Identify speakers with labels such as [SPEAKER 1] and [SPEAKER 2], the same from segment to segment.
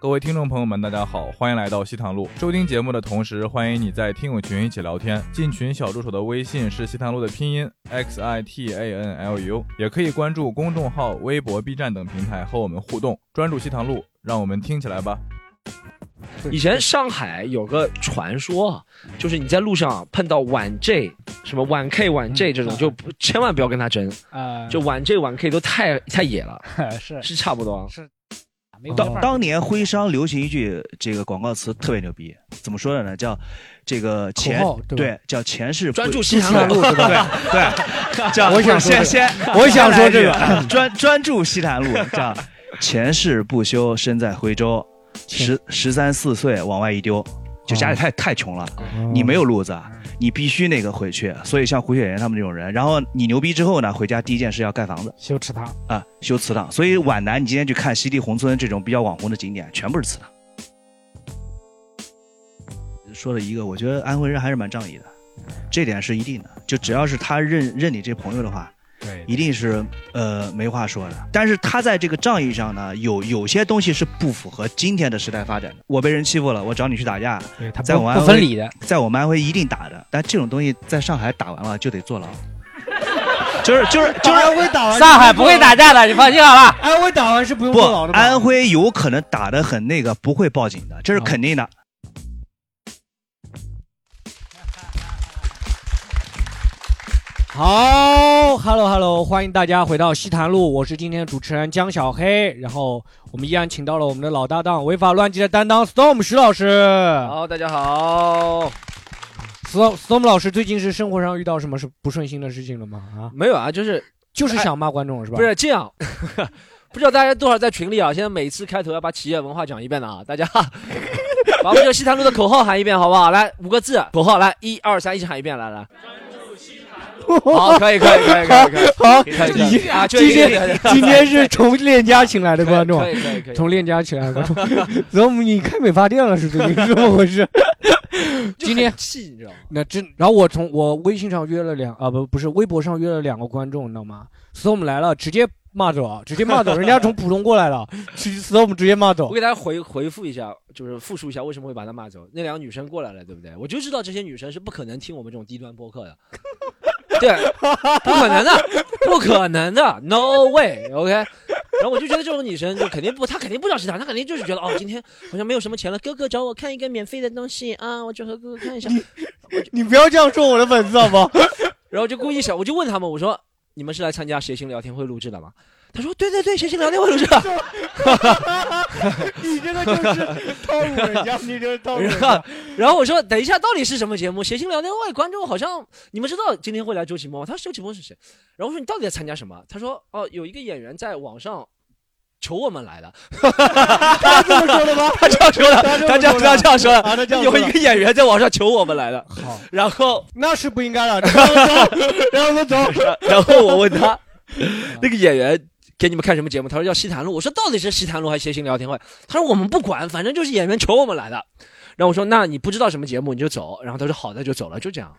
[SPEAKER 1] 各位听众朋友们，大家好，欢迎来到西塘路。收听节目的同时，欢迎你在听友群一起聊天。进群小助手的微信是西塘路的拼音 x i t a n l u，也可以关注公众号、微博、B 站等平台和我们互动。专注西塘路，让我们听起来吧。
[SPEAKER 2] 以前上海有个传说啊，就是你在路上碰到晚 J、什么晚 K、晚 J 这种，就不千万不要跟他争，
[SPEAKER 3] 嗯啊，
[SPEAKER 2] 就晚 J、晚 K 都太太野了，
[SPEAKER 3] 是
[SPEAKER 2] 是差不多啊。
[SPEAKER 3] 没有办
[SPEAKER 4] 当
[SPEAKER 3] 法
[SPEAKER 4] 哦当年徽商流行一句这个广告词特别牛逼，怎么说的呢？叫这个前
[SPEAKER 3] 口号对吧
[SPEAKER 4] 对叫前世不
[SPEAKER 2] 专注西塘 路
[SPEAKER 4] 对
[SPEAKER 2] 是吧
[SPEAKER 4] 对，叫
[SPEAKER 3] 我想说这
[SPEAKER 4] 先
[SPEAKER 3] 个
[SPEAKER 4] 先，
[SPEAKER 3] 我想说这个
[SPEAKER 4] 先来一句 专专注西坛路，叫前世不修身在徽州，十十三四岁往外一丢，就家里太太穷了，
[SPEAKER 3] 哦
[SPEAKER 4] 你没有路子，你必须那个回去。所以像胡雪岩他们这种人，然后你牛逼之后呢，回家第一件事要盖房子。
[SPEAKER 3] 修池塘，
[SPEAKER 4] 啊，修祠堂。所以皖南，你今天去看西递宏村这种比较网红的景点，全部是祠堂。说了一个，我觉得安徽人还是蛮仗义的，这点是一定的。就只要是他认认你这朋友的话，
[SPEAKER 1] 对
[SPEAKER 4] 一定是呃没话说的。但是他在这个仗义上呢，有有些东西是不符合今天的时代发展的。我被人欺负了，我找你去打架，
[SPEAKER 3] 对他
[SPEAKER 4] 在
[SPEAKER 3] 不
[SPEAKER 4] 我安
[SPEAKER 3] 不
[SPEAKER 4] 徽
[SPEAKER 3] 分离的，
[SPEAKER 4] 在我们安徽一定打的。但这种东西在上海打完了就得坐牢，就是 就是就是
[SPEAKER 5] 徽打完
[SPEAKER 6] 哎上海不会打架的，你放心好吧？啊
[SPEAKER 5] 安徽哎打完是不用
[SPEAKER 4] 不
[SPEAKER 5] 坐牢的，吧？
[SPEAKER 4] 安徽有可能打得很那个，不会报警的，这是肯定的。
[SPEAKER 5] 好，Hello Hello，欢迎大家回到西坛路，我是今天的主持人江小黑，然后我们依然请到了我们的老搭档，违法乱纪的担当 Storm 徐老师。
[SPEAKER 2] 好，大家好，
[SPEAKER 5] Storm Storm 老师最近是生活上遇到什么是不顺心的事情了吗？啊，
[SPEAKER 2] 没有啊，就是
[SPEAKER 5] 就是想骂观众是吧？
[SPEAKER 2] 不，是这样。 不知道大家多少在群里啊？现在每次开头要把企业文化讲一遍的啊！大家 把我们这个西塘路的口号喊一遍，好不好？来，五个字口号，来，一二三，一起喊一遍，来来。好，可以，可以，可以，可以，可以。
[SPEAKER 5] 好，
[SPEAKER 2] 可以可
[SPEAKER 5] 今
[SPEAKER 2] 以
[SPEAKER 5] 天
[SPEAKER 2] 啊，就
[SPEAKER 5] 今
[SPEAKER 2] 一个
[SPEAKER 5] 天今天是从链家请来的观众
[SPEAKER 2] 可，以可以可以，
[SPEAKER 5] 从链家请来的观众。Storm，你 开美发店了是最近是怎么回事？
[SPEAKER 2] 就
[SPEAKER 5] 今天
[SPEAKER 2] 很气，你知道吗？
[SPEAKER 5] 那真，然后我从我微信上约了两啊不不是微博上约了两个观众，你知道吗？storm 来了，直接骂走啊，直接骂走，人家从浦东过来了直，storm 直接骂走
[SPEAKER 2] 我。给大家回回复一下，就是复述一下为什么会把他骂走。那两个女生过来了，对不对？我就知道这些女生是不可能听我们这种低端播客的，对，不可能的，不可能的，no way，OK、然后我就觉得这种女生就肯定不，她肯定不知道是她，她肯定就是觉得哦，今天好像没有什么钱了，哥哥找我看一个免费的东西啊，我就和哥哥看一下。
[SPEAKER 5] 你不要这样说我的粉丝好不好？
[SPEAKER 2] 然后就故意想，我就问他们，我说你们是来参加谐星聊天会录制的吗？他说对对对，谐星聊天会录制的。
[SPEAKER 5] 你这个就是套路人家，你这是套
[SPEAKER 2] 然后， 然后我说等一下，到底是什么节目？谐星聊天会，观众好像你们知道今天会来周奇墨吗？他说周奇墨是谁？然后我说你到底在参加什么？他说哦，有一个演员在网上求我们来的，
[SPEAKER 5] 他这么说的吗？
[SPEAKER 2] 他这样说的，他这样他这样说的，
[SPEAKER 5] 啊，他这样
[SPEAKER 2] 有一个演员在网上求我们来的。
[SPEAKER 5] 好，
[SPEAKER 2] 然后，
[SPEAKER 5] 那是不应该了。然后走，然后我走。
[SPEAKER 2] 然后我问他，那个演员。给你们看什么节目？他说叫《西坛路》，我说到底是《西坛路》还是《谐星聊天会》？他说我们不管，反正就是演员求我们来的。然后我说那你不知道什么节目你就走。然后他说好的就走了，就这样，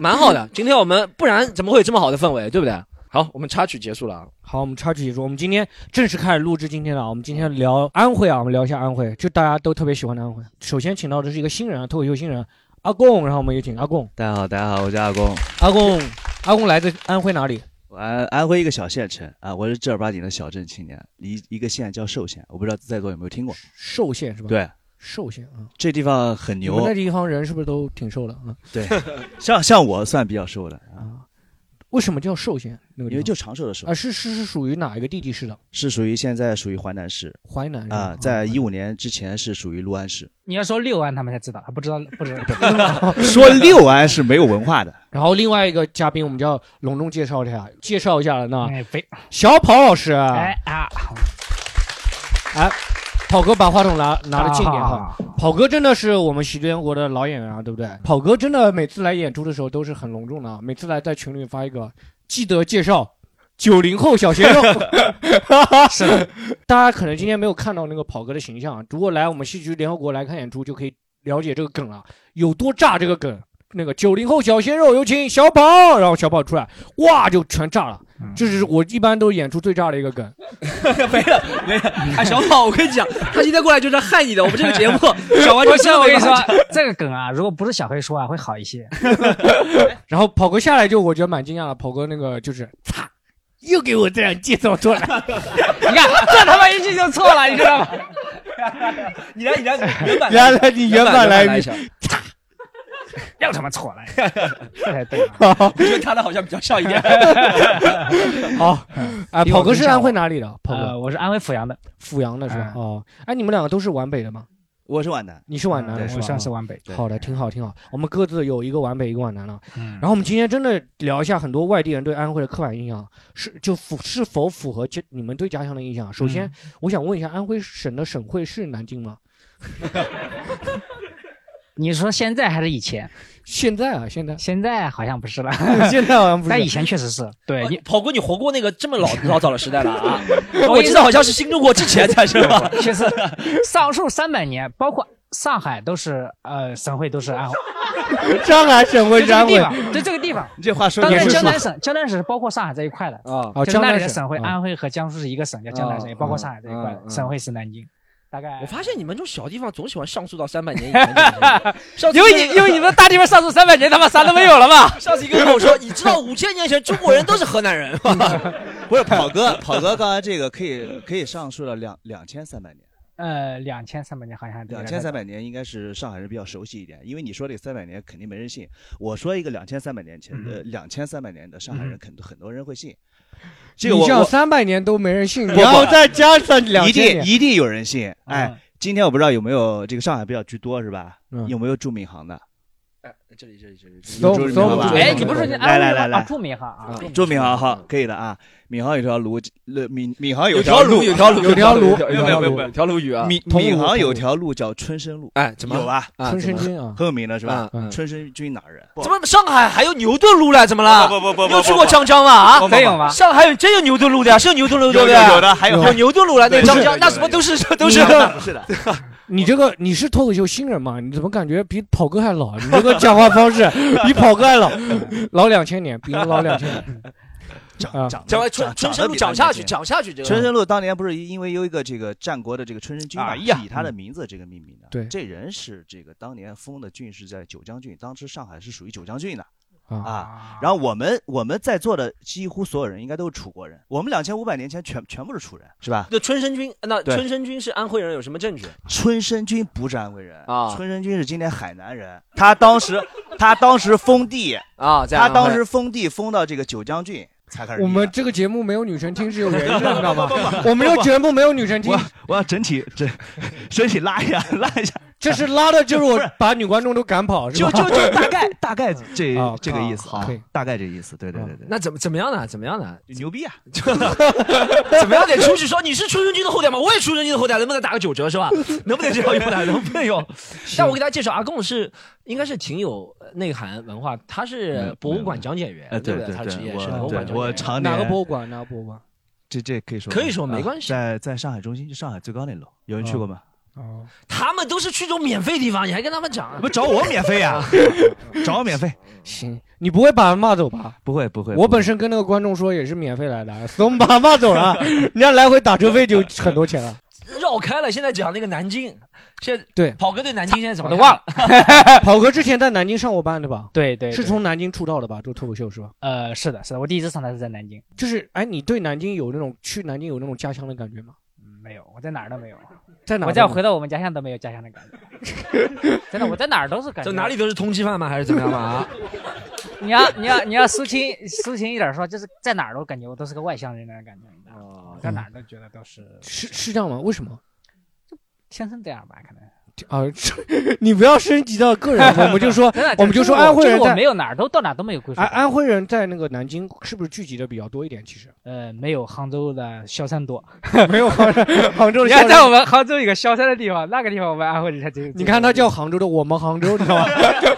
[SPEAKER 2] 蛮好的。今天我们不然怎么会有这么好的氛围，对不对？好，我们插曲结束了啊。
[SPEAKER 5] 好，我们插曲结束，我们今天正式开始录制今天的啊，我们今天聊安徽啊，我们聊一下安徽，就大家都特别喜欢的安徽。首先请到的是一个新人，啊，脱口秀新人阿贡，然后我们有请阿贡，
[SPEAKER 4] 大家好，大家好，我是阿公，
[SPEAKER 5] 阿贡，阿贡来自安徽哪里？
[SPEAKER 4] 我安安徽一个小县城啊，我是正儿八经的小镇青年，离一个县叫寿县，我不知道在座有没有听过。
[SPEAKER 5] 寿县是吧？，
[SPEAKER 4] 对，
[SPEAKER 5] 寿县啊，
[SPEAKER 4] 这地方很
[SPEAKER 5] 你们
[SPEAKER 4] 牛
[SPEAKER 5] 那，地方人是不是都挺瘦的啊？
[SPEAKER 4] 像像我算比较瘦的，
[SPEAKER 5] 啊，为什么叫寿县？那个地
[SPEAKER 4] 因为
[SPEAKER 5] 方
[SPEAKER 4] 就长寿的寿
[SPEAKER 5] 啊，，是是是属于哪一个地级市的？
[SPEAKER 4] 是属于现在属于淮南市
[SPEAKER 5] 淮南是吧
[SPEAKER 4] 啊，在一五年之前是属于六安市。
[SPEAKER 3] 你要说六安他们才知道，他不知道不知道。
[SPEAKER 5] 哦
[SPEAKER 4] 说六安是没有文化的，
[SPEAKER 5] 然后另外一个嘉宾，我们就要隆重介绍一下，介绍一下了呢，
[SPEAKER 3] 哎，非
[SPEAKER 5] 小跑老师，
[SPEAKER 3] 哎啊，
[SPEAKER 5] 哎跑哥把话筒拿拿的近点哈。
[SPEAKER 3] 哈，
[SPEAKER 5] 跑哥真的是我们喜剧联国的老演员啊，对不对？跑哥真的每次来演出的时候都是很隆重的啊，每次来在群里发一个记得介绍九零后小鲜肉。 是的，大家可能今天没有看到那个跑哥的形象，如果来我们戏剧联合国来看演出，就可以了解这个梗了，有多炸这个梗。那个九零后小鲜肉，有请小跑，然后小跑出来，哇，就全炸了。这是我一般都演出最炸的一个梗。
[SPEAKER 2] 没了没了。哎，小宝，我跟你讲，他今天过来就是来害你的。我们这个节目， 小王就
[SPEAKER 3] 我
[SPEAKER 2] 知道
[SPEAKER 3] 我跟你说
[SPEAKER 2] 了，
[SPEAKER 3] 这个梗啊，如果不是小黑说啊，会好一 些。哎
[SPEAKER 5] 然后跑哥下来就我觉得蛮惊讶的，跑哥那个就是擦，又给我这样介绍出 来，
[SPEAKER 3] 你看，这他妈一句就错了，你知道吗？
[SPEAKER 2] 你来你来原版
[SPEAKER 5] 原来你原版来
[SPEAKER 2] 一
[SPEAKER 5] 一
[SPEAKER 2] 下，
[SPEAKER 3] 又他妈错 了，这才对嘛。
[SPEAKER 2] 我觉得他的好像比较像一点。
[SPEAKER 5] 好，啊，
[SPEAKER 3] 比我
[SPEAKER 5] 跑哥
[SPEAKER 3] 更
[SPEAKER 5] 是
[SPEAKER 3] 像
[SPEAKER 5] 安
[SPEAKER 3] 我
[SPEAKER 5] 徽哪里的？跑
[SPEAKER 3] 呃，
[SPEAKER 5] 哥
[SPEAKER 3] 我是安徽阜阳的，
[SPEAKER 5] 阜阳的是吧
[SPEAKER 3] 哎？
[SPEAKER 5] 哦，哎，你们两个都是皖北的吗？
[SPEAKER 4] 我是皖南，
[SPEAKER 5] 你是皖南
[SPEAKER 3] 嗯
[SPEAKER 5] 的是
[SPEAKER 3] 我
[SPEAKER 5] 吧？
[SPEAKER 3] 算是皖北。
[SPEAKER 5] 好的，挺好，挺好。我们各自有一个皖北，一个皖南啊了。
[SPEAKER 3] 嗯
[SPEAKER 5] 然后我们今天真的聊一下很多外地人对安徽的刻板印象，是就符是否符合这你们对家乡的印象？首先，我想问一下，安徽省的省会是南京吗？
[SPEAKER 3] 你说现在还是以前？
[SPEAKER 5] 现在啊，现在
[SPEAKER 3] 现在好像不是了，
[SPEAKER 5] 现在好像不
[SPEAKER 3] 但
[SPEAKER 5] 是
[SPEAKER 3] 以。前确实是。对你，
[SPEAKER 2] 跑哥，你活过那个这 么老老早的时代了啊？ 我记得好像是新中国之前才是 吧？
[SPEAKER 3] 确实少数三百年，包括上海都是呃省会都是安徽，
[SPEAKER 5] 上海省
[SPEAKER 3] 就
[SPEAKER 5] 会是
[SPEAKER 3] 这个
[SPEAKER 5] 安
[SPEAKER 3] 地
[SPEAKER 5] 徽
[SPEAKER 3] 方，就这个地方。
[SPEAKER 4] 你这话说
[SPEAKER 3] 当
[SPEAKER 5] 也
[SPEAKER 3] 然
[SPEAKER 5] 是
[SPEAKER 3] 江
[SPEAKER 5] 说
[SPEAKER 3] 南省，江南省是包括上海这一块的。
[SPEAKER 2] 啊，
[SPEAKER 3] 就
[SPEAKER 5] 哦，
[SPEAKER 3] 是
[SPEAKER 5] 江
[SPEAKER 3] 那
[SPEAKER 5] 南
[SPEAKER 3] 里
[SPEAKER 5] 省
[SPEAKER 3] 的省会，
[SPEAKER 5] 啊
[SPEAKER 3] 安徽和江苏是一个省，叫江南省，
[SPEAKER 2] 哦
[SPEAKER 3] 也包括上海这一块
[SPEAKER 2] 嗯嗯
[SPEAKER 3] 的。省会是南京，大概。
[SPEAKER 2] 我发现你们这种小地方总喜欢上溯到三百年以 前的事情。
[SPEAKER 6] 因为你因为你们大地方上诉三百年，他妈啥都没有了嘛。
[SPEAKER 2] 上次一个人跟我说，你知道五千年前中国人都是河南人 吗？
[SPEAKER 6] 嗯
[SPEAKER 4] 不是跑哥，跑哥刚才这个可以可以上述了两两千三百年，
[SPEAKER 3] 呃，两千三百年好像还
[SPEAKER 4] 两千三百年应该是上海人比较熟悉一点，因为你说这三百年肯定没人信。我说一个两千三百年前，
[SPEAKER 5] 嗯
[SPEAKER 4] 呃，两千三百年的上海人肯很多人会信，这个
[SPEAKER 5] 你
[SPEAKER 4] 我
[SPEAKER 5] 这样
[SPEAKER 4] 我
[SPEAKER 5] 三百年都没人信，
[SPEAKER 4] 不
[SPEAKER 5] 然后再加上两
[SPEAKER 4] 一
[SPEAKER 5] 千
[SPEAKER 4] 定
[SPEAKER 5] 年，啊
[SPEAKER 4] 一定有人信。
[SPEAKER 3] 嗯
[SPEAKER 4] 哎，今天我不知道有没有这个上海比较居多是吧？
[SPEAKER 5] 嗯
[SPEAKER 4] 有没有住民行的？
[SPEAKER 2] 这里这里这里，
[SPEAKER 5] 搜
[SPEAKER 4] 有
[SPEAKER 5] 搜
[SPEAKER 4] 注明吧
[SPEAKER 5] 不出
[SPEAKER 3] 哎，你不是
[SPEAKER 5] 来
[SPEAKER 3] 安徽
[SPEAKER 4] 来
[SPEAKER 3] 人吗
[SPEAKER 4] 来来
[SPEAKER 3] 啊，著名哈啊
[SPEAKER 2] 啊，
[SPEAKER 4] 住民行好
[SPEAKER 2] 嗯，
[SPEAKER 4] 可以的啊。闵行有条路，呃，闵闵行
[SPEAKER 2] 有
[SPEAKER 4] 条
[SPEAKER 2] 路，
[SPEAKER 4] 路，
[SPEAKER 2] 有条路，
[SPEAKER 5] 有条路
[SPEAKER 2] 有条路，有条路语啊！
[SPEAKER 4] 闵
[SPEAKER 5] 同路
[SPEAKER 4] 闵
[SPEAKER 5] 同
[SPEAKER 4] 行
[SPEAKER 5] 路
[SPEAKER 4] 有条路叫春申路，
[SPEAKER 2] 哎，怎么
[SPEAKER 4] 有？吧？
[SPEAKER 2] 啊
[SPEAKER 5] 春
[SPEAKER 2] 怎
[SPEAKER 5] 申
[SPEAKER 2] 么
[SPEAKER 5] 君啊，
[SPEAKER 4] 很有名的是吧？
[SPEAKER 2] 嗯嗯
[SPEAKER 4] 春申君哪儿人？
[SPEAKER 2] 怎么上海还有牛顿路了？怎么了？
[SPEAKER 4] 不不不不，
[SPEAKER 2] 又去过张江了啊？
[SPEAKER 3] 真有吗？
[SPEAKER 2] 上海有真有牛顿路的呀，是有牛顿路
[SPEAKER 4] 有
[SPEAKER 2] 对
[SPEAKER 4] 有
[SPEAKER 2] 不对？
[SPEAKER 4] 有的，还有
[SPEAKER 2] 有牛顿路了，那
[SPEAKER 4] 对
[SPEAKER 2] 张
[SPEAKER 4] 有
[SPEAKER 2] 江
[SPEAKER 4] 的
[SPEAKER 2] 那
[SPEAKER 4] 有的
[SPEAKER 2] 什么
[SPEAKER 4] 有的
[SPEAKER 2] 都是都是
[SPEAKER 4] 不是的，是的，
[SPEAKER 5] 你这个你是脱口秀新人吗？你怎么感觉比跑哥还老？你这个讲话方式比跑哥还老，老两千年，比你老两千年。啊
[SPEAKER 4] 长长得
[SPEAKER 2] 讲
[SPEAKER 4] 长
[SPEAKER 2] 完春
[SPEAKER 4] 长得
[SPEAKER 2] 春生
[SPEAKER 4] 比
[SPEAKER 2] 路
[SPEAKER 4] 他
[SPEAKER 2] 涨
[SPEAKER 4] 们
[SPEAKER 2] 下
[SPEAKER 4] 年
[SPEAKER 2] 去，
[SPEAKER 4] 轻
[SPEAKER 2] 涨下去这个。
[SPEAKER 4] 春申路当年不是因为有一个这个战国的这个春申君嘛，
[SPEAKER 6] 哎
[SPEAKER 4] 是
[SPEAKER 6] 呀
[SPEAKER 4] 以
[SPEAKER 2] 嗯
[SPEAKER 4] 他的名字这个命名的。
[SPEAKER 5] 对
[SPEAKER 4] 这人是这个当年封的郡是在九江郡，当时上海是属于九江郡的
[SPEAKER 5] 啊
[SPEAKER 4] 啊。然后我们我们在座的几乎所有人应该都是楚国人，我们两千五百年前全全部是楚人，是吧？
[SPEAKER 2] 那春申君，那
[SPEAKER 4] 对
[SPEAKER 2] 春申君是安徽人，有什么证据？
[SPEAKER 4] 春申君不是安徽人
[SPEAKER 2] 啊
[SPEAKER 4] 春申君是今天海南人，他当时他当时封地，
[SPEAKER 2] 啊，在
[SPEAKER 4] 他
[SPEAKER 2] 安徽
[SPEAKER 4] 当时封地封到这个九江郡才开始立的。
[SPEAKER 5] 我们这个节目没有女生听是有原因的，你知道吗？我们这个节目没有女生听
[SPEAKER 4] 我，我要整体整整体拉一下 拉一下，
[SPEAKER 5] 这是拉 的，就是我把女观众都赶跑，是
[SPEAKER 4] 就
[SPEAKER 5] 吧？
[SPEAKER 4] 就 就大概大概这
[SPEAKER 5] 啊
[SPEAKER 4] 这个意思啊
[SPEAKER 5] 可以，嗯
[SPEAKER 4] 大概这意思，对对对对，
[SPEAKER 2] 那怎么怎么样呢？怎么样呢？
[SPEAKER 4] 牛逼啊！
[SPEAKER 2] 怎么样得出去说你是春申君的后代吗？我也春申君的后代，能不能打个九折是吧？能不能这样用呢？ 能不能用？但我给大家介绍，阿贡是应该是挺有呃内涵文化，他
[SPEAKER 4] 没
[SPEAKER 2] 是
[SPEAKER 4] 有
[SPEAKER 2] 博物馆讲解员，
[SPEAKER 4] 呃，
[SPEAKER 2] 不
[SPEAKER 4] 对
[SPEAKER 2] 他的职业
[SPEAKER 4] 对，
[SPEAKER 2] 是
[SPEAKER 5] 我
[SPEAKER 2] 博物
[SPEAKER 4] 对
[SPEAKER 2] 馆讲解
[SPEAKER 4] 我
[SPEAKER 2] 员。
[SPEAKER 4] 常年
[SPEAKER 5] 哪个博物馆？哪个博物馆？
[SPEAKER 4] 这这可以说
[SPEAKER 2] 可
[SPEAKER 4] 吗
[SPEAKER 2] 以说没关系
[SPEAKER 4] 在在上海中心，就上海最高那楼，有人去过吗？
[SPEAKER 5] 哦，
[SPEAKER 2] 他们都是去这种免费地方，你还跟他们讲？啊
[SPEAKER 4] 不找我免费 呀，找我免费，
[SPEAKER 5] 行，你不会把他骂走吧？
[SPEAKER 4] 不会不会，
[SPEAKER 5] 我
[SPEAKER 4] 不会
[SPEAKER 5] 本身跟那个观众说也是免费来的，所以我们把他骂走了，人家来回打车费就很多钱了。
[SPEAKER 2] 绕开了，现在讲那个南京，现在
[SPEAKER 5] 对
[SPEAKER 2] 跑哥对南京现在怎么
[SPEAKER 6] 我都忘
[SPEAKER 2] 了？
[SPEAKER 5] 跑哥之前在南京上过班对吧？
[SPEAKER 3] 对对，
[SPEAKER 5] 是
[SPEAKER 3] 对
[SPEAKER 5] 从南京出道的吧？做脱口秀是吧？
[SPEAKER 3] 呃是的是的，我第一次上台是在南京，
[SPEAKER 5] 就是哎，你对南京有那种去南京有那种家乡的感觉吗？
[SPEAKER 3] 嗯没有，我在哪儿都没有，
[SPEAKER 5] 在哪儿
[SPEAKER 3] 我
[SPEAKER 5] 呢？
[SPEAKER 3] 再回到我们家乡都没有家乡的感觉，真的，我在哪儿都是感觉
[SPEAKER 2] 在哪里 都是通缉犯吗？还是怎么样吗？ 啊，
[SPEAKER 3] 你要你要你要抒情 抒情一点说，就是在哪儿都感觉我都是个外乡人的感觉，你知道吗
[SPEAKER 5] 哦
[SPEAKER 3] 在
[SPEAKER 5] 嗯
[SPEAKER 3] 哪儿都觉得都是
[SPEAKER 5] 是是这样吗？为什么？
[SPEAKER 3] 天生这样吧，可能
[SPEAKER 5] 啊，是你不要升级到个人，我们就说
[SPEAKER 3] 真的，
[SPEAKER 5] 我们就说安徽人
[SPEAKER 3] 就是我
[SPEAKER 5] 在啊
[SPEAKER 3] 没有哪儿都到哪儿都没有归属
[SPEAKER 5] 安
[SPEAKER 3] 感，
[SPEAKER 5] 安徽人在那个南京是不是聚集的比较多一点？其实
[SPEAKER 3] 呃没有杭州的萧山多，
[SPEAKER 5] 没有杭州杭州
[SPEAKER 3] 你
[SPEAKER 5] 的
[SPEAKER 3] 看在
[SPEAKER 5] 乡镇。
[SPEAKER 3] 我们杭州有个萧山的地方，那个地方我们安徽人才真，
[SPEAKER 5] 你看他叫杭州的，我们杭州，你知道吗？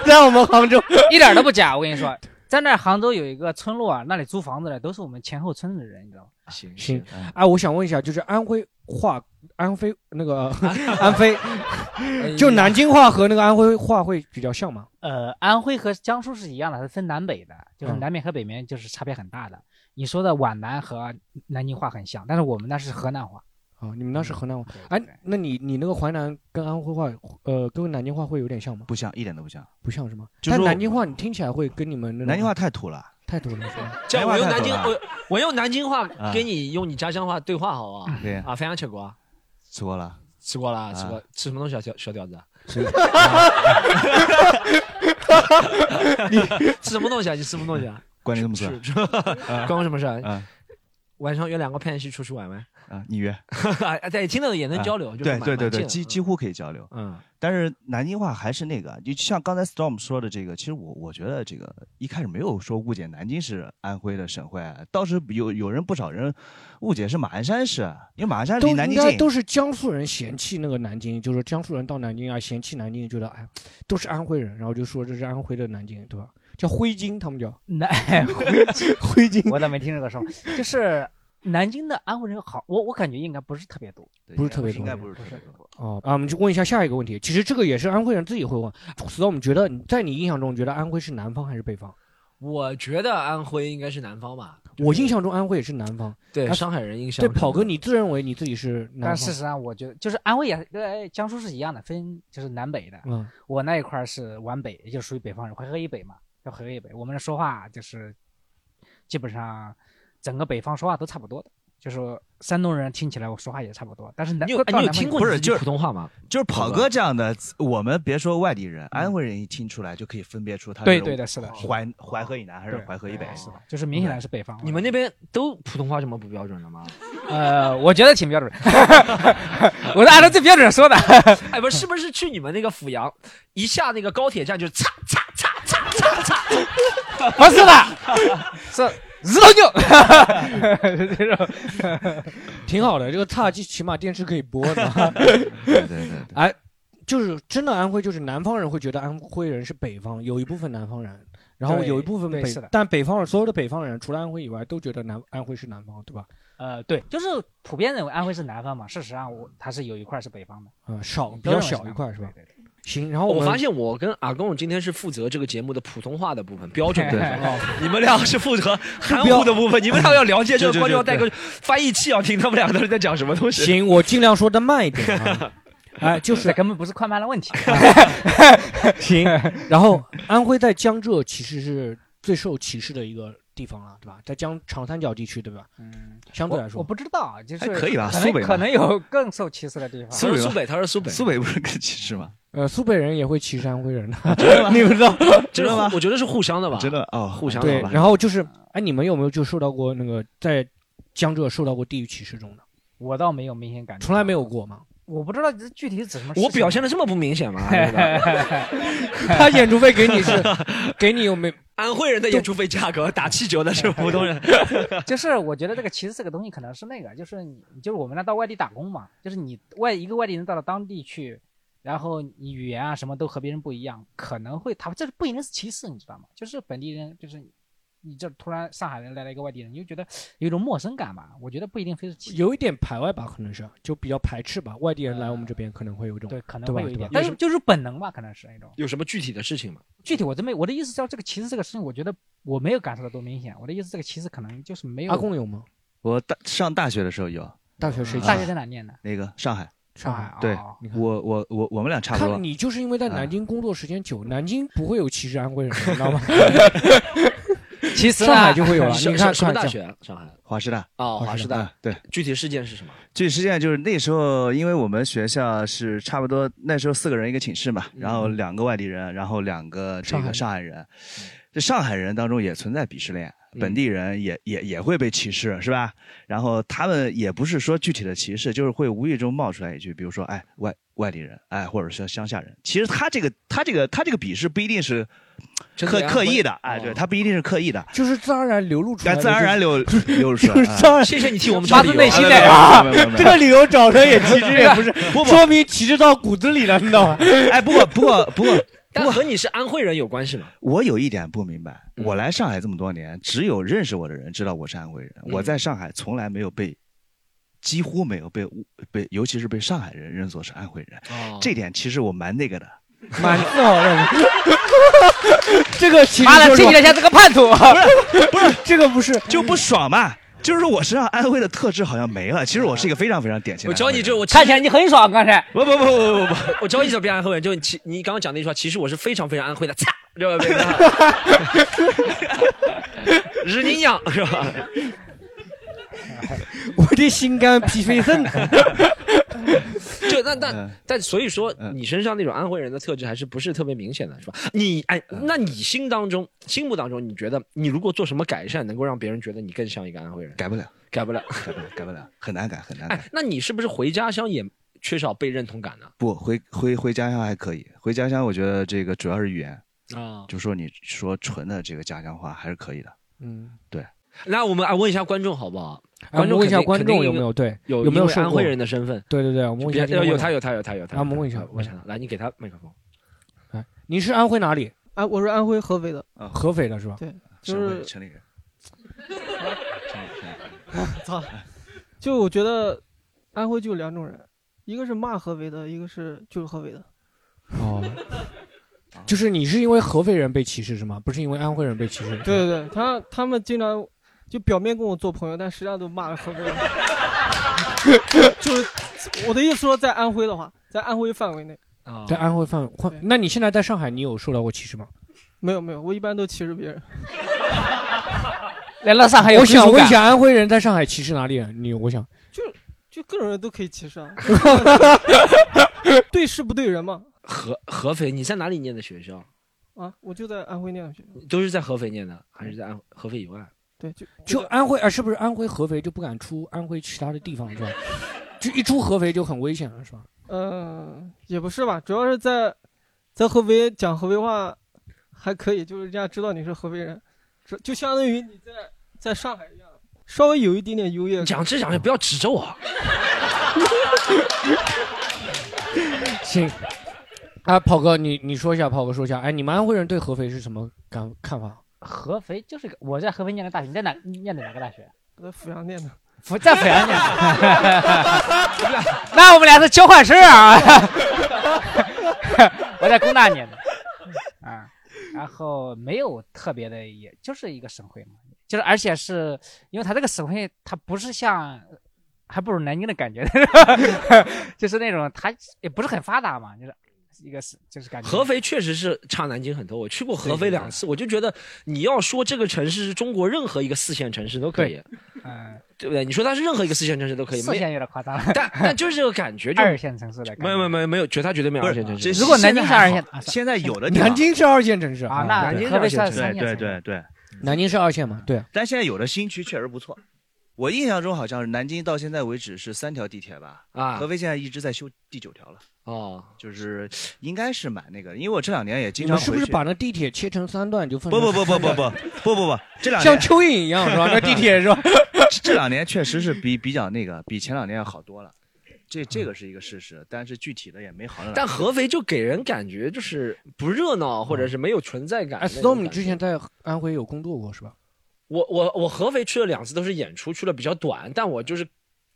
[SPEAKER 5] 在我们杭州，
[SPEAKER 3] 一点都不假，我跟你说。在那儿杭州有一个村落啊，那里租房子的都是我们前后村的人，你知道吗？
[SPEAKER 4] 行
[SPEAKER 5] 啊行
[SPEAKER 4] 行，嗯
[SPEAKER 5] 哎，我想问一下，就是安徽话，安徽 那个安徽，
[SPEAKER 3] 哎
[SPEAKER 5] 就南京话和那个安徽话会比较像吗？
[SPEAKER 3] 呃，安徽和江苏是一样的，它是分南北的，就是
[SPEAKER 5] 嗯
[SPEAKER 3] 南面和北面就是差别很大的。你说的皖南和南京话很像，但是我们那是河南话。
[SPEAKER 5] 啊，你们那是河
[SPEAKER 4] 嗯
[SPEAKER 5] 南话，哎，那你你那个淮南跟安徽话，呃，跟南京话会有点像吗？
[SPEAKER 4] 不像，一点都不像。
[SPEAKER 5] 不像是吗？
[SPEAKER 4] 就
[SPEAKER 5] 但
[SPEAKER 4] 说
[SPEAKER 5] 南京话你听起来会跟你们那种
[SPEAKER 4] 南京话太土了，
[SPEAKER 5] 太土了 是吧？
[SPEAKER 2] 这样我用南京，
[SPEAKER 4] 南京话太
[SPEAKER 2] 我我用南京话
[SPEAKER 4] 啊
[SPEAKER 2] 跟你用你家乡话对话，好不好？
[SPEAKER 4] 对呀，
[SPEAKER 2] 啊，饭吃 过啊，
[SPEAKER 4] 吃过了。
[SPEAKER 2] 吃过啦，
[SPEAKER 4] 啊
[SPEAKER 2] 吃过，吃什么东西啊，小小屌子？
[SPEAKER 4] 吃
[SPEAKER 2] 吃什么东西啊？你吃什么东西啊？
[SPEAKER 4] 关你什么事
[SPEAKER 2] 是是，关我什么事啊？
[SPEAKER 4] 啊
[SPEAKER 2] 晚上约两个朋友去出去 玩玩，
[SPEAKER 4] 啊？你约。
[SPEAKER 2] 对，听得也能
[SPEAKER 4] 啊
[SPEAKER 2] 交流，就是
[SPEAKER 4] 对
[SPEAKER 2] 蛮
[SPEAKER 4] 对对对，
[SPEAKER 2] 蛮近
[SPEAKER 4] 几
[SPEAKER 2] 的
[SPEAKER 4] 几乎可以交流。
[SPEAKER 2] 嗯
[SPEAKER 4] 但是南京话还是那个，就像刚才 Storm 说的这个，其实我我觉得这个一开始没有说误解南京是安徽的省会，啊倒是有有人不少人误解是马鞍山市，啊因为马鞍山
[SPEAKER 5] 都
[SPEAKER 4] 离
[SPEAKER 5] 应
[SPEAKER 4] 南京
[SPEAKER 5] 该
[SPEAKER 4] 近。
[SPEAKER 5] 都是江苏人嫌弃那个南京，就是江苏人到南京啊，嫌弃南京，觉得哎都是安徽人，然后就说这是安徽的南京，对吧？叫徽京，他 们叫
[SPEAKER 3] 南
[SPEAKER 5] 徽京，
[SPEAKER 3] 我咋没听这个说？ 就是南京的安徽人好，我我感觉应该不是特别多。
[SPEAKER 4] 对
[SPEAKER 5] 不是特别
[SPEAKER 4] 应该
[SPEAKER 5] 多
[SPEAKER 4] 不是特别多。
[SPEAKER 5] 哦啊，我们就问一下下一个问题，其实这个也是安徽人自己会问。所以我们觉得你在你印象中，觉得安徽是南方还是北方？
[SPEAKER 2] 我觉得安徽应该是南方吧，
[SPEAKER 5] 我印象中安徽也是南方。
[SPEAKER 2] 对
[SPEAKER 5] 啊
[SPEAKER 2] 上海人印象
[SPEAKER 5] 对，
[SPEAKER 2] 中。
[SPEAKER 5] 跑哥，你自认为你自己是南
[SPEAKER 3] 但事
[SPEAKER 5] 方？
[SPEAKER 3] 实上，我觉得就是安徽也呃江苏是一样的，分就是南北的。
[SPEAKER 5] 嗯，
[SPEAKER 3] 我那一块儿是皖北，也就属于北方人，淮河以北嘛，叫淮河以北。我们说话就是基本上整个北方说话都差不多的，就是说山东人听起来我说话也差不多，但是南哦
[SPEAKER 2] 你有
[SPEAKER 3] 到
[SPEAKER 2] 哎
[SPEAKER 3] 南
[SPEAKER 2] 你有
[SPEAKER 3] 方
[SPEAKER 2] 听
[SPEAKER 3] 以
[SPEAKER 2] 过
[SPEAKER 3] 后
[SPEAKER 4] 不是
[SPEAKER 2] 你自己
[SPEAKER 4] 就是
[SPEAKER 2] 普通话吗？
[SPEAKER 4] 就是跑哥这样的，我们别说外地人，安徽人一听出来就可以分别出他
[SPEAKER 3] 对
[SPEAKER 4] 这种
[SPEAKER 3] 对的，是的，是的
[SPEAKER 4] 淮淮河以南还是
[SPEAKER 3] 对
[SPEAKER 4] 淮河以北。
[SPEAKER 3] 是的，就是明显来是北方。
[SPEAKER 2] 你们那边都普通话这么不标 准的吗？
[SPEAKER 3] 呃，我觉得挺标准， 我是按照最标 准说的。
[SPEAKER 2] 哎，不是，是不是去你们那个阜阳，一下那个高铁站就嚓嚓嚓嚓嚓嚓，
[SPEAKER 3] 不是的， 是日头牛，这种
[SPEAKER 5] 挺好的，这个差距起码电视可以播的。哎
[SPEAKER 4] 对对对对，
[SPEAKER 5] 就是真的安徽，就是南方人会觉得安徽人是北方，有一部分南方人，然后
[SPEAKER 3] 对
[SPEAKER 5] 有一部分
[SPEAKER 3] 对
[SPEAKER 5] 北
[SPEAKER 3] 是的，
[SPEAKER 5] 但北方人所有的北方人除了安徽以外，都觉得南安徽是南方，对吧？
[SPEAKER 3] 呃，对，就是普遍认为安徽是南方嘛，事实上我它是有一块是北方的，
[SPEAKER 5] 嗯，少比
[SPEAKER 3] 都认
[SPEAKER 5] 较
[SPEAKER 3] 为
[SPEAKER 5] 小一
[SPEAKER 3] 南
[SPEAKER 5] 块
[SPEAKER 3] 方
[SPEAKER 5] 是吧？？
[SPEAKER 3] 对对对
[SPEAKER 5] 行，然后
[SPEAKER 2] 哦我
[SPEAKER 5] 们
[SPEAKER 2] 发现我跟阿贡今天是负责这个节目的普通话的部分，标准的部分。
[SPEAKER 5] 哦
[SPEAKER 4] 对
[SPEAKER 2] 你们俩是负责含糊的部分，你们俩要了解这个观众，要带个翻译器，要啊听他们两个人在讲什么东西。
[SPEAKER 5] 行，我尽量说的慢一点啊。哎，就
[SPEAKER 3] 这
[SPEAKER 5] 是
[SPEAKER 3] 根本不是快慢的问题。
[SPEAKER 5] 行。 然后安徽在江浙其实是最受歧视的一个地方了，对吧？在江长三角地区，对吧？
[SPEAKER 3] 嗯，
[SPEAKER 5] 相对来
[SPEAKER 3] 我我
[SPEAKER 5] 说，
[SPEAKER 3] 不知道啊，就是
[SPEAKER 2] 哎
[SPEAKER 4] 还可以吧
[SPEAKER 3] 可能
[SPEAKER 4] 苏北吧
[SPEAKER 3] 可能有更受歧视的地方。
[SPEAKER 2] 他是苏北，他是苏北，
[SPEAKER 4] 苏北不是更歧视吗？
[SPEAKER 5] 呃，苏北人也会歧视安徽人 的，你不知道？
[SPEAKER 2] 这是互我觉得是互相的吧？
[SPEAKER 4] 真的哦，
[SPEAKER 2] 互相
[SPEAKER 5] 对
[SPEAKER 2] 好吧。
[SPEAKER 5] 然后就是，哎，你们有没有就受到过那个在江浙受到过地域歧视中的？
[SPEAKER 3] 我倒没有明显感觉，
[SPEAKER 5] 从来没有过吗？
[SPEAKER 3] 我不知道这具体是指 什么事情。
[SPEAKER 2] 我表现的这么不明显吗？真的
[SPEAKER 5] 他演出费给 你是，给你有没有？
[SPEAKER 2] 安徽人的演出费价格打七折的是普 通人。
[SPEAKER 3] 就是我觉得这个其实这个东西可能是那个，就是你就是我们那到外地打工嘛，就是你外一个外地人到了当地去，然后你语言啊什么都和别人不一样，可能会他这不一定是歧视，你知道吗？就是本地人就是你。你这突然上海人来了一个外地人，你就觉得有一种陌生感吧？我觉得不一定非是歧视，
[SPEAKER 5] 有一点排外吧，可能是就比较排斥吧。外地人来我们这边可能会有一种
[SPEAKER 3] 对，可能
[SPEAKER 5] 对
[SPEAKER 3] 会
[SPEAKER 5] 吧
[SPEAKER 3] 有一
[SPEAKER 5] 对吧
[SPEAKER 3] 点，但是就是本能吧，可能是那种。
[SPEAKER 2] 有什么具体的事情吗？
[SPEAKER 3] 具体我真没，我的意思叫这个歧视这个事情，我觉得我没有感受到多明显。我的意思，这个歧视可能就是没有。
[SPEAKER 5] 阿贡有吗？
[SPEAKER 4] 我大上大学的时候有
[SPEAKER 5] 大学谁去？
[SPEAKER 3] 大学在哪念的？
[SPEAKER 4] 那个上海，
[SPEAKER 5] 上海
[SPEAKER 3] 海。
[SPEAKER 4] 对
[SPEAKER 3] 哦
[SPEAKER 5] 你看
[SPEAKER 4] 我我我我们俩差不多
[SPEAKER 5] 看。你就是因为在南京工作时间久，南京不会有歧视安徽人，你知道吗？
[SPEAKER 3] 其实
[SPEAKER 5] 上海
[SPEAKER 3] 啊，
[SPEAKER 5] 就会有了。
[SPEAKER 2] 什
[SPEAKER 5] 你看，
[SPEAKER 2] 什么
[SPEAKER 5] 看
[SPEAKER 2] 大
[SPEAKER 5] 这
[SPEAKER 2] 学啊？上海
[SPEAKER 4] 华师大，
[SPEAKER 2] 哦，华师
[SPEAKER 5] 嗯
[SPEAKER 2] 大。
[SPEAKER 4] 啊对，
[SPEAKER 2] 具体事件是什么？
[SPEAKER 4] 这实际上就是那时候，因为我们学校是差不多那时候四个人一个寝室嘛，然后两个外地人，然后两个这
[SPEAKER 5] 嗯上海
[SPEAKER 4] 个上海
[SPEAKER 5] 人
[SPEAKER 4] 人，嗯这上海人当中也存在鄙视链，本
[SPEAKER 5] 嗯
[SPEAKER 4] 地人也也也会被歧视，是吧？然后他们也不是说具体的歧视，就是会无意中冒出来一句，比如说哎外外地人，哎或者说乡下人，其实他这个他这个他这个鄙视不一定是
[SPEAKER 2] 针
[SPEAKER 4] 刻
[SPEAKER 2] 对安
[SPEAKER 4] 刻
[SPEAKER 2] 徽
[SPEAKER 4] 意的，哎，对他不一定是刻意的，
[SPEAKER 5] 哦就是自然而然流露出
[SPEAKER 4] 但
[SPEAKER 5] 来的，
[SPEAKER 4] 自然而然流流出来
[SPEAKER 5] 就
[SPEAKER 4] 了。
[SPEAKER 5] 是
[SPEAKER 4] 啊
[SPEAKER 5] 自然而然。
[SPEAKER 2] 谢谢你替我们
[SPEAKER 3] 发自
[SPEAKER 2] 找理由
[SPEAKER 3] 内心
[SPEAKER 2] 啊
[SPEAKER 3] 的
[SPEAKER 4] 啊没有没有没有没有
[SPEAKER 5] 这个理由找的也歧视也不是，
[SPEAKER 4] 不
[SPEAKER 5] 说明歧视到骨子里了，你知道吗？
[SPEAKER 4] 哎，不过不过不过，
[SPEAKER 2] 但和你是安徽人有关系吗？
[SPEAKER 4] 我有一点不明白，
[SPEAKER 2] 嗯
[SPEAKER 4] 我来上海这么多年，只有认识我的人知道我是安徽人。
[SPEAKER 2] 嗯
[SPEAKER 4] 我在上海从来没有被，几乎没有被误被，尤其是被上海人认作是安徽人。
[SPEAKER 2] 哦
[SPEAKER 4] 这点其实我蛮那个的，
[SPEAKER 5] 蛮自豪的。这个其实
[SPEAKER 6] 妈的，
[SPEAKER 5] 就是
[SPEAKER 6] 清
[SPEAKER 5] 我
[SPEAKER 6] 理一下这个叛徒！
[SPEAKER 4] 不是
[SPEAKER 5] 这个不是
[SPEAKER 4] 就不爽嘛？就是说我身上安徽的特质好像没了。其实我是一个非常非常典型的。
[SPEAKER 2] 我教你这，我
[SPEAKER 3] 看起来你很爽，刚才
[SPEAKER 4] 不不不不不不，
[SPEAKER 2] 我教你怎么变安徽人，就你其你刚刚讲那句话，其实我是非常非常安 徽的，擦，知道吧？日你 娘是吧？
[SPEAKER 5] 我的心肝脾肺肾。
[SPEAKER 2] 就那那
[SPEAKER 4] 嗯
[SPEAKER 2] 但所以说，
[SPEAKER 4] 嗯
[SPEAKER 2] 你身上那种安徽人的特质还是不是特别明显的，是吧？你哎，
[SPEAKER 4] 嗯
[SPEAKER 2] 那你心当中、心目当中，你觉得你如果做什么改善，能够让别人觉得你更像一个安徽人？
[SPEAKER 4] 改不了，
[SPEAKER 2] 改不了。
[SPEAKER 4] 改不了，改不了，很难改，很难改。
[SPEAKER 2] 哎，那你是不是回家乡也缺少被认同感呢？
[SPEAKER 4] 不回回回家乡还可以，回家乡我觉得这个主要是语言，
[SPEAKER 2] 啊，
[SPEAKER 4] 就说你说纯的这个家乡话还是可以的。
[SPEAKER 5] 嗯，
[SPEAKER 2] 那我们啊问一下观众好不好？
[SPEAKER 5] 啊 我
[SPEAKER 2] 观
[SPEAKER 5] 们
[SPEAKER 2] 众
[SPEAKER 5] 问一下
[SPEAKER 2] 肯定
[SPEAKER 5] 观
[SPEAKER 2] 肯定
[SPEAKER 5] 众有没有对
[SPEAKER 2] 有
[SPEAKER 5] 有没有
[SPEAKER 2] 因为
[SPEAKER 5] 受
[SPEAKER 2] 安
[SPEAKER 5] 过
[SPEAKER 2] 徽人的身份？
[SPEAKER 5] 对对对，啊我们问一下这
[SPEAKER 2] 别
[SPEAKER 5] 个问题。
[SPEAKER 2] 有他有他有他有他有。
[SPEAKER 5] 啊我们问一下
[SPEAKER 2] 我想来，你给他麦克风。
[SPEAKER 5] 哎，你是安徽哪里？
[SPEAKER 7] 啊，我是安徽合肥的，
[SPEAKER 5] 合肥的是吧？
[SPEAKER 7] 就
[SPEAKER 4] 省会
[SPEAKER 7] 是
[SPEAKER 4] 城里人，
[SPEAKER 7] 操，就我觉得安徽就有两种人，一个是骂合肥的，一个是就是合肥的。
[SPEAKER 5] 哦，就是你是因为合肥人被歧视是吗？不是因为安徽人被歧视？
[SPEAKER 7] 对对对，他他们经常就表面跟我做朋友，但实际上都骂合肥人。 就是我的意思说，在安徽的话，在安徽范围内，
[SPEAKER 2] 啊
[SPEAKER 5] 在安徽范换
[SPEAKER 7] 对，
[SPEAKER 5] 那你现在在上海，你有受到过歧视吗？
[SPEAKER 7] 没有没有，我一般都歧视别 人。
[SPEAKER 6] 来了上海有
[SPEAKER 5] 我
[SPEAKER 6] 归属
[SPEAKER 5] 想问一
[SPEAKER 6] 感，
[SPEAKER 5] 下，安徽人在上海歧视哪里人？你我想，
[SPEAKER 7] 就各种人都可以歧视 啊，对事不对人嘛。
[SPEAKER 2] 合合肥，你在哪里念的学校？
[SPEAKER 7] 啊，我就在安徽念的学校，
[SPEAKER 2] 都是在合肥念的，还是在安合肥以外？
[SPEAKER 7] 对，就
[SPEAKER 5] 就安徽啊，是不是安徽合肥就不敢出安徽其他的地方是吧？就一出合肥就很危险了是吧？
[SPEAKER 7] 嗯，也不是吧，主要是在在合肥讲合肥话还可以，就是人家知道你是合肥人，这就相当于你在在上海一样，稍微有一点点优越
[SPEAKER 2] 你
[SPEAKER 7] 感。
[SPEAKER 2] 讲这讲这，不要指着我。
[SPEAKER 5] 行，啊，跑哥，你你说一下，跑哥说一下，哎，你们安徽人对合肥是什么感看法？
[SPEAKER 3] 合肥就是个我在合肥念的大学，你在哪你念的哪个大学？
[SPEAKER 7] 我在阜阳念的，
[SPEAKER 3] 不在阜阳念的。
[SPEAKER 6] 那我们俩是交换生啊！
[SPEAKER 3] 我在工大念的，啊，然后没有特别的，也就是一个省会嘛，就是而且是因为它这个省会，它不是像，还不如南京的感觉， 就是那种它也不是很发达嘛，就是一个是就是感觉
[SPEAKER 2] 合肥确实是差南京很多，我去过合肥两次，我就觉得你要说这个城市是中国任何一个四线城市都可以，
[SPEAKER 3] 嗯，
[SPEAKER 2] 对不对？你说它是任何一个四线城市都可以，
[SPEAKER 3] 四
[SPEAKER 2] 没
[SPEAKER 3] 线有点夸张了，
[SPEAKER 2] 但但就是这个感 觉，就
[SPEAKER 3] 二线城市的感觉，
[SPEAKER 2] 没有没有没有没有，绝他绝对没有
[SPEAKER 4] 不
[SPEAKER 2] 二
[SPEAKER 4] 是
[SPEAKER 2] 线城市
[SPEAKER 4] 这。
[SPEAKER 3] 如果南京是二线啊是
[SPEAKER 4] 现在有的地方
[SPEAKER 5] 南京是二线城市
[SPEAKER 3] 啊，那
[SPEAKER 5] 对
[SPEAKER 2] 南京
[SPEAKER 3] 合肥
[SPEAKER 2] 是
[SPEAKER 3] 是
[SPEAKER 2] 二
[SPEAKER 3] 三
[SPEAKER 2] 线
[SPEAKER 3] 三
[SPEAKER 4] 对
[SPEAKER 3] 线城
[SPEAKER 4] 对对
[SPEAKER 3] 市
[SPEAKER 4] 对，
[SPEAKER 5] 南京是二线嘛？对，啊
[SPEAKER 4] 但现在有的新区确实不错。我印象中好像是南京到现在为止是三条地铁吧，
[SPEAKER 2] 啊
[SPEAKER 4] 合肥现在一直在修第九条了，
[SPEAKER 2] 哦，
[SPEAKER 4] 就是应该是蛮那个的，因为我这两年也
[SPEAKER 5] 你
[SPEAKER 4] 经常
[SPEAKER 5] 们
[SPEAKER 4] 回
[SPEAKER 5] 是
[SPEAKER 4] 去。
[SPEAKER 5] 不是把那地铁切成三段就分？
[SPEAKER 4] 不不不不不，不不不不，这两
[SPEAKER 5] 像
[SPEAKER 4] 年
[SPEAKER 5] 蚯蚓一样是吧？那地铁是吧？
[SPEAKER 4] 这两年确实是比比较那个，比前两年要好多了，这这个是一个事实，但是具体的也没好到哪
[SPEAKER 2] 但合肥就给人感觉就是不热闹，
[SPEAKER 3] 嗯
[SPEAKER 2] 或者是没有存在感。
[SPEAKER 5] 哎，Storm，你之前在安徽有工作过是吧？
[SPEAKER 2] 我我我合肥去了两次，都是演出，去了比较短，但我就是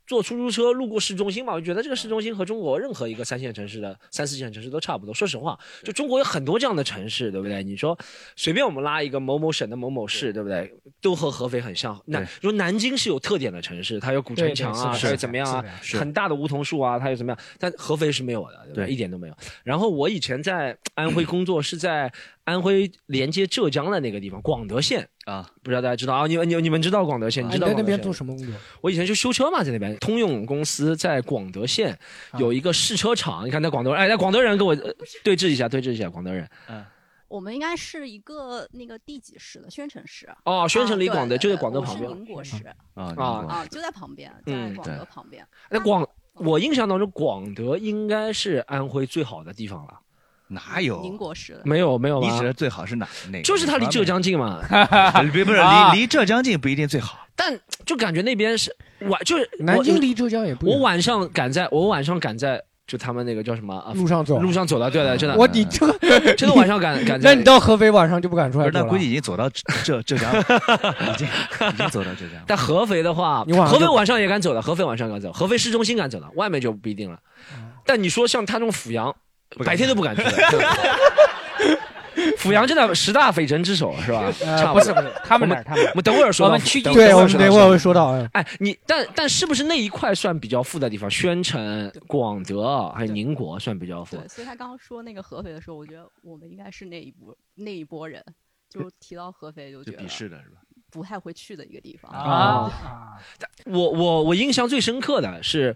[SPEAKER 2] 坐出租车路过市中心嘛，我就觉得这个市中心和中国任何一个三线城市的三四线城市都差不多。说实话，就中国有很多这样的城市，对不对？你说随便我们拉一个某某省的某某市，对不对？都和合肥很像。那
[SPEAKER 4] 对
[SPEAKER 2] 说南京是有特点的城市，它有古城墙啊，
[SPEAKER 4] 是
[SPEAKER 2] 它
[SPEAKER 4] 的
[SPEAKER 2] 有怎么样啊？
[SPEAKER 4] 是
[SPEAKER 2] 很大的梧桐树啊，它有怎么样？但合肥是没有的，对不对？
[SPEAKER 4] 对
[SPEAKER 2] 一点都没有。然后我以前在安徽工作，是在安徽连接浙江的那个地方，广德县。
[SPEAKER 4] 啊。
[SPEAKER 2] 不知道大家知道啊？你们你们你们知道广德县？
[SPEAKER 5] 啊你
[SPEAKER 2] 你知道
[SPEAKER 5] 在那
[SPEAKER 2] 广德
[SPEAKER 5] 边
[SPEAKER 2] 县
[SPEAKER 5] 做
[SPEAKER 2] 吗
[SPEAKER 5] 什么工作？
[SPEAKER 2] 我以前就修车嘛，在那边。通用公司在广德县
[SPEAKER 4] 啊
[SPEAKER 2] 有一个试车场，你看在广德人，哎，那广德人跟我呃对峙一下，对峙一下，广德人。
[SPEAKER 4] 啊
[SPEAKER 8] 我们应该是一个那个第几市的宣城市，
[SPEAKER 2] 哦，宣城离
[SPEAKER 8] 啊
[SPEAKER 2] 广德
[SPEAKER 8] 对
[SPEAKER 2] 就在
[SPEAKER 8] 对
[SPEAKER 2] 广德
[SPEAKER 8] 我
[SPEAKER 2] 旁边
[SPEAKER 8] 是。宁国市
[SPEAKER 4] 啊
[SPEAKER 2] 啊
[SPEAKER 8] 啊，就在旁边，在
[SPEAKER 2] 嗯
[SPEAKER 8] 广
[SPEAKER 4] 对
[SPEAKER 8] 德旁边。
[SPEAKER 2] 那广，我印象当中，广德应该是安徽最好的地方了。哎
[SPEAKER 4] 哪有？
[SPEAKER 8] 宁国市的
[SPEAKER 2] 没有，没有
[SPEAKER 4] 你指
[SPEAKER 2] 吧？
[SPEAKER 4] 的最好是哪哪个？
[SPEAKER 2] 就是它离浙江 近嘛，
[SPEAKER 4] 江，不不 是
[SPEAKER 6] 啊
[SPEAKER 4] 离离浙江近不一定最好。
[SPEAKER 2] 但就感觉那边是晚，就是我
[SPEAKER 5] 南京离浙江也不
[SPEAKER 2] 我
[SPEAKER 5] 远，
[SPEAKER 2] 晚上赶在，我晚上赶在就他们那个叫什么啊？
[SPEAKER 5] 路上走。啊
[SPEAKER 2] 路上走的，对的，真的，
[SPEAKER 5] 我你这个，
[SPEAKER 2] 真的晚上赶赶
[SPEAKER 5] 那
[SPEAKER 2] 在
[SPEAKER 5] 你。到合肥晚上就不敢出
[SPEAKER 4] 不
[SPEAKER 5] 来
[SPEAKER 4] 是，
[SPEAKER 5] 走
[SPEAKER 4] 那
[SPEAKER 5] 了
[SPEAKER 4] 估计已经走到浙浙江了，已经已经走到浙江了。
[SPEAKER 2] 但合肥的话，
[SPEAKER 5] 你晚上
[SPEAKER 2] 合肥
[SPEAKER 5] 就
[SPEAKER 2] 晚上也
[SPEAKER 5] 啊
[SPEAKER 2] 敢走的，合肥晚上敢走，合肥市中心敢走的，外面就不一定了。但你说像他这种阜阳，白天都不敢去 的。阜阳真的十大匪城之首是吧？
[SPEAKER 5] 呃不
[SPEAKER 2] 差多
[SPEAKER 5] 是不是他们
[SPEAKER 2] 我
[SPEAKER 5] 那儿他们那儿
[SPEAKER 2] 我们等会儿说到
[SPEAKER 5] 我们区
[SPEAKER 2] 等
[SPEAKER 5] 对
[SPEAKER 2] 等
[SPEAKER 5] 我们
[SPEAKER 2] 会儿说
[SPEAKER 5] 等
[SPEAKER 2] 到
[SPEAKER 5] 会儿
[SPEAKER 2] 上
[SPEAKER 5] 会
[SPEAKER 2] 海
[SPEAKER 5] 说到哎
[SPEAKER 2] 哎，你但但是不是那一块算比较富的地方？宣城、广德还有宁国算比较富。
[SPEAKER 8] 对，所以他刚刚说那个合肥的时候，我觉得我们应该是那一波那一波人，就是提到合肥就觉
[SPEAKER 4] 就
[SPEAKER 8] 得
[SPEAKER 4] 鄙视的是吧？
[SPEAKER 8] 不太会去的一个地方
[SPEAKER 2] 啊。我我我印象最深刻的是，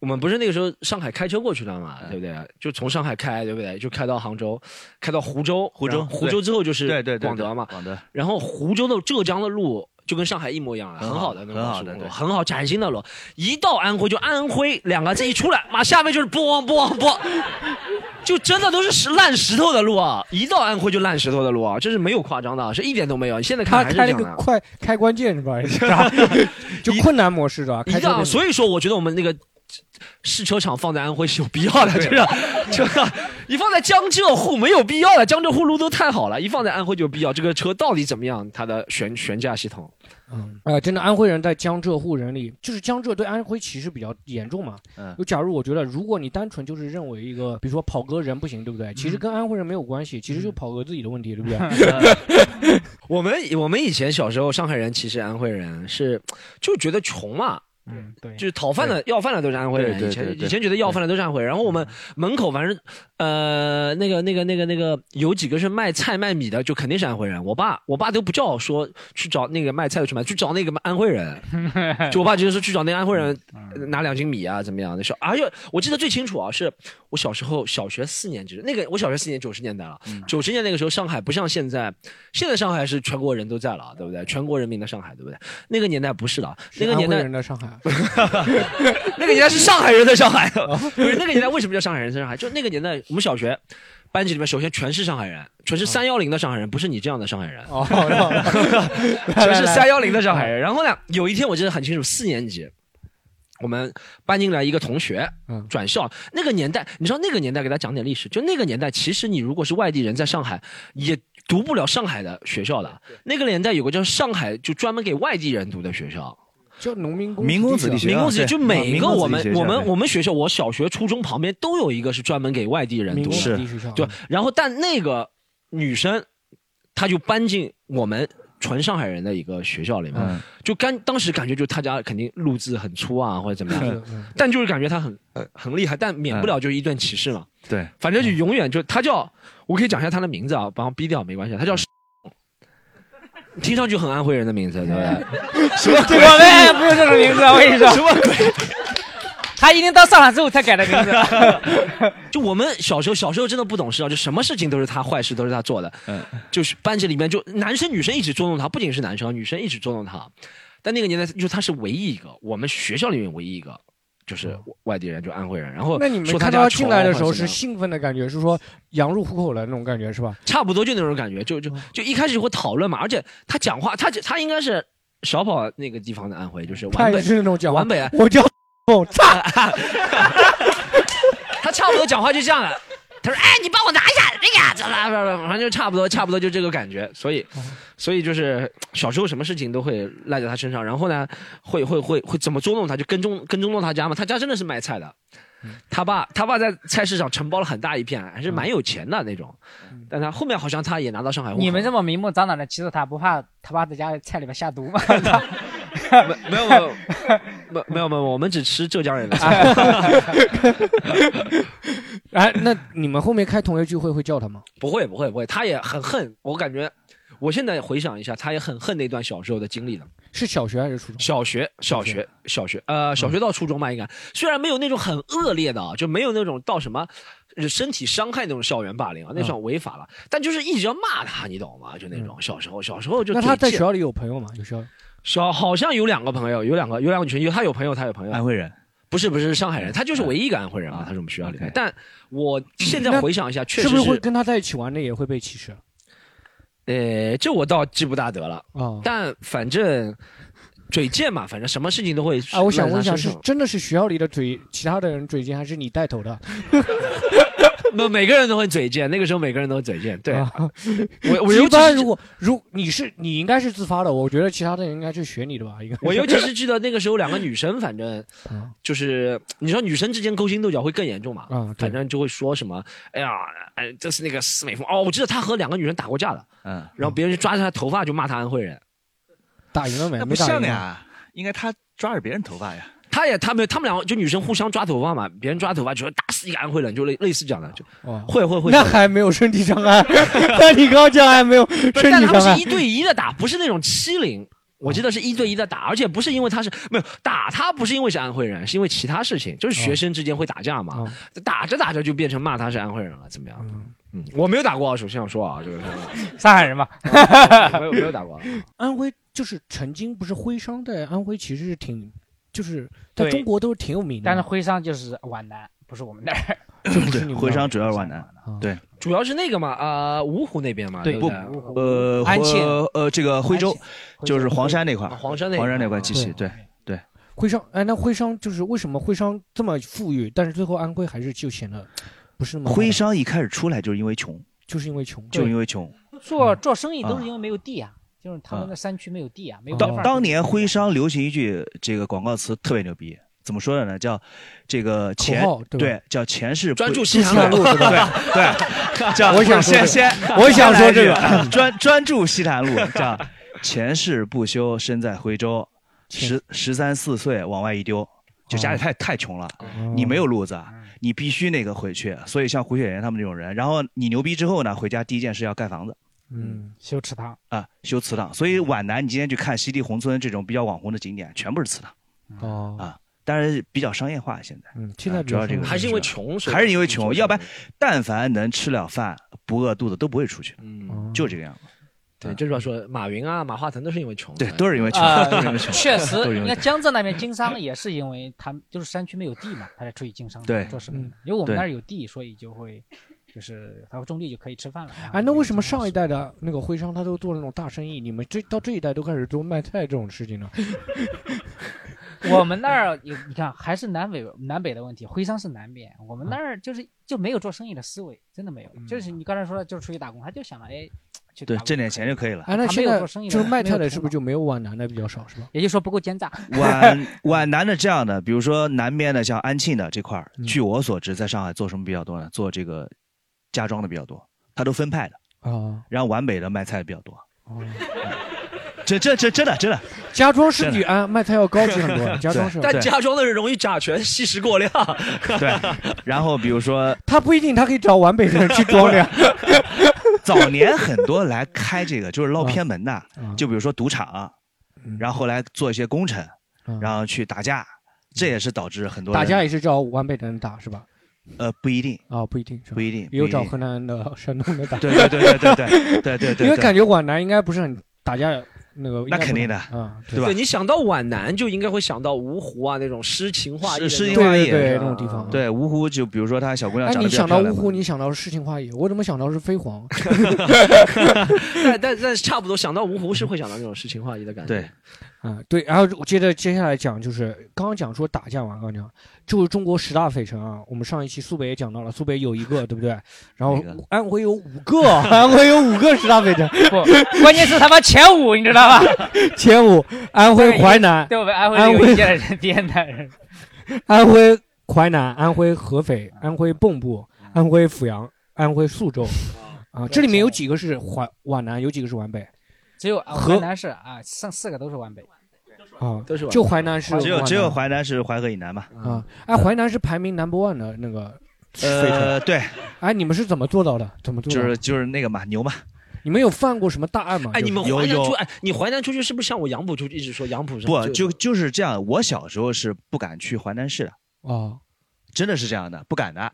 [SPEAKER 2] 我们不是那个时候上海开车过去的嘛，
[SPEAKER 4] 嗯
[SPEAKER 2] 对不对？就从上海开，对不对？就开到杭州，开到湖州，
[SPEAKER 4] 湖州
[SPEAKER 2] 然后湖
[SPEAKER 4] 对
[SPEAKER 2] 州之后就是
[SPEAKER 4] 对对对对
[SPEAKER 2] 广德嘛，
[SPEAKER 4] 广德
[SPEAKER 2] 然后湖州的浙江的路。就跟上海一模一样了，
[SPEAKER 4] 很
[SPEAKER 2] 很
[SPEAKER 4] 好
[SPEAKER 2] 好的那
[SPEAKER 4] 很
[SPEAKER 2] 种高
[SPEAKER 4] 好
[SPEAKER 2] 速
[SPEAKER 4] 的
[SPEAKER 2] 公路，
[SPEAKER 4] 对
[SPEAKER 2] 很好崭新的路。一到安徽就安徽两个字一出来，妈下面就是波波波，就真的都是石烂石头的路啊！一到安徽就烂石头的路啊，这是没有夸张的啊，是一点都没有。你现在
[SPEAKER 5] 他
[SPEAKER 2] 看还是
[SPEAKER 5] 开
[SPEAKER 2] 这
[SPEAKER 5] 了
[SPEAKER 2] 样
[SPEAKER 5] 个
[SPEAKER 2] 的。啊
[SPEAKER 5] 快开关键是吧？就困难模式是吧？
[SPEAKER 2] 一
[SPEAKER 5] 开车
[SPEAKER 2] 样，
[SPEAKER 5] 的
[SPEAKER 2] 所以说我觉得我们那个试车场放在安徽是有必要的，
[SPEAKER 4] 啊
[SPEAKER 2] 就是就是你放在江浙沪没有必要的，江浙沪路都太好了，一放在安徽就有必要。这个车到底怎么样？它的悬悬架系统，
[SPEAKER 5] 呃，真的安徽人在江浙沪人里，就是江浙对安徽歧视比较严重嘛。
[SPEAKER 4] 嗯
[SPEAKER 5] 就假如我觉得，如果你单纯就是认为一个，比如说跑哥人不行，对不对？其实跟安徽人没有关系，其实就跑哥自己的问题，对不对？
[SPEAKER 2] 我们我们以前小时候上海人歧视安徽人是就觉得穷嘛。
[SPEAKER 5] 嗯，对，
[SPEAKER 2] 就是讨饭的、要饭的都是安徽人。
[SPEAKER 4] 对对
[SPEAKER 2] 以前
[SPEAKER 4] 对对嗯
[SPEAKER 2] 以前觉得要饭的都是安徽人，然后我们门口反正呃那个那个那个那个有几个是卖菜卖米的，就肯定是安徽人。我爸我爸都不叫说去找那个卖菜的去买，去找那个安徽人。
[SPEAKER 5] 哎
[SPEAKER 2] 就我爸就是说去找那个安徽人
[SPEAKER 5] 嗯
[SPEAKER 2] 呃拿两斤米啊，怎么样的？说哎呦，我记得最清楚啊，是我小时候小学四年级，那个我小学四年九十年代了，
[SPEAKER 5] 嗯
[SPEAKER 2] 九十年代那个时候上海不像现在，现在上海是全国人都在了，对不对？全国人民的上海，对不对？那个年代不是的，那
[SPEAKER 5] 嗯
[SPEAKER 2] 个
[SPEAKER 5] 安徽
[SPEAKER 2] 年代
[SPEAKER 5] 人的上海，
[SPEAKER 2] 那个年代是上海人在上海，
[SPEAKER 5] 哦
[SPEAKER 2] 不是那个年代为什么叫上海人在上海？就那个年代，我们小学班级里面，首先全是上海人，全是三幺零的上海人，不是你这样的上海人，
[SPEAKER 5] 哦，全
[SPEAKER 2] 全是三幺零的上海人。然后呢，有一天我记得很清楚，四年级。我们搬进来一个同学
[SPEAKER 5] 嗯，
[SPEAKER 2] 转校。那个年代，你知道那个年代，给大家讲点历史。就那个年代，其实你如果是外地人，在上海也读不了上海的学校的。那个年代有个叫上海，就专门给外地人读的学校。
[SPEAKER 5] 就农民工
[SPEAKER 4] 民工子弟学校
[SPEAKER 2] 民工子弟
[SPEAKER 4] 对
[SPEAKER 2] 就每一个
[SPEAKER 4] 啊民工子弟学校
[SPEAKER 2] 我们我们
[SPEAKER 4] 对
[SPEAKER 2] 我们学校，我小学、初中旁边都有一个是专门给外地人
[SPEAKER 5] 民
[SPEAKER 2] 读
[SPEAKER 5] 工子
[SPEAKER 2] 的，
[SPEAKER 5] 弟学校，
[SPEAKER 2] 对。然后但那个女生，她就搬进我们纯上海人的一个学校里面，
[SPEAKER 4] 嗯
[SPEAKER 2] 就干当时感觉就她家肯定路字很粗啊，或者怎么
[SPEAKER 5] 是嗯
[SPEAKER 2] 样，但就是感觉她很呃很厉害，但免不了就是一顿歧视嘛。
[SPEAKER 4] 对，
[SPEAKER 2] 反正就永远就她叫，我可以讲一下她的名字啊，把我逼掉没关系，她叫。
[SPEAKER 5] 嗯
[SPEAKER 2] 听上去很安徽人的名字，对不 对？
[SPEAKER 6] 我
[SPEAKER 5] 哎
[SPEAKER 6] 们没有哎这种名
[SPEAKER 5] 啊
[SPEAKER 6] 字，我跟你说，
[SPEAKER 2] 什么鬼？
[SPEAKER 6] 他一定到上海之后才改的名字。
[SPEAKER 2] 就我们小时候，小时候真的不懂事啊，就什么事情都是他，坏事都是他做的。
[SPEAKER 4] 嗯
[SPEAKER 2] 就是班级里面就男生女生一直捉弄他，不仅是男生，女生一直捉弄他。但那个年代，就他是唯一一个，我们学校里面唯一一个，就是外地人，就安徽人。然后
[SPEAKER 5] 嗯那你们
[SPEAKER 2] 说
[SPEAKER 5] 看
[SPEAKER 2] 家啊
[SPEAKER 5] 到他进来的时候
[SPEAKER 2] 穷
[SPEAKER 5] 是兴奋的感觉，是说羊入虎口了那种感觉是吧？
[SPEAKER 2] 差不多就那种感觉，就就就一开始会讨论嘛，而且他讲话，他他应该是小跑那个地方的安徽，就是
[SPEAKER 5] 他
[SPEAKER 2] 皖
[SPEAKER 5] 也
[SPEAKER 2] 北
[SPEAKER 5] 是那种讲话
[SPEAKER 2] 皖北啊
[SPEAKER 5] 我叫 我操，
[SPEAKER 2] 他差不多讲话就这样了。他说：“哎，你帮我拿一下这个，怎么了？反正就差不多，差不多就这个感觉。所以，所以就是小时候什么事情都会赖在他身上，然后呢，会会会会怎么捉弄他，就跟踪跟踪到他家嘛。他家真的是卖菜的，他爸他爸在菜市场承包了很大一片，还是蛮有钱的那种。但他后面好像他也拿到上海户口。
[SPEAKER 6] 你们这么明目张胆的歧视他，不怕他爸在家菜里边下毒吗？
[SPEAKER 2] 没有没有没有没有没有，我们只吃浙江人的菜。
[SPEAKER 5] 哎，那你们后面开同学聚会会叫他吗？
[SPEAKER 2] 不会不会不会，他也很恨。我感觉我现在回想一下，他也很恨那段小时候的经历的。”
[SPEAKER 5] 是小学还是初中？嗯
[SPEAKER 2] 小学，小学，小学，呃，小学到初中吧，应该虽然没有那种很恶劣的啊，就没有那种到什么呃身体伤害那种校园霸凌啊，
[SPEAKER 5] 嗯
[SPEAKER 2] 那算违法了。但就是一直要骂他，你懂吗？就那种小时候，小时候就
[SPEAKER 5] 那他在
[SPEAKER 2] 嘴
[SPEAKER 5] 学
[SPEAKER 2] 贱
[SPEAKER 5] 校里有朋友吗？有学校
[SPEAKER 2] 小好像有两个朋友，有两个有两个女生，有他有朋友，他有朋
[SPEAKER 4] 安
[SPEAKER 2] 友，
[SPEAKER 4] 徽人，嗯
[SPEAKER 2] 不是不是是上海人，他就是唯一一个安徽人啊，他是我们学校里面。但我现在
[SPEAKER 5] 那
[SPEAKER 2] 回想一下，确
[SPEAKER 5] 是
[SPEAKER 2] 实
[SPEAKER 5] 不是会跟他在一起玩的也会被歧视啊？
[SPEAKER 2] 呃，这我倒记不大得了，
[SPEAKER 5] 啊
[SPEAKER 2] 但反正嘴贱嘛，反正什么事情都会
[SPEAKER 5] 啊！我想
[SPEAKER 2] 赖在
[SPEAKER 5] 问一下，
[SPEAKER 2] 他身
[SPEAKER 5] 是
[SPEAKER 2] 上
[SPEAKER 5] 真的是学校里的嘴，其他的人嘴贱，还是你带头的？
[SPEAKER 2] 每每个人都会嘴贱，那个时候每个人都嘴贱。对，
[SPEAKER 5] 哦
[SPEAKER 2] 啊我 我
[SPEAKER 5] 一
[SPEAKER 2] 尤其
[SPEAKER 5] 般
[SPEAKER 2] 是
[SPEAKER 5] 如果如你是你应该是自发的，我觉得其他的人应该去学你的吧，应该。
[SPEAKER 2] 我尤其是记得那个时候，两个女生，反正就是你知道女生之间勾心斗角会更严重嘛，
[SPEAKER 5] 嗯对
[SPEAKER 2] 反正就会说什么，哎呀，哎，这是那个司美凤哦，我记得他和两个女生打过架的，
[SPEAKER 4] 嗯，
[SPEAKER 2] 然后别人抓着他头发就骂他安徽人，
[SPEAKER 5] 打赢了没
[SPEAKER 4] 那不像呀，应该他抓着别人头发呀。
[SPEAKER 2] 他也他们他们两个就女生互相抓头发嘛，别人抓头发就说打死一个安徽人，就类类似这样的，就
[SPEAKER 5] 哦
[SPEAKER 2] 会会会
[SPEAKER 5] 那还没有身体伤 害，那你刚讲还没有 身
[SPEAKER 2] 不是，但
[SPEAKER 5] 体
[SPEAKER 2] 他们
[SPEAKER 5] 伤害
[SPEAKER 2] 是一。对一的打，不是那种欺凌。我记得是一对一的打，而且不是因为他是没有打他，不是因为是安徽人，是因为其他事情，就是学生之间会打架
[SPEAKER 4] 哦
[SPEAKER 2] 嘛，打着打着就变成骂他是安徽人了，怎么样？嗯，我没有打过啊，首先要说啊，这个是
[SPEAKER 3] 上海人嘛，
[SPEAKER 2] 没有没有打过啊。
[SPEAKER 5] 安徽就是曾经不是徽商在安徽其实是挺，就是在
[SPEAKER 3] 对
[SPEAKER 5] 中国都是挺有名的。
[SPEAKER 3] 但是徽商就是皖南，不是我们那儿。
[SPEAKER 5] 这不是啊你们
[SPEAKER 4] 徽
[SPEAKER 5] 那儿
[SPEAKER 4] 商主要是皖南，对，
[SPEAKER 2] 主要是那个嘛，啊，芜湖那边嘛，对
[SPEAKER 4] 不
[SPEAKER 2] 对？
[SPEAKER 4] 呃，
[SPEAKER 2] 安庆
[SPEAKER 4] 呃呃，这个徽州就是黄山那
[SPEAKER 5] 啊
[SPEAKER 4] 块儿，
[SPEAKER 2] 黄山那
[SPEAKER 4] 黄山那
[SPEAKER 2] 块
[SPEAKER 4] 块
[SPEAKER 2] 儿
[SPEAKER 4] 机器，对对，
[SPEAKER 5] 徽商哎，那徽商就是为什么徽商这么富裕，但是最后安徽还是就显得不是那么好
[SPEAKER 4] 徽商一开始出来就是因为穷，
[SPEAKER 5] 就是因为穷，
[SPEAKER 4] 就是因为穷。
[SPEAKER 3] 做做生意都
[SPEAKER 4] 啊
[SPEAKER 3] 是因为没有地啊，就是他们
[SPEAKER 4] 啊
[SPEAKER 3] 那山区没有地啊，没有地
[SPEAKER 4] 当
[SPEAKER 3] 方
[SPEAKER 4] 当年徽商流行一句这个广告词特别牛逼，怎么说的呢？叫这个前
[SPEAKER 5] 口号对吧
[SPEAKER 4] 对，叫前世不
[SPEAKER 5] 专注西塘路
[SPEAKER 2] 啊
[SPEAKER 4] 对
[SPEAKER 5] 是 吧
[SPEAKER 4] 对，叫
[SPEAKER 5] 我想说这
[SPEAKER 4] 先
[SPEAKER 5] 个
[SPEAKER 4] 先，
[SPEAKER 5] 我想说这个
[SPEAKER 4] 先来一句专专注西坛路，叫前世不修身在徽州，十十三四岁往外一丢。就
[SPEAKER 5] 哦
[SPEAKER 4] 家里太太穷了，你没有路子，啊
[SPEAKER 5] 嗯
[SPEAKER 4] 你必须那个回去。所以像胡雪岩他们这种人，然后你牛逼之后呢，回家第一件事要盖房子，
[SPEAKER 5] 嗯，
[SPEAKER 3] 修池塘。
[SPEAKER 4] 啊，修祠堂。所以皖南，你今天去看西堤宏村这种比较网红的景点，全部是祠堂
[SPEAKER 5] 哦
[SPEAKER 4] 啊，当然比较商业化现在。
[SPEAKER 5] 嗯，现在
[SPEAKER 4] 啊主要这个
[SPEAKER 2] 还是因为穷，所以
[SPEAKER 4] 还是因为穷，要不然但凡能吃了饭不饿肚子都不会出去，
[SPEAKER 5] 哦
[SPEAKER 2] 嗯，
[SPEAKER 4] 就这个样子。
[SPEAKER 2] 对，就是要说马云啊、马化腾都是因为穷，嗯
[SPEAKER 4] 对，都是 因为穷，
[SPEAKER 3] 啊
[SPEAKER 4] 都是因 为穷，
[SPEAKER 3] 确实
[SPEAKER 4] 都是，因
[SPEAKER 3] 你
[SPEAKER 4] 为
[SPEAKER 3] 看
[SPEAKER 4] 穷。
[SPEAKER 3] 江浙那边经商也是因为他们就是山区没有地嘛，他才出去经商的
[SPEAKER 4] 对
[SPEAKER 3] 做生意
[SPEAKER 5] 嗯。
[SPEAKER 3] 因为我
[SPEAKER 4] 对
[SPEAKER 3] 们那儿有地，所以就会就是他会种地就可以吃饭了。
[SPEAKER 5] 哎，那为什么上一代的那个徽商他都做那种大生意，你们这到这一代都开始做卖菜这种 事情了？
[SPEAKER 3] 我们那儿有你看还是南北南北的问题，徽商是南边，我们
[SPEAKER 4] 嗯
[SPEAKER 3] 那儿就是就没有做生意的思维，真的没有。
[SPEAKER 5] 嗯
[SPEAKER 3] 就是你刚才说的，就是出去打工，他就想了，哎，去
[SPEAKER 4] 对
[SPEAKER 3] 打，工
[SPEAKER 4] 挣点钱就可以了。
[SPEAKER 5] 哎，那
[SPEAKER 3] 他
[SPEAKER 5] 现
[SPEAKER 3] 没有
[SPEAKER 5] 在
[SPEAKER 3] 做生意的
[SPEAKER 5] 就是卖
[SPEAKER 3] 没有
[SPEAKER 5] 菜的
[SPEAKER 3] 头
[SPEAKER 5] 是不是就没有皖南的比较少是吧？
[SPEAKER 3] 也就是说不够奸诈。
[SPEAKER 4] 皖皖南的这样的，比如说南边的像安庆的这块儿，
[SPEAKER 5] 嗯
[SPEAKER 4] 据我所知，在上海做什么比较多呢？做这个家装的比较多，它都分派的。
[SPEAKER 5] 啊，
[SPEAKER 4] 然后皖北的卖菜的比较多。嗯这这这真的真的，
[SPEAKER 5] 哦家装是比安卖菜要高级很多，家装是。
[SPEAKER 2] 但
[SPEAKER 4] 对
[SPEAKER 2] 家装的人容易甲醛吸食过量，
[SPEAKER 4] 对， 然后比如说
[SPEAKER 5] 他不一定，他可以找皖北人去装 的呀。
[SPEAKER 4] 早年很多来开这个就是捞偏门的
[SPEAKER 5] 嗯，
[SPEAKER 4] 就比如说赌场，然后后来做一些工程，
[SPEAKER 5] 嗯
[SPEAKER 4] 然后去打架，这也是导致很多人
[SPEAKER 5] 打架也是找皖北的人打是吧？
[SPEAKER 4] 呃不一定
[SPEAKER 5] 啊，不一定是吧
[SPEAKER 4] 不一定，
[SPEAKER 5] 也有
[SPEAKER 4] 不一定
[SPEAKER 5] 找河南的、山东的打。
[SPEAKER 4] 对对对对对对 对对对，
[SPEAKER 5] 因为感
[SPEAKER 4] 觉
[SPEAKER 5] 觉皖南应该不是很打架那个。
[SPEAKER 4] 那肯定的
[SPEAKER 5] 啊，
[SPEAKER 4] 对吧
[SPEAKER 2] 对你想到皖南，就应该会想到芜湖啊那种诗情画意的
[SPEAKER 4] 是
[SPEAKER 2] 那
[SPEAKER 4] 是
[SPEAKER 2] 种
[SPEAKER 4] 因
[SPEAKER 5] 对
[SPEAKER 4] 为
[SPEAKER 5] 对对，
[SPEAKER 4] 也
[SPEAKER 5] 那种地方。。
[SPEAKER 4] 对芜湖就比如说她小姑娘
[SPEAKER 5] 哎，
[SPEAKER 4] 长
[SPEAKER 5] 你
[SPEAKER 4] 得比较
[SPEAKER 5] 想到
[SPEAKER 4] 漂亮
[SPEAKER 5] 芜
[SPEAKER 4] 嘛，
[SPEAKER 5] 湖，你想到诗情画意，我怎么想到是飞黄？
[SPEAKER 2] 但但但是差不多，想到芜湖是会想到那种诗情画意的感觉。
[SPEAKER 4] 对，
[SPEAKER 5] 啊，对，然后我接着接下来讲，就是刚刚讲说打架嘛，刚刚讲就是中国十大匪城啊，我们上一期苏北也讲到了，苏北有一个，对不对？然后
[SPEAKER 4] 哪个
[SPEAKER 5] 安徽有五个，安徽有五个十大匪城，
[SPEAKER 3] 不，关键是他妈前五，你知道吧？
[SPEAKER 5] 前五 安徽淮南、
[SPEAKER 3] 对我们安徽
[SPEAKER 5] 安
[SPEAKER 3] 是有
[SPEAKER 5] 徽
[SPEAKER 3] 意见的人， 编的人。
[SPEAKER 5] 安徽淮南、安徽合肥、安徽蚌埠、
[SPEAKER 4] 嗯
[SPEAKER 5] 安徽阜阳、安徽宿州，啊，这里面有几个是淮皖南，有几个是皖北
[SPEAKER 3] 只有啊
[SPEAKER 5] 和
[SPEAKER 3] 河南是啊，剩四个都是皖北。
[SPEAKER 5] 啊，
[SPEAKER 2] 都是皖
[SPEAKER 5] 就淮南是
[SPEAKER 4] 只有
[SPEAKER 5] 皖
[SPEAKER 4] 只有
[SPEAKER 5] 南
[SPEAKER 4] 淮南是淮河以南嘛，
[SPEAKER 5] 啊，哎，淮南是排名 number one 的那个匪城，
[SPEAKER 4] 呃对，
[SPEAKER 5] 哎，你们是怎么做到的？怎么做
[SPEAKER 4] 就
[SPEAKER 5] 到的？
[SPEAKER 4] 是就是那个嘛牛嘛，
[SPEAKER 5] 你们有犯过什么大案吗？
[SPEAKER 2] 哎，你们
[SPEAKER 4] 有
[SPEAKER 2] 淮南
[SPEAKER 4] 有
[SPEAKER 2] 出，哎，你淮南出去是不是像我杨浦出去一直说杨浦是
[SPEAKER 4] 不
[SPEAKER 2] 最
[SPEAKER 4] 就就是这样。我小时候是不敢去淮南市的。
[SPEAKER 5] 哦，
[SPEAKER 4] 真的是这样的，不敢的，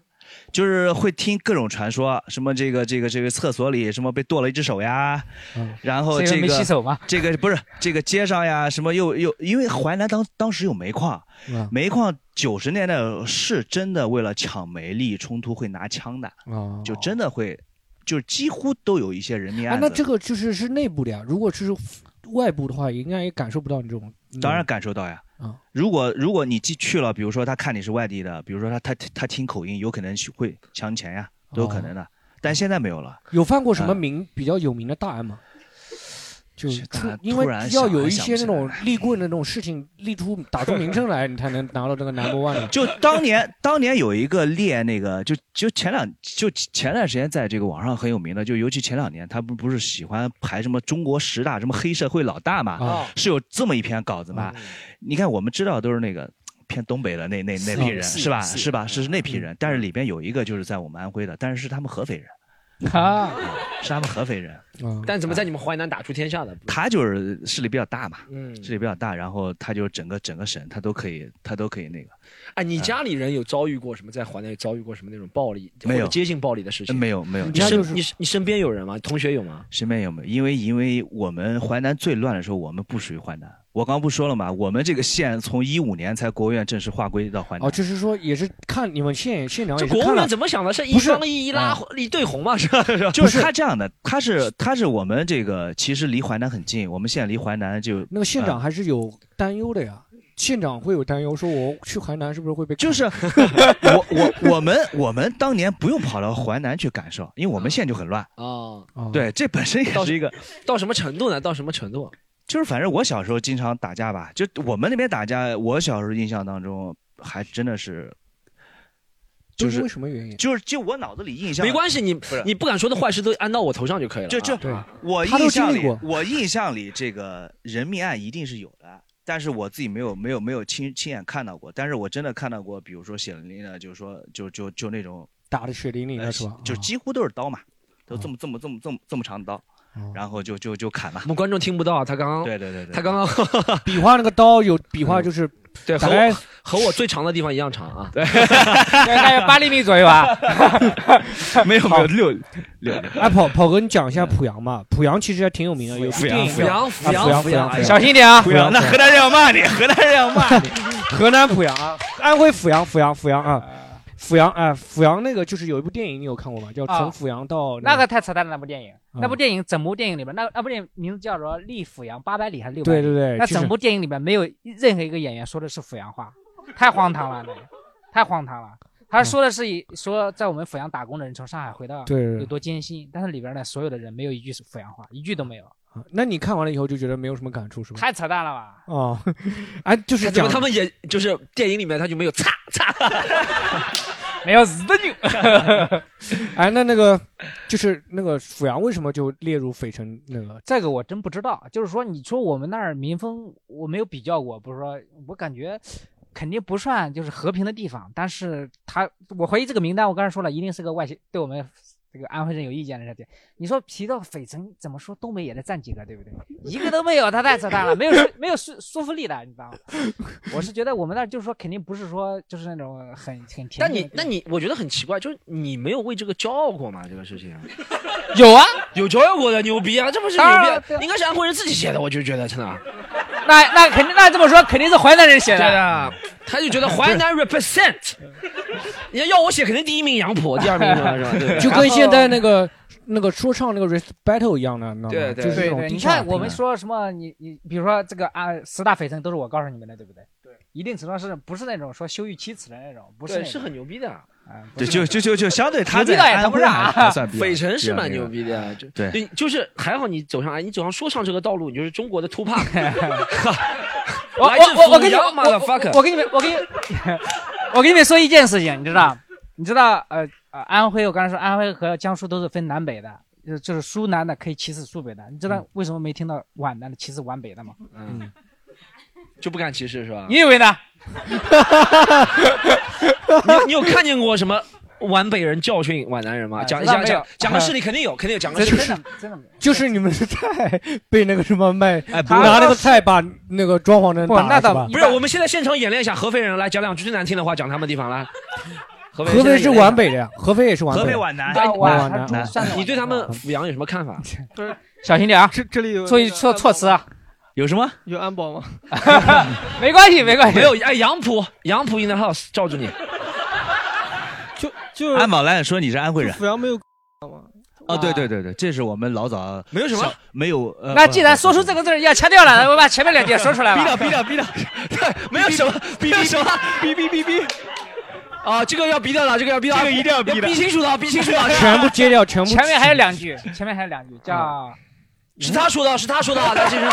[SPEAKER 4] 就是会听各种传说，什么这个这个这个厕所里什么被剁了一只手呀，
[SPEAKER 5] 嗯
[SPEAKER 4] 然后
[SPEAKER 3] 是
[SPEAKER 4] 这
[SPEAKER 3] 因为没洗
[SPEAKER 4] 个
[SPEAKER 3] 手吗？
[SPEAKER 4] 这个不是这个街上呀，什么又又因为淮南当当时有煤矿，
[SPEAKER 5] 啊
[SPEAKER 4] 煤矿九十年代是真的为了抢煤利益冲突会拿枪的，
[SPEAKER 5] 啊，
[SPEAKER 4] 就真的会，就几乎都有一些人命
[SPEAKER 5] 啊
[SPEAKER 4] 案，子。
[SPEAKER 5] 那这个就是是内部的呀。如果是外部的话，应该也感受不到你这种。
[SPEAKER 4] 当然感受到呀
[SPEAKER 5] 嗯。
[SPEAKER 4] 如果如果你既去了，比如说他看你是外地的，比如说他他他听口音，有可能去会抢你钱呀。
[SPEAKER 5] 嗯
[SPEAKER 4] 都有可能的。但现在没有了，啊
[SPEAKER 5] 有犯过什么名比较有名的大案吗？就出因为
[SPEAKER 4] 突然
[SPEAKER 5] 要
[SPEAKER 4] 想
[SPEAKER 5] 有
[SPEAKER 4] 还
[SPEAKER 5] 一
[SPEAKER 4] 想
[SPEAKER 5] 些
[SPEAKER 4] 不
[SPEAKER 5] 那
[SPEAKER 4] 起
[SPEAKER 5] 种立棍的那种事情，立出打出名声来，你才能 拿到这个 number one 的。
[SPEAKER 4] 就当年，当年有一个列那个，就就前两就前段时间在这个网上很有名的，就尤其前两年，他不不是喜欢排什么中国十大什么黑社会老大嘛，
[SPEAKER 5] 啊嗯
[SPEAKER 4] 是有这么一篇稿子嘛？你看我们知道都是那个偏东北的那那那批人
[SPEAKER 5] 是
[SPEAKER 4] 是吧？
[SPEAKER 5] 是嗯
[SPEAKER 4] 是吧？是那批人，但是里边有一个就是在我们安徽的，但是是他们合肥人，嗯
[SPEAKER 3] 啊，
[SPEAKER 4] 是他们合肥人，
[SPEAKER 5] 嗯
[SPEAKER 2] 但怎么在你们淮南打出天下的？
[SPEAKER 4] 他就是势力比较大嘛，
[SPEAKER 2] 嗯
[SPEAKER 4] 势力比较大，然后他就整个整个省他都可以他都可以那个。
[SPEAKER 2] 哎，
[SPEAKER 4] 嗯
[SPEAKER 2] 你家里人有遭遇过什么在淮南有遭遇过什么那种暴力
[SPEAKER 4] 没有
[SPEAKER 2] 或者接近暴力的事情？
[SPEAKER 4] 没有没有
[SPEAKER 2] 你
[SPEAKER 4] 家
[SPEAKER 2] 身
[SPEAKER 4] 就是
[SPEAKER 2] 你你身边有人吗？同学有吗？
[SPEAKER 4] 身边有没有？因为因为我们淮南最乱的时候，我们不属于淮南。我刚不说了嘛，我们这个县从一五年才国务院正式划归到淮南。
[SPEAKER 5] 哦，就是说也是看你们县县长
[SPEAKER 2] 这
[SPEAKER 5] 也是
[SPEAKER 2] 国务
[SPEAKER 5] 看了嗯
[SPEAKER 2] 院怎么想的？是一
[SPEAKER 5] 不是
[SPEAKER 2] 双一一拉一对红嘛？是吧？是 吧
[SPEAKER 4] 就是他这样的，他是他是我们这个其实离淮南很近，我们县离淮南就
[SPEAKER 5] 那个县
[SPEAKER 4] 呃
[SPEAKER 5] 长还是有担忧的呀，县长会有担忧，说我去淮南是不是会被
[SPEAKER 4] 就是我我我们我们当年不用跑到淮南去感受，因为我们县就很乱。
[SPEAKER 2] 啊，
[SPEAKER 5] 哦
[SPEAKER 4] 对，这本身也是一个，
[SPEAKER 2] 到什么程度呢？到什么程度？
[SPEAKER 4] 就是反正我小时候经常打架吧，就我们那边打架，我小时候印象当中还真的是，
[SPEAKER 5] 都
[SPEAKER 4] 就是是
[SPEAKER 5] 为什么原因？
[SPEAKER 4] 就是就我脑子里印象
[SPEAKER 2] 没关系，你
[SPEAKER 4] 是
[SPEAKER 2] 你不敢说的坏事都安到我头上就可以了啊。
[SPEAKER 4] 就就
[SPEAKER 5] 对
[SPEAKER 4] 我
[SPEAKER 5] 他都
[SPEAKER 4] 印象
[SPEAKER 5] 经历
[SPEAKER 4] 里
[SPEAKER 5] 过，
[SPEAKER 4] 我印象里这个人命案一定是有的，但是我自己没有没有没有亲亲眼看到过，但是我真的看到过，比如说血淋淋的，就是说就就就那种，呃
[SPEAKER 5] 打的血淋淋的是吧？
[SPEAKER 4] 就
[SPEAKER 5] 啊
[SPEAKER 4] 几乎都是刀嘛，
[SPEAKER 2] 哦
[SPEAKER 4] 都这么这么这么这么这么长的刀
[SPEAKER 5] 哦，
[SPEAKER 4] 然后就就就砍了
[SPEAKER 2] 我。们观 众听不到啊，他刚刚
[SPEAKER 4] 对对对对，
[SPEAKER 2] 他刚刚
[SPEAKER 5] 比划那个刀有比划，就是
[SPEAKER 2] 对
[SPEAKER 5] 大
[SPEAKER 2] 和
[SPEAKER 5] 概
[SPEAKER 2] 我和我最长的地方一样长啊。
[SPEAKER 3] 大概八厘米左右 啊。
[SPEAKER 4] 没有没有六六
[SPEAKER 5] 哎跑跑哥，你讲一下濮阳吧，濮阳其实还挺有名的，有部
[SPEAKER 4] 濮阳哎
[SPEAKER 5] 电影
[SPEAKER 2] 阜阳阜
[SPEAKER 5] 啊
[SPEAKER 2] 阳
[SPEAKER 5] 濮
[SPEAKER 2] 阜
[SPEAKER 5] 阳
[SPEAKER 2] 阳
[SPEAKER 5] 濮阳
[SPEAKER 3] 小心一点啊！
[SPEAKER 4] 不要，那河南人要骂你，河南人要骂你。
[SPEAKER 5] 河南濮阳啊，安徽濮阳，濮阳，濮阳啊，濮阳啊，濮阳那个就是有一部电影，你有看过吗？叫《
[SPEAKER 3] 啊
[SPEAKER 5] 从濮阳到
[SPEAKER 3] 那个太扯淡了，那部电影，
[SPEAKER 5] 哦嗯
[SPEAKER 3] 那部电影整部电影里面，那那部电影名字叫什么？立阜阳八百里还是六百
[SPEAKER 5] 对
[SPEAKER 3] 里？
[SPEAKER 5] 对对，
[SPEAKER 3] 那
[SPEAKER 5] 就是
[SPEAKER 3] 整部电影里面没有任何一个演员说的是阜阳话，太荒唐了，那个太荒唐了。他说的是以说在我们阜阳打工的人从上海回到
[SPEAKER 5] 嗯对对
[SPEAKER 3] 有
[SPEAKER 5] 对
[SPEAKER 3] 多艰辛，但是里边呢所有的人没有一句是阜阳话，一句都没有，
[SPEAKER 5] 啊那你看完了以后就觉得没有什么感触是吧？
[SPEAKER 3] 太扯淡了吧？
[SPEAKER 5] 哦， 哎，就是
[SPEAKER 2] 怎
[SPEAKER 5] 讲
[SPEAKER 2] 么他 们也就是电影里面他就没有擦擦？
[SPEAKER 3] 没有日的就
[SPEAKER 5] 哎，那那个就是那个阜阳为什么就列入匪城那个？
[SPEAKER 3] 这个我真不知道。就是说，你说我们那儿民风，我没有比较过，不是说我感觉肯定不算就是和平的地方，但是他，我怀疑这个名单，我刚才说了，一定是个外星对我们。这个安徽人有意见的这点，你说提到匪城，怎么说东北也得占几个，对不对？一个都没有，他太扯淡了，没有说没有说说服力的，你知道吗？我是觉得我们那儿就是说，肯定不是说就是那种很很甜。
[SPEAKER 2] 但你那你我觉得很奇怪，就是你没有为这个骄傲过吗？这个事情
[SPEAKER 3] 有啊？
[SPEAKER 2] 有骄傲过的牛逼啊，这不是牛
[SPEAKER 3] 当然了
[SPEAKER 2] 逼
[SPEAKER 3] 对
[SPEAKER 2] 啊，
[SPEAKER 3] 啊
[SPEAKER 2] 应该是安徽人自己写的，我就觉得真的。啊
[SPEAKER 3] 那那肯定那这么说，肯定是淮南人写
[SPEAKER 2] 对
[SPEAKER 3] 的。
[SPEAKER 2] 的，他就觉得淮 南 represent，你要我写肯定第一名杨浦，第二名什 么是吧？ 对不对
[SPEAKER 5] 就跟现在那个那个说唱那个 rest battle 一样的，你知道吗？
[SPEAKER 2] 对对
[SPEAKER 5] 就是那
[SPEAKER 3] 对
[SPEAKER 5] 种
[SPEAKER 3] 对，
[SPEAKER 5] 地
[SPEAKER 3] 你
[SPEAKER 5] 下
[SPEAKER 3] 看我们
[SPEAKER 5] 听
[SPEAKER 3] 说什么，你你比如说这个啊，十大匪城都是我告诉你们的，对不对？对，一定程度上是不是那种说羞于启齿的那种，不是
[SPEAKER 2] 对
[SPEAKER 3] 那
[SPEAKER 2] 是
[SPEAKER 3] 种
[SPEAKER 2] 很牛逼的，
[SPEAKER 3] 啊，不
[SPEAKER 4] 对，
[SPEAKER 3] 是
[SPEAKER 4] 就就就就相对他在
[SPEAKER 3] 牛逼的也
[SPEAKER 4] 安
[SPEAKER 3] 谈不
[SPEAKER 4] 徽
[SPEAKER 3] 上
[SPEAKER 4] 还
[SPEAKER 3] 啊
[SPEAKER 4] 还算 比较
[SPEAKER 2] 匪城是蛮
[SPEAKER 4] 比较那
[SPEAKER 2] 牛
[SPEAKER 4] 个
[SPEAKER 2] 逼的，就
[SPEAKER 4] 对
[SPEAKER 2] 对，就是还好你走上哎，你走上说唱这个道路，你就是中国的 Tupac，
[SPEAKER 3] 我
[SPEAKER 2] 来自
[SPEAKER 3] 我我我跟你
[SPEAKER 2] 阜
[SPEAKER 3] 我
[SPEAKER 2] 阳
[SPEAKER 3] 我
[SPEAKER 2] motherfucker
[SPEAKER 3] 我跟你们我跟你我跟你们说一件事情，你知道你知道呃呃安徽，我刚才说安徽和江苏都是分南北的。就是就是苏南的可以歧视苏北的，你知道为什么没听到皖南的歧视皖北的吗？
[SPEAKER 2] 嗯，就不敢歧视是吧？
[SPEAKER 3] 你以为呢？
[SPEAKER 2] 你有你有看见过什么皖北人教训皖南人吗？
[SPEAKER 3] 哎
[SPEAKER 2] 讲
[SPEAKER 3] 知道
[SPEAKER 2] 讲
[SPEAKER 3] 没有
[SPEAKER 2] 讲讲个事例，肯定有，肯定有 讲个
[SPEAKER 3] 真
[SPEAKER 2] 事
[SPEAKER 3] 的
[SPEAKER 2] 例。
[SPEAKER 3] 真的没有。
[SPEAKER 5] 就是你们的菜 被那个什么卖，
[SPEAKER 4] 哎不
[SPEAKER 5] 拿那个菜把那个装潢的人
[SPEAKER 3] 不
[SPEAKER 5] 打了
[SPEAKER 3] 那
[SPEAKER 5] 是
[SPEAKER 3] 倒
[SPEAKER 5] 吧？
[SPEAKER 2] 不是，我们现在现场演练一下合肥人，来讲两句最难听的话，讲他们地方来。合
[SPEAKER 5] 合肥是
[SPEAKER 2] 皖
[SPEAKER 5] 皖，北的呀，合肥也是皖
[SPEAKER 4] 河
[SPEAKER 5] 北
[SPEAKER 4] 北
[SPEAKER 5] 的。
[SPEAKER 4] 皖南。
[SPEAKER 2] 哎
[SPEAKER 5] 皖
[SPEAKER 3] 皖
[SPEAKER 5] 南
[SPEAKER 3] 南
[SPEAKER 2] 你对他们阜阳有什 么看法？呃
[SPEAKER 7] 不是
[SPEAKER 3] 小心点啊，
[SPEAKER 7] 这这里有
[SPEAKER 3] 注意
[SPEAKER 7] 那个
[SPEAKER 3] 措
[SPEAKER 7] 安
[SPEAKER 3] 措
[SPEAKER 7] 保
[SPEAKER 3] 辞
[SPEAKER 7] 吗，
[SPEAKER 3] 啊，
[SPEAKER 4] 有什么？
[SPEAKER 7] 有安保吗？
[SPEAKER 3] 没关系没关系
[SPEAKER 2] 没。有，哎，杨浦，杨浦 in the house，罩住你。
[SPEAKER 7] 就就是
[SPEAKER 4] 安保来说你是安徽人
[SPEAKER 7] 阜阳没有
[SPEAKER 4] 哦，对对对对，这是我们老早
[SPEAKER 2] 没有什么
[SPEAKER 4] 小没有。呃
[SPEAKER 2] 嗯
[SPEAKER 3] 那既然说出这个字儿要掐掉了，我把前面两 句说出来
[SPEAKER 4] 逼
[SPEAKER 3] 吧。
[SPEAKER 4] 掉逼掉逼掉，没有什么，没有什么，
[SPEAKER 2] 逼
[SPEAKER 4] 逼逼逼逼逼。
[SPEAKER 2] 啊，这个要逼掉的，这个要逼掉的，
[SPEAKER 3] 这个一定要逼的
[SPEAKER 2] 逼清楚的，逼清楚的，
[SPEAKER 5] 全 部揭掉，全部。
[SPEAKER 3] 前面还有两句，前面还有两句
[SPEAKER 2] 啊
[SPEAKER 3] 叫
[SPEAKER 2] 是他说的，是他说的，啊梁先生，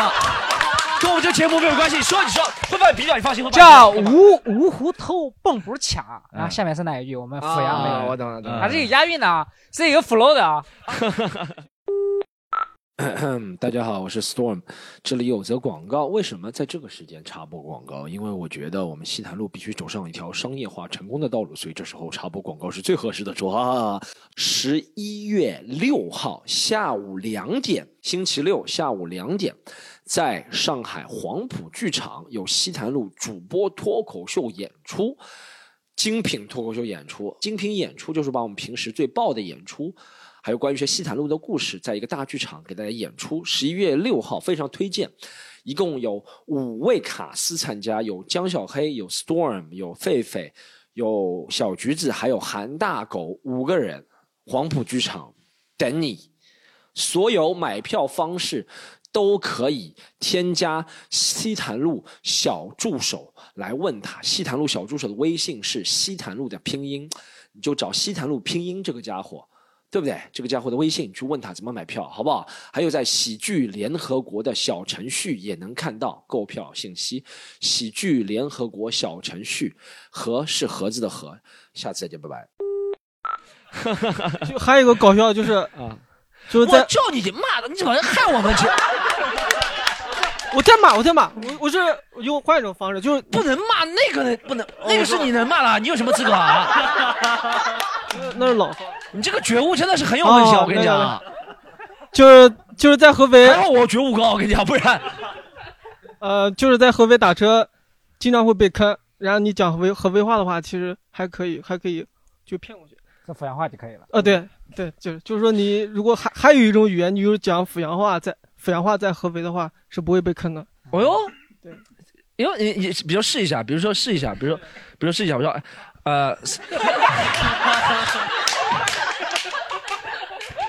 [SPEAKER 2] 跟我们这节目没有关系。说你说，会把你逼掉，你放心。会把你
[SPEAKER 3] 叫
[SPEAKER 2] 逼掉
[SPEAKER 3] 芜芜湖偷蚌埠卡，然后下面是哪一句？我们阜阳
[SPEAKER 2] 嗯啊
[SPEAKER 3] 没
[SPEAKER 2] 我懂了懂了
[SPEAKER 3] 它是有押韵的啊，是有 flow 的 啊。
[SPEAKER 2] 大家好，我是 Storm，这里有则广告。为什么在这个时间插播广告？因为我觉得我们西坛路必须走上一条商业化成功的道路，所以这时候插播广告是最合适的。说啊，十一月六号下午两点，星期六下午两点，在上海黄埔剧场有西坛路主播脱口秀演出。精品脱口秀演出，精品演出就是把我们平时最爆的演出，还有关于一些西坦路的故事，在一个大剧场给大家演出。十一月六号非常推荐，一共有五位卡司参加，有江小黑，有 Storm，有狒狒，有小橘子，还有韩大狗，五个人，黄埔剧场等你。所有买票方式都可以添加西坛路小助手来问他。西坛路小助手的微信是西坛路的拼音，你就找西坛路拼音这个家伙。对不对？这个家伙的微信去问他怎么买票，好不好？还有在喜剧联合国的小程序也能看到购票信息。喜剧联合国小程序，盒是盒子的盒。下次再见，拜拜。
[SPEAKER 7] 就还有一个搞笑的就是啊，就是在
[SPEAKER 2] 叫你骂的，你怎么害我们去？
[SPEAKER 7] 我在骂，我在骂，我我是用换一种方式，就是哦
[SPEAKER 2] 不能骂那个，不能那个是你能骂了，你有什么资 格啊？
[SPEAKER 7] 那是老话，
[SPEAKER 2] 你这个觉悟真的是很有问题啊！
[SPEAKER 7] 哦
[SPEAKER 2] 我跟你讲啊，
[SPEAKER 7] 就是就是在合肥，
[SPEAKER 2] 还好我觉悟高，我跟你讲，不然
[SPEAKER 7] 呃，就是在合肥打车，经常会被坑。然后你讲合肥合肥话的话，其实还可以，还可以就骗过去。
[SPEAKER 3] 说阜阳话就可以了。
[SPEAKER 7] 呃，
[SPEAKER 5] 嗯
[SPEAKER 7] 对对，就是就是说，你如果还还有一种语言，你就是讲阜阳话在，阜阳话在合肥的话是不会被坑的。
[SPEAKER 5] 哎
[SPEAKER 2] 哦哟，对，哟，你你比如试一下，比如说试一下，比如说，比如试一下，我说，呃，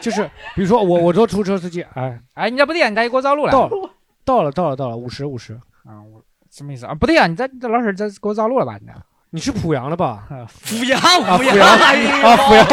[SPEAKER 5] 就是比如说我我做出租车司机，哎，
[SPEAKER 3] 哎，你这不对啊，你这一锅糟路了。
[SPEAKER 5] 到了到了到了到了五十五十，
[SPEAKER 3] 啊，我什么意思啊？不对啊，你这这老婶这给我糟路了吧？你啊这
[SPEAKER 5] 你是濮阳 的吧？啊
[SPEAKER 2] 阜阳，阜
[SPEAKER 5] 阳啊，濮阳，濮阳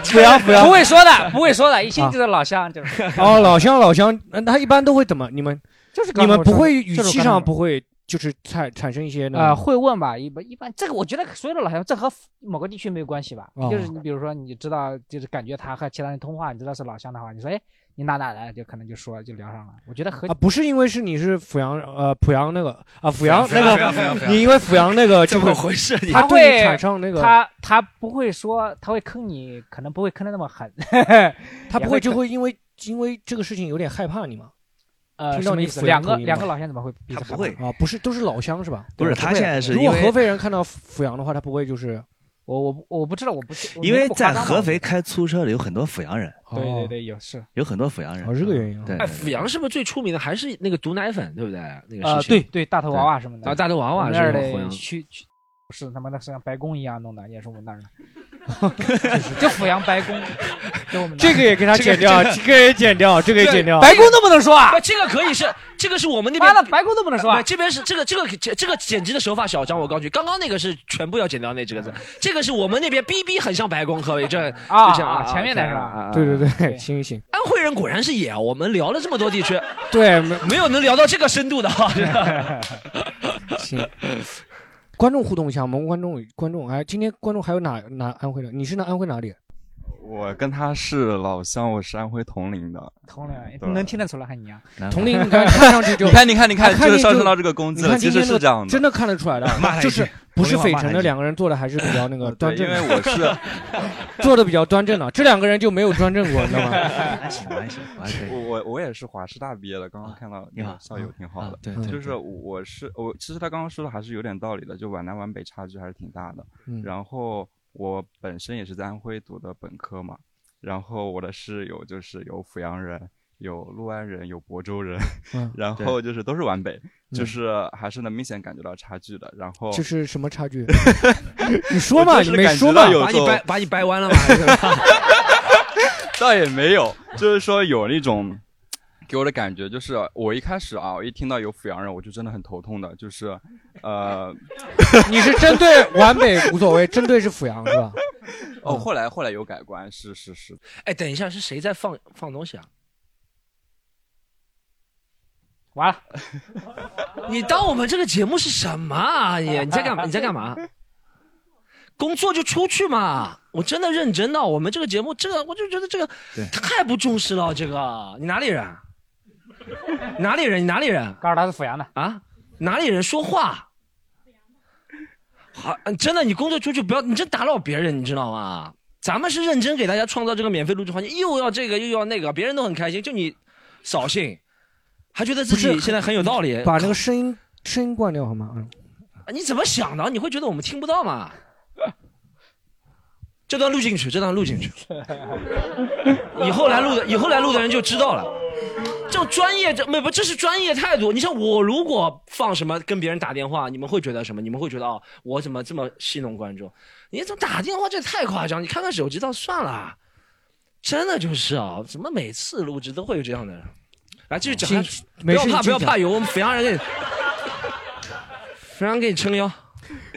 [SPEAKER 5] 濮阳
[SPEAKER 3] 哎不，会说 的，不会说的，一听就是老乡，就是
[SPEAKER 5] 啊哦，老乡老乡，那他一般都会怎么？你们
[SPEAKER 3] 就是刚
[SPEAKER 5] 你
[SPEAKER 3] 才
[SPEAKER 5] 们
[SPEAKER 3] 我说的。
[SPEAKER 5] 不会语
[SPEAKER 3] 就是
[SPEAKER 5] 气
[SPEAKER 3] 刚才我
[SPEAKER 5] 上
[SPEAKER 3] 说
[SPEAKER 5] 不会就是产产生一些
[SPEAKER 3] 呃，
[SPEAKER 5] 呢？
[SPEAKER 3] 会问吧，一般一般，这个我觉得所有的老乡，这和某个地区没有关系吧。
[SPEAKER 5] 哦
[SPEAKER 3] 就是你比如说，你知道，就是感觉他和其他人通话，你知道是老乡的话，你说，哎，你哪哪来的，就可能就说就聊上了。我觉得和
[SPEAKER 5] 啊，不是因为是你是濮阳呃濮阳那个啊濮阳那
[SPEAKER 1] 不要不要不
[SPEAKER 5] 个，
[SPEAKER 1] 要
[SPEAKER 5] 你因为濮阳那个
[SPEAKER 4] 怎
[SPEAKER 5] 就会
[SPEAKER 4] 么回事？你
[SPEAKER 5] 他
[SPEAKER 3] 他
[SPEAKER 5] 对你
[SPEAKER 3] 会
[SPEAKER 5] 产生那个
[SPEAKER 3] 他他不会说，他会坑你，可能不会坑的那么狠。
[SPEAKER 5] 他
[SPEAKER 3] 也
[SPEAKER 5] 不会
[SPEAKER 3] 会
[SPEAKER 5] 就
[SPEAKER 3] 可
[SPEAKER 5] 会因为因为这个事情有点害怕你吗？
[SPEAKER 3] 呃，
[SPEAKER 5] 听
[SPEAKER 3] 什
[SPEAKER 5] 到
[SPEAKER 3] 么意
[SPEAKER 5] 你
[SPEAKER 3] 思？
[SPEAKER 5] 抚
[SPEAKER 3] 两
[SPEAKER 5] 养口
[SPEAKER 3] 个
[SPEAKER 5] 音
[SPEAKER 3] 两
[SPEAKER 5] 吗
[SPEAKER 3] 个老乡怎么会彼
[SPEAKER 4] 他
[SPEAKER 3] 此
[SPEAKER 4] 不
[SPEAKER 3] 喊
[SPEAKER 4] 会，
[SPEAKER 2] 哦
[SPEAKER 5] 啊，不是，都是老乡是吧？
[SPEAKER 4] 不是
[SPEAKER 3] 对
[SPEAKER 4] 他
[SPEAKER 3] 不会
[SPEAKER 4] 现在是
[SPEAKER 5] 如
[SPEAKER 4] 因
[SPEAKER 5] 果合
[SPEAKER 4] 为
[SPEAKER 5] 肥人看到阜阳的话，他不会就是
[SPEAKER 3] 我我不我不知道，我不是我
[SPEAKER 4] 因
[SPEAKER 3] 没
[SPEAKER 4] 为
[SPEAKER 3] 那么夸
[SPEAKER 4] 在
[SPEAKER 3] 张吧
[SPEAKER 4] 合肥，开出租车的有很多阜阳人，
[SPEAKER 3] 对对
[SPEAKER 5] 啊哦
[SPEAKER 3] 对，有是
[SPEAKER 4] 有很多阜阳人
[SPEAKER 5] 哦，是这个原因啊。
[SPEAKER 4] 对
[SPEAKER 2] 哎，阜阳是不是最出名的还是那个毒奶粉，对不对？那
[SPEAKER 3] 呃
[SPEAKER 2] 个事情
[SPEAKER 3] 对，对大头娃娃什么的
[SPEAKER 2] 啊，大头娃
[SPEAKER 3] 我
[SPEAKER 2] 娃
[SPEAKER 3] 们
[SPEAKER 2] 是
[SPEAKER 3] 那儿
[SPEAKER 2] 阜
[SPEAKER 3] 的
[SPEAKER 2] 阳，
[SPEAKER 3] 区区是他妈的是像白宫一样弄的，也是我们那儿的，就是就阜阳 白宫，就我们那儿
[SPEAKER 5] 这个也给他剪掉，这个也剪掉，这个也剪掉。
[SPEAKER 3] 白宫都不能说啊
[SPEAKER 2] 不，！这个可以是，这个是我们那边
[SPEAKER 3] 妈的，白宫都不能说
[SPEAKER 2] 不
[SPEAKER 3] 啊！
[SPEAKER 2] 这边是这个这个这个剪辑的手法小张，我告诉你，刚刚那个是全部要剪掉那几个字，这个是我们那边逼逼很像白宫，各位这
[SPEAKER 3] 啊
[SPEAKER 2] 就像
[SPEAKER 3] 啊前面的是吧？
[SPEAKER 2] 啊啊啊
[SPEAKER 5] 对对对，
[SPEAKER 3] 对
[SPEAKER 5] 行行行，
[SPEAKER 2] 安徽人果然是野，啊我们聊了这么多 地区，
[SPEAKER 5] 对，没
[SPEAKER 2] 没有能聊到这个深度的啊哈。真的
[SPEAKER 5] 行。观众互动一下，我们观众观众哎，今天观众还有哪哪安徽的？你是哪安徽哪里？
[SPEAKER 9] 我跟他是老乡，我是安徽铜陵的。
[SPEAKER 3] 同龄
[SPEAKER 9] 对
[SPEAKER 3] 能听得出来还你啊？
[SPEAKER 5] 铜陵，你看看上去 就
[SPEAKER 9] 你看，你看，你
[SPEAKER 5] 看
[SPEAKER 9] 看，
[SPEAKER 5] 看
[SPEAKER 9] 就是
[SPEAKER 5] 你
[SPEAKER 9] 上
[SPEAKER 5] 就
[SPEAKER 9] 升到这个工
[SPEAKER 5] 你
[SPEAKER 9] 资了，
[SPEAKER 5] 看
[SPEAKER 9] 其
[SPEAKER 5] 今
[SPEAKER 9] 实
[SPEAKER 5] 天
[SPEAKER 9] 是这样
[SPEAKER 5] 的，
[SPEAKER 9] 的。
[SPEAKER 5] 真的看得出来的
[SPEAKER 4] 骂，他一句
[SPEAKER 5] 就是不是
[SPEAKER 4] 铜陵
[SPEAKER 5] 匪
[SPEAKER 4] 话骂他
[SPEAKER 5] 城的
[SPEAKER 4] 一句
[SPEAKER 5] 两个人做的还是比较那个端
[SPEAKER 9] 哦对，
[SPEAKER 5] 正
[SPEAKER 9] 因
[SPEAKER 5] 的
[SPEAKER 9] 为，我是
[SPEAKER 5] 做的比较端正的，这两个人就没有端正过，你 知道吗？
[SPEAKER 4] 还行，我还行，我还可
[SPEAKER 9] 我
[SPEAKER 4] 以。
[SPEAKER 9] 我我也是华师大毕业的，刚刚看到
[SPEAKER 4] 你
[SPEAKER 9] 那
[SPEAKER 4] 啊好
[SPEAKER 9] 个校友挺好
[SPEAKER 4] 啊
[SPEAKER 9] 的，。
[SPEAKER 4] 对，
[SPEAKER 5] 嗯
[SPEAKER 9] 就是我是我，其实他刚刚说的还是有点道理的，就皖南皖北差距还是挺大的。
[SPEAKER 5] 嗯
[SPEAKER 9] 然后我本身也是在安徽读的本科嘛，然后我的室友就是有阜阳人，有六安人，有亳州人，
[SPEAKER 5] 嗯
[SPEAKER 9] 然后就是都是皖北，
[SPEAKER 5] 嗯
[SPEAKER 9] 就是还是能明显感觉到差距的。然后
[SPEAKER 5] 就是什么差距？ 你说嘛，
[SPEAKER 9] 哦我
[SPEAKER 5] 你
[SPEAKER 9] 就是
[SPEAKER 5] 没
[SPEAKER 9] 感觉
[SPEAKER 5] 说
[SPEAKER 9] 到
[SPEAKER 5] 嘛？
[SPEAKER 9] 有
[SPEAKER 2] 把你
[SPEAKER 9] 种
[SPEAKER 2] 掰把你 掰 弯了嘛？
[SPEAKER 9] 倒也没有，就是说有那种给我的感觉就是，我一开始啊，我一听到有阜阳人，我就真的很头痛的，就是，呃，
[SPEAKER 5] 你是针对皖北无所谓，针对是阜阳是吧？嗯
[SPEAKER 9] 哦，后来后来有改观，是是是，
[SPEAKER 2] 哎，等一下，是谁在放放东西啊？
[SPEAKER 3] 完了，
[SPEAKER 2] 你当我们这个节目是什么 啊？你你在干嘛？你在干嘛？工作就出去嘛！我真的认真的，我们这个节目，这个我就觉得这个太不重视了。这个你哪里人？你哪里人？你哪里人？
[SPEAKER 3] 告诉他是阜阳的
[SPEAKER 2] 啊！哪里人说话？好，真的，你工作出去不要，你这打扰别人，你知道吗？咱们是认真给大家创造这个免费录制环境，又要这个又要那个，别人都很开心，就你扫兴，还觉得自己现在很有道理。
[SPEAKER 5] 把那个声音声音关掉好吗？嗯，
[SPEAKER 2] 啊你怎么想的？你会觉得我们听不到吗？ 这段录进去，这段录进去，以后来录的，以后来录的人就知道了。这种专业，这没不，这是专业态度。你像我，如果放什么跟别人打电话，你们会觉得什么？你们会觉得哦，我怎么这么戏弄观众？你这打电话这太夸张，你看看手机倒算了。真的就是啊，怎么每次录制都会有这样的人？来继续讲下去，不
[SPEAKER 5] 没
[SPEAKER 2] 要
[SPEAKER 5] 事
[SPEAKER 2] 怕，
[SPEAKER 5] 你继续
[SPEAKER 2] 不要怕，
[SPEAKER 5] 讲
[SPEAKER 2] 有我们阜阳人给你，阜阳给你撑腰。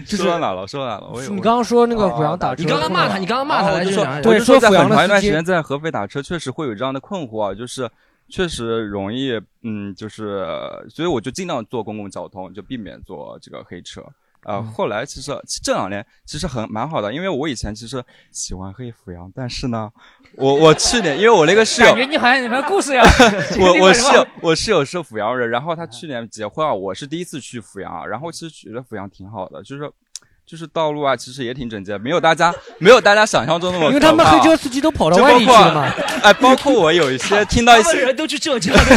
[SPEAKER 9] 说到哪了？说到哪
[SPEAKER 2] 哦
[SPEAKER 9] 了？我有
[SPEAKER 5] 你刚刚说那个阜阳打车，
[SPEAKER 2] 啊你刚刚骂他你刚刚骂他
[SPEAKER 9] 哦我
[SPEAKER 2] 来
[SPEAKER 9] 就
[SPEAKER 2] 着
[SPEAKER 9] 说
[SPEAKER 2] 然后，
[SPEAKER 9] 我
[SPEAKER 5] 对
[SPEAKER 9] 就说
[SPEAKER 5] 说
[SPEAKER 9] 在
[SPEAKER 5] 阜阳
[SPEAKER 9] 很
[SPEAKER 5] 的
[SPEAKER 9] 长一段
[SPEAKER 5] 司
[SPEAKER 9] 时
[SPEAKER 5] 机
[SPEAKER 9] 间在合肥打车，确实会有这样的困惑啊，就是确实容易，嗯，就是，所以我就尽量坐公共交通，就避免坐这个黑车。
[SPEAKER 5] 嗯
[SPEAKER 9] 啊，后来其实其这两年其实很蛮好的，因为我以前其实喜欢黑阜阳，但是呢，我我去年因为我那个室友？
[SPEAKER 3] 啊感觉你好像有什么故 事呀
[SPEAKER 9] 我我 室友我室友是阜阳人，然后
[SPEAKER 5] 嗯
[SPEAKER 9] 他去年结婚啊，我是第一次去阜阳，然后其实觉得阜阳挺好的，就是就是道路啊，其实也挺整洁，没有大家没有大家想象中那么
[SPEAKER 5] 因为他们
[SPEAKER 9] 可怕啊
[SPEAKER 5] 黑车司机都跑到
[SPEAKER 9] 就
[SPEAKER 5] 外
[SPEAKER 9] 包
[SPEAKER 5] 地去
[SPEAKER 9] 括
[SPEAKER 5] 了嘛。
[SPEAKER 9] 哎，包括我有一些听到一
[SPEAKER 2] 他们
[SPEAKER 9] 些
[SPEAKER 2] 人，都去浙江了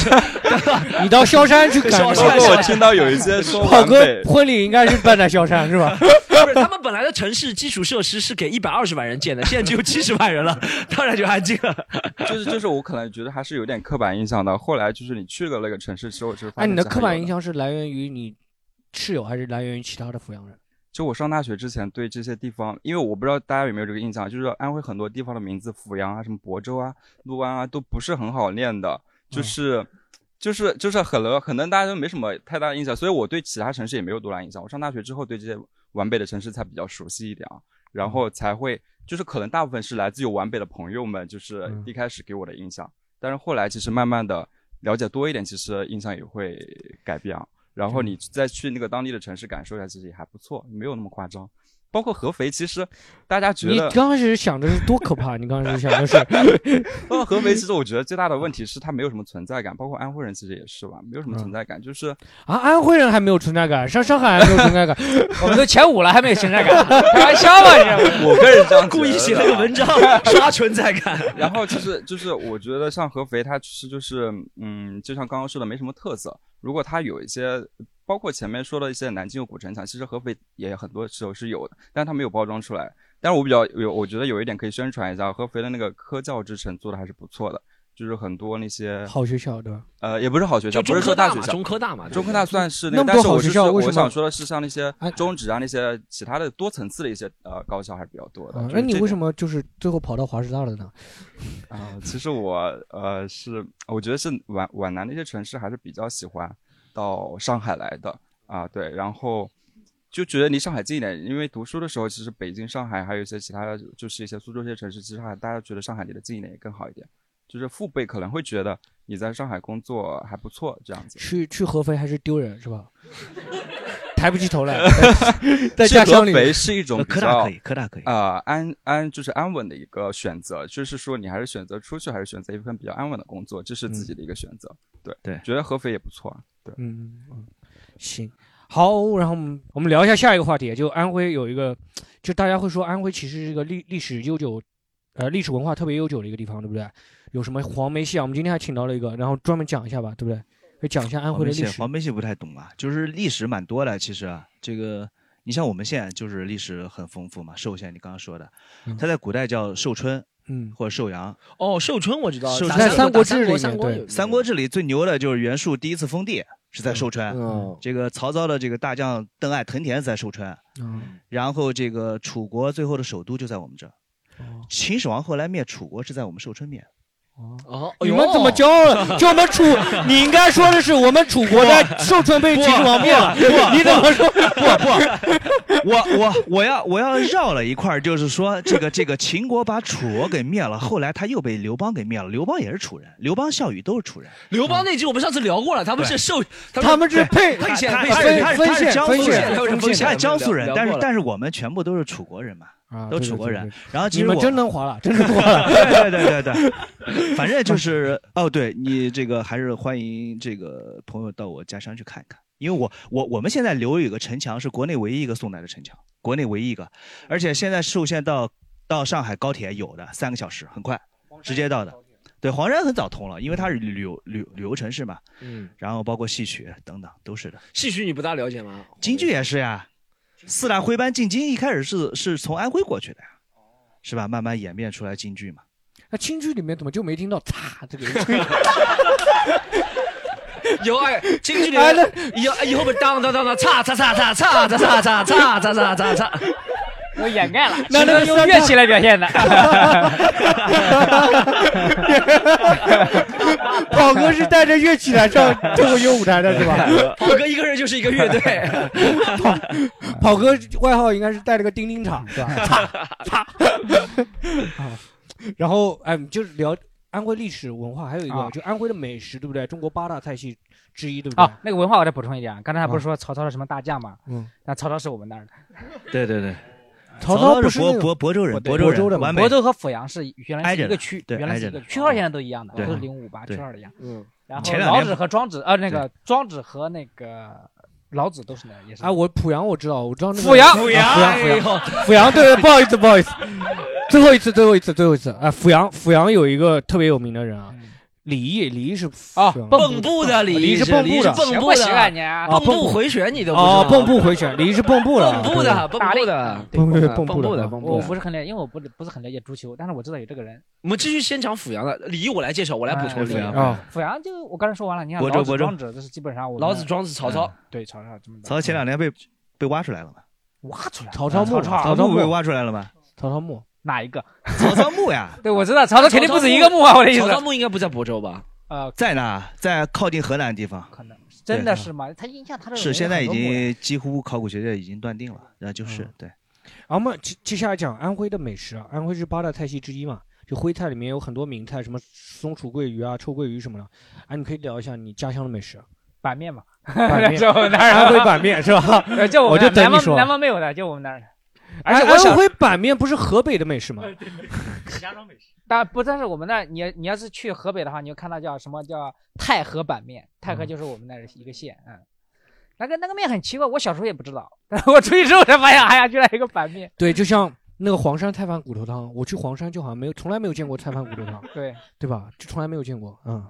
[SPEAKER 5] 你到萧山去赶
[SPEAKER 2] 萧
[SPEAKER 9] 包
[SPEAKER 2] 山
[SPEAKER 9] 括
[SPEAKER 2] 萧
[SPEAKER 9] 我
[SPEAKER 2] 山
[SPEAKER 9] 听到 有一些说
[SPEAKER 5] 跑
[SPEAKER 9] 完
[SPEAKER 5] 哥
[SPEAKER 9] 美，
[SPEAKER 5] 婚礼应该是办在萧 山是吧？
[SPEAKER 2] 不是，他们本来的城市基础设施是给一百二十万人建的，现在只有七十万人了， 当然就安静了。
[SPEAKER 9] 就是就是我可能觉得还是有点刻板印象的。后来就是你去了那个城市之后，就是发
[SPEAKER 5] 哎，
[SPEAKER 9] 现
[SPEAKER 5] 你的
[SPEAKER 9] 是
[SPEAKER 5] 刻
[SPEAKER 9] 还有
[SPEAKER 5] 板印象是来源于你室友，还是来源于其他的阜阳人？
[SPEAKER 9] 就我上大学之前对这些地方，因为我不知道大家有没有这个印象，就是安徽很多地方的名字，阜阳啊、什么亳州啊、六安啊，都不是很好念的，就是。就是就是可能可能大家都没什么太大的印象，所以我对其他城市也没有多大印象。我上大学之后对这些皖北的城市才比较熟悉一点啊，然后才会就是可能大部分是来自于皖北的朋友们，就是一开始给我的印象，但是后来其实慢慢的了解多一点，其实印象也会改变啊。然后你再去那个当地的城市感受一下，其实也还不错，没有那么夸张。包括合肥，其实大家觉
[SPEAKER 5] 你
[SPEAKER 9] 得，
[SPEAKER 5] 刚开始想的是多可怕？你刚开始想 的是
[SPEAKER 9] 包括合肥，其实我觉得最大的问题是它没有什么存在感，包括安徽人其实也是吧，没有什么
[SPEAKER 5] 嗯
[SPEAKER 9] 存在感，就是
[SPEAKER 5] 啊，安徽人还没有存在感，上上海还没有存 在感，
[SPEAKER 3] 我们都前五了，还没有存在感，开玩笑吧你？
[SPEAKER 9] 我个人这样
[SPEAKER 2] 故意写了
[SPEAKER 9] 了
[SPEAKER 2] 个文章 刷存在感。
[SPEAKER 9] 然后就是就是，我觉得像合肥，它其实就是嗯，就像刚刚说的，没什么特色。如果它有一些，包括前面说的一些南京有古城墙，其实合肥也很多时候是有的，但它没有包装出来。但是我比较有，我觉得有一点可以宣传一下，合肥的那个科教之城做的还是不错的，就是很多那些
[SPEAKER 5] 好学校对吧？
[SPEAKER 9] 呃，也不是好学校，
[SPEAKER 2] 就
[SPEAKER 9] 不
[SPEAKER 2] 中
[SPEAKER 9] 是
[SPEAKER 2] 科
[SPEAKER 9] 说
[SPEAKER 2] 大
[SPEAKER 9] 学
[SPEAKER 2] 嘛，
[SPEAKER 9] 校
[SPEAKER 2] 中。科大嘛，对
[SPEAKER 9] 中
[SPEAKER 2] 不
[SPEAKER 9] 科
[SPEAKER 2] 对
[SPEAKER 9] 大算是那
[SPEAKER 5] 那
[SPEAKER 9] 个，
[SPEAKER 5] 么
[SPEAKER 9] 但
[SPEAKER 5] 多
[SPEAKER 9] 是
[SPEAKER 5] 好
[SPEAKER 9] 我
[SPEAKER 5] 学
[SPEAKER 9] 是
[SPEAKER 5] 校
[SPEAKER 9] 说，
[SPEAKER 5] 为什
[SPEAKER 9] 我
[SPEAKER 5] 么
[SPEAKER 9] 想说的是，像那些
[SPEAKER 5] 哎
[SPEAKER 9] 中职啊，那些其他的多层次的一些呃高校还是比较多的
[SPEAKER 5] 啊。
[SPEAKER 9] 就
[SPEAKER 5] 那
[SPEAKER 9] 是
[SPEAKER 5] 你
[SPEAKER 9] 这
[SPEAKER 5] 为
[SPEAKER 9] 点
[SPEAKER 5] 什么就是最后跑到华师大了呢？
[SPEAKER 9] 啊，其实我呃是，我觉得是皖皖南那些城市还是比较喜欢到上海来的啊，对，然后就觉得离上海近一点，因为读书的时候，其实北京、上海还有一些其他的，就是一些苏州这些城市，其实还大家觉得上海离得近一点也更好一点，就是父辈可能会觉得你在上海工作还不错这样子。
[SPEAKER 5] 去去合肥还是丢人 是吧？抬不起头来，在在
[SPEAKER 9] 去
[SPEAKER 5] 家
[SPEAKER 9] 合
[SPEAKER 5] 乡里
[SPEAKER 9] 肥是一种
[SPEAKER 4] 呃
[SPEAKER 9] 比
[SPEAKER 4] 科大
[SPEAKER 9] 较
[SPEAKER 4] 可以，科大可以。
[SPEAKER 9] 啊、安安就是安稳的一个选择，就是说你还是选择出去，还是选择一份比较安稳的工作，这是自己的一个选择。对
[SPEAKER 4] 嗯对
[SPEAKER 9] 觉得合肥也不错啊。对，
[SPEAKER 5] 嗯，嗯，行，好，然后我们我们聊一下下一个话题，就安徽有一个，就大家会说安徽其实是一个历历史悠久，呃，历史文化特别悠久的一个地方，对不对？有什么黄梅戏啊？我们今天还请到了一个，然后专门讲一下吧，对不对？来讲一下安
[SPEAKER 4] 黄
[SPEAKER 5] 徽的
[SPEAKER 4] 梅戏，
[SPEAKER 5] 历史。
[SPEAKER 4] 黄梅戏不太懂啊，就是历史蛮多的。其实啊，这个你像我们县就是历史很丰富嘛，寿县你刚刚说的，它在古代叫寿春
[SPEAKER 5] 嗯，
[SPEAKER 4] 或者寿阳。
[SPEAKER 2] 哦，寿春我知道，
[SPEAKER 4] 寿
[SPEAKER 2] 打
[SPEAKER 4] 春
[SPEAKER 2] 三
[SPEAKER 4] 在
[SPEAKER 5] 三国
[SPEAKER 2] 国
[SPEAKER 5] 志里面
[SPEAKER 2] 三国
[SPEAKER 5] 对
[SPEAKER 2] 有
[SPEAKER 4] 三国志里最牛的就是袁术第一次封地是在寿春，
[SPEAKER 5] 嗯
[SPEAKER 4] 这个曹操的这个大将邓艾、藤田是在寿春，
[SPEAKER 5] 嗯，
[SPEAKER 4] 然后这个楚国最后的首都就在我们这儿。秦始皇后来灭楚国是在我们寿春灭的，
[SPEAKER 2] 哦，
[SPEAKER 5] 你哎
[SPEAKER 4] 啊
[SPEAKER 5] 们怎么骄傲了？就我们楚，你应该说的是我们楚国的寿春被秦始皇灭了。你怎么说？
[SPEAKER 4] 我我我要我要绕了一块儿，就是说这个 这个秦国把楚国给灭了，后来他又被刘邦给灭了。刘邦也是楚人，刘邦项羽都是楚人。
[SPEAKER 2] 刘邦那集我们上次聊过了，他们是
[SPEAKER 4] 对
[SPEAKER 2] 受，
[SPEAKER 4] 他们是
[SPEAKER 5] 配
[SPEAKER 2] 沛县，
[SPEAKER 4] 他
[SPEAKER 2] 沛
[SPEAKER 4] 他是他
[SPEAKER 2] 县
[SPEAKER 4] 是
[SPEAKER 5] 分
[SPEAKER 4] 他是
[SPEAKER 5] 线
[SPEAKER 4] 江
[SPEAKER 5] 分
[SPEAKER 4] 苏
[SPEAKER 5] 线
[SPEAKER 4] 人，
[SPEAKER 2] 分
[SPEAKER 4] 他
[SPEAKER 2] 线
[SPEAKER 4] 是江苏人
[SPEAKER 2] 聊，
[SPEAKER 4] 但
[SPEAKER 2] 过
[SPEAKER 4] 是
[SPEAKER 2] 了
[SPEAKER 4] 但是我们全部都是楚国人嘛，
[SPEAKER 5] 啊
[SPEAKER 4] 都楚国人。然后其
[SPEAKER 5] 你
[SPEAKER 4] 实
[SPEAKER 5] 们
[SPEAKER 4] 我
[SPEAKER 5] 真能划 了，真能划了。
[SPEAKER 4] 对对对对对，反 正就是哦，对你这个还是欢迎这个朋友到我家乡去看一看，因为我我我们现在留有一个城墙是国内唯一一个宋代的城墙，国内唯一一个，而且现在受限到到上海高铁有的三个小时，很快直接到的。对，黄山很早通了，因为它是旅游旅旅游城市嘛，
[SPEAKER 2] 嗯，
[SPEAKER 4] 然后包括戏曲等等都是的，
[SPEAKER 2] 戏曲你不大了解 吗？
[SPEAKER 5] 哦
[SPEAKER 4] 京剧也是呀，四大徽班进京一开始是是从安徽过去的呀，是吧？慢慢演变出来京剧嘛。
[SPEAKER 5] 那京剧里面怎么就没听到 “嚓”这个音？
[SPEAKER 2] 有哎，京剧里
[SPEAKER 5] 哎
[SPEAKER 2] 面以后以后不当当当当，嚓嚓嚓嚓嚓嚓嚓嚓嚓嚓嚓嚓嚓，
[SPEAKER 3] 我掩盖了，
[SPEAKER 5] 那
[SPEAKER 3] 那
[SPEAKER 5] 那
[SPEAKER 3] 能
[SPEAKER 5] 个
[SPEAKER 3] 用
[SPEAKER 5] 三
[SPEAKER 3] 乐器来表现的。
[SPEAKER 5] 宝哥是带着乐器来上这个乐舞台的是 吧？
[SPEAKER 2] 宝哥一个人就是一个乐 队，
[SPEAKER 5] 宝哥外号应该是带了个叮叮叉是吧？叉叉。啊然后哎，就是聊安徽历史文化，还有一个
[SPEAKER 3] 啊
[SPEAKER 5] 就安徽的美食，对不对？中国八大菜系之一，对不对？
[SPEAKER 3] 啊，那个文化我再补充一点，刚才他不是说曹操是什么大将吗？
[SPEAKER 5] 嗯，
[SPEAKER 3] 但曹操是我们那儿的，
[SPEAKER 4] 对对对，
[SPEAKER 5] 曹
[SPEAKER 4] 操
[SPEAKER 5] 不是那
[SPEAKER 4] 亳
[SPEAKER 5] 个
[SPEAKER 4] 亳亳州人，
[SPEAKER 5] 对
[SPEAKER 4] 亳州
[SPEAKER 5] 亳州的
[SPEAKER 4] 人，完美
[SPEAKER 3] 亳。州和阜阳是原来
[SPEAKER 4] 挨
[SPEAKER 3] 是
[SPEAKER 4] 着
[SPEAKER 3] 一个
[SPEAKER 4] 的
[SPEAKER 3] 区，
[SPEAKER 4] 对
[SPEAKER 3] 原来
[SPEAKER 4] 挨
[SPEAKER 3] 是
[SPEAKER 4] 着
[SPEAKER 3] 一个
[SPEAKER 4] 的
[SPEAKER 3] 区号现在都一样的，
[SPEAKER 4] 对
[SPEAKER 3] 都是零五八
[SPEAKER 4] 对
[SPEAKER 3] 区号一样。
[SPEAKER 2] 嗯，
[SPEAKER 3] 然后
[SPEAKER 4] 前两
[SPEAKER 3] 老
[SPEAKER 4] 年
[SPEAKER 3] 子和庄子，呃，那个庄子和那个老子都是那也是
[SPEAKER 5] 啊，我濮阳我知道，我知道那个
[SPEAKER 3] 阜阳哎
[SPEAKER 5] 阜阳，
[SPEAKER 3] 阳
[SPEAKER 5] 阜阳，阜阳，阜阳，对，不好意思，不好意思，最后一次，最后一次，最后一次啊！阜阳，阜阳有一个特别有名的人啊，李毅，李毅是
[SPEAKER 3] 嗯啊
[SPEAKER 5] 阜阳
[SPEAKER 2] 蚌埠的李
[SPEAKER 5] 李
[SPEAKER 2] 毅
[SPEAKER 5] 是蚌
[SPEAKER 2] 李
[SPEAKER 5] 埠
[SPEAKER 2] 是
[SPEAKER 5] 的，
[SPEAKER 2] 蚌埠
[SPEAKER 3] 学过几万
[SPEAKER 2] 的，
[SPEAKER 3] 年啊
[SPEAKER 5] 啊
[SPEAKER 2] 蚌埠回旋你都不知道
[SPEAKER 5] 哦，蚌埠回旋，李毅是蚌埠的，
[SPEAKER 2] 蚌埠的蚌埠的
[SPEAKER 5] 对，蚌埠的
[SPEAKER 2] 蚌
[SPEAKER 5] 蚌埠
[SPEAKER 2] 埠
[SPEAKER 5] 的
[SPEAKER 2] 的
[SPEAKER 3] 我
[SPEAKER 2] 蚌埠的。
[SPEAKER 3] 不是很了解，因为我不不是很了解足球，但是我知道有这个人。
[SPEAKER 2] 我们继续先讲阜阳的，李毅我来介绍，我来补充这
[SPEAKER 4] 阜阳
[SPEAKER 2] 个。
[SPEAKER 5] 啊，
[SPEAKER 3] 阜阳就我刚才说完了，你看
[SPEAKER 4] 亳州
[SPEAKER 3] 老子
[SPEAKER 4] 亳州
[SPEAKER 3] 庄子，这是基本上我们嗯
[SPEAKER 2] 老子、庄子、曹操，
[SPEAKER 3] 对曹操这么的
[SPEAKER 4] 曹操前两年被被挖出来了嘛？
[SPEAKER 3] 挖出来了
[SPEAKER 5] 曹操墓，
[SPEAKER 4] 曹
[SPEAKER 3] 啊
[SPEAKER 5] 曹
[SPEAKER 4] 操
[SPEAKER 5] 操
[SPEAKER 4] 墓被
[SPEAKER 5] 墓，
[SPEAKER 4] 挖出来了吗？
[SPEAKER 5] 曹操墓，
[SPEAKER 3] 哪一个？
[SPEAKER 4] 曹操墓呀，
[SPEAKER 3] 对，我知道曹操肯定不止一个墓啊，我的意
[SPEAKER 2] 曹操
[SPEAKER 3] 思。
[SPEAKER 2] 墓应该不在亳州吧？
[SPEAKER 5] 啊
[SPEAKER 3] 呃，
[SPEAKER 4] 在哪？在靠近河南地方。
[SPEAKER 3] 可能真的是吗？他印象他
[SPEAKER 5] 嗯
[SPEAKER 3] 这
[SPEAKER 4] 是现在已经几乎考古学界已经断定了，那就是
[SPEAKER 5] 嗯
[SPEAKER 4] 对
[SPEAKER 5] 啊然后我们接接下来讲安徽的美食啊，安徽是八大菜系之一嘛，就徽菜里面有很多名菜，什么松鼠桂鱼啊、臭鳜鱼什么的，啊，你可以聊一下你家乡的美食，啊
[SPEAKER 3] 版面嘛，
[SPEAKER 5] 板 面，
[SPEAKER 3] 就我们 那
[SPEAKER 5] 安
[SPEAKER 3] 儿
[SPEAKER 5] 徽
[SPEAKER 3] 的，
[SPEAKER 5] 板面是吧？
[SPEAKER 3] 呃 就
[SPEAKER 5] 我
[SPEAKER 3] 们那儿
[SPEAKER 5] 就等你
[SPEAKER 3] 南方
[SPEAKER 5] 说哎
[SPEAKER 3] 南方没有的，就我们那儿的。
[SPEAKER 5] 而
[SPEAKER 3] 且我想
[SPEAKER 5] 安徽板面不是河北的美食吗？
[SPEAKER 4] 呃
[SPEAKER 3] 但不，但是我们那儿你你要是去河北的话，你就看到叫什么叫太河板面，太河就是我们那儿一个县，嗯。那个那个面很奇怪，我小时候也不知道，但是我出去之后才发现，哎呀，居然有一个板面。
[SPEAKER 5] 对，就像那个黄山菜饭骨头汤，我去黄山就好像没有，从来没有见过菜饭骨头汤，
[SPEAKER 3] 对，
[SPEAKER 5] 对吧？就从来没有见过。嗯，
[SPEAKER 4] 哦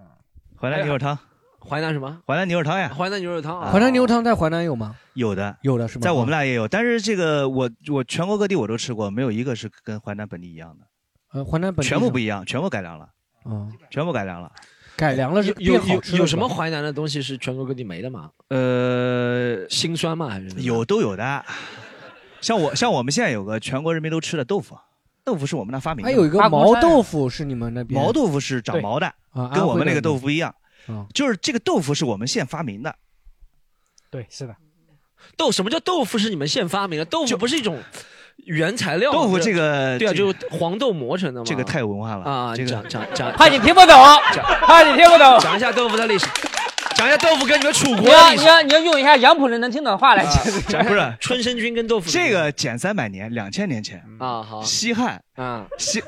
[SPEAKER 4] 淮南牛肉汤，
[SPEAKER 2] 淮南什么？
[SPEAKER 4] 淮南牛肉汤呀，
[SPEAKER 2] 淮南牛肉汤啊！
[SPEAKER 5] 淮南牛肉汤在淮南有吗？
[SPEAKER 4] 有的，
[SPEAKER 5] 有的是吗？嗯
[SPEAKER 4] 在我们那也有，但是这个我我全国各地我都吃过，没有一个是跟淮南本地一样的，
[SPEAKER 5] 呃淮南本地
[SPEAKER 4] 全部不
[SPEAKER 5] 一
[SPEAKER 4] 一样，全部改良了，
[SPEAKER 5] 嗯，
[SPEAKER 4] 全部改良了。
[SPEAKER 5] 改良了是
[SPEAKER 2] 有
[SPEAKER 5] 变
[SPEAKER 2] 有
[SPEAKER 5] 好
[SPEAKER 2] 有
[SPEAKER 5] 吃了
[SPEAKER 2] 有
[SPEAKER 5] 是
[SPEAKER 2] 什
[SPEAKER 5] 吧
[SPEAKER 2] 么淮南的东西是全国各地没的吗？
[SPEAKER 4] 呃，
[SPEAKER 2] 辛酸吗？还是什么
[SPEAKER 4] 有都有的，像我像我们现在有个全国人民都吃的豆腐，豆腐是我们那发明的
[SPEAKER 5] 还
[SPEAKER 4] 嘛，
[SPEAKER 5] 有一个
[SPEAKER 3] 八公
[SPEAKER 5] 毛
[SPEAKER 3] 山
[SPEAKER 2] 啊
[SPEAKER 5] 豆腐是你们那边
[SPEAKER 4] 毛豆腐是长
[SPEAKER 3] 对
[SPEAKER 4] 毛的，
[SPEAKER 5] 啊，
[SPEAKER 4] 跟我们那个豆
[SPEAKER 5] 腐
[SPEAKER 4] 腐不一样
[SPEAKER 5] 嗯。
[SPEAKER 4] 就是这个豆腐是我们现发明的，
[SPEAKER 3] 对，是的，
[SPEAKER 2] 豆什么叫豆腐是你们现发明的？豆腐不是一种原材料吗？
[SPEAKER 4] 豆腐
[SPEAKER 2] 就
[SPEAKER 4] 这个
[SPEAKER 2] 对啊，
[SPEAKER 4] 这个
[SPEAKER 2] 就黄豆磨成的嘛。
[SPEAKER 4] 这个太有文化了
[SPEAKER 2] 啊，
[SPEAKER 4] 这个
[SPEAKER 2] 讲讲讲
[SPEAKER 3] 怕你听不懂，怕你听不懂。
[SPEAKER 2] 讲一下豆腐的历史，讲一下豆腐跟你们楚国
[SPEAKER 3] 你
[SPEAKER 2] 的
[SPEAKER 3] 要
[SPEAKER 2] 历
[SPEAKER 3] 你
[SPEAKER 2] 史。
[SPEAKER 3] 要你要用一下杨浦人能听懂的话来解释。
[SPEAKER 2] 讲一
[SPEAKER 4] 啊
[SPEAKER 2] 下
[SPEAKER 4] 不 是
[SPEAKER 2] 春申君跟豆腐
[SPEAKER 4] 这个减三百年，两千年
[SPEAKER 5] 嗯
[SPEAKER 4] 前，
[SPEAKER 2] 啊，好
[SPEAKER 4] 西汉
[SPEAKER 2] 啊，
[SPEAKER 4] 西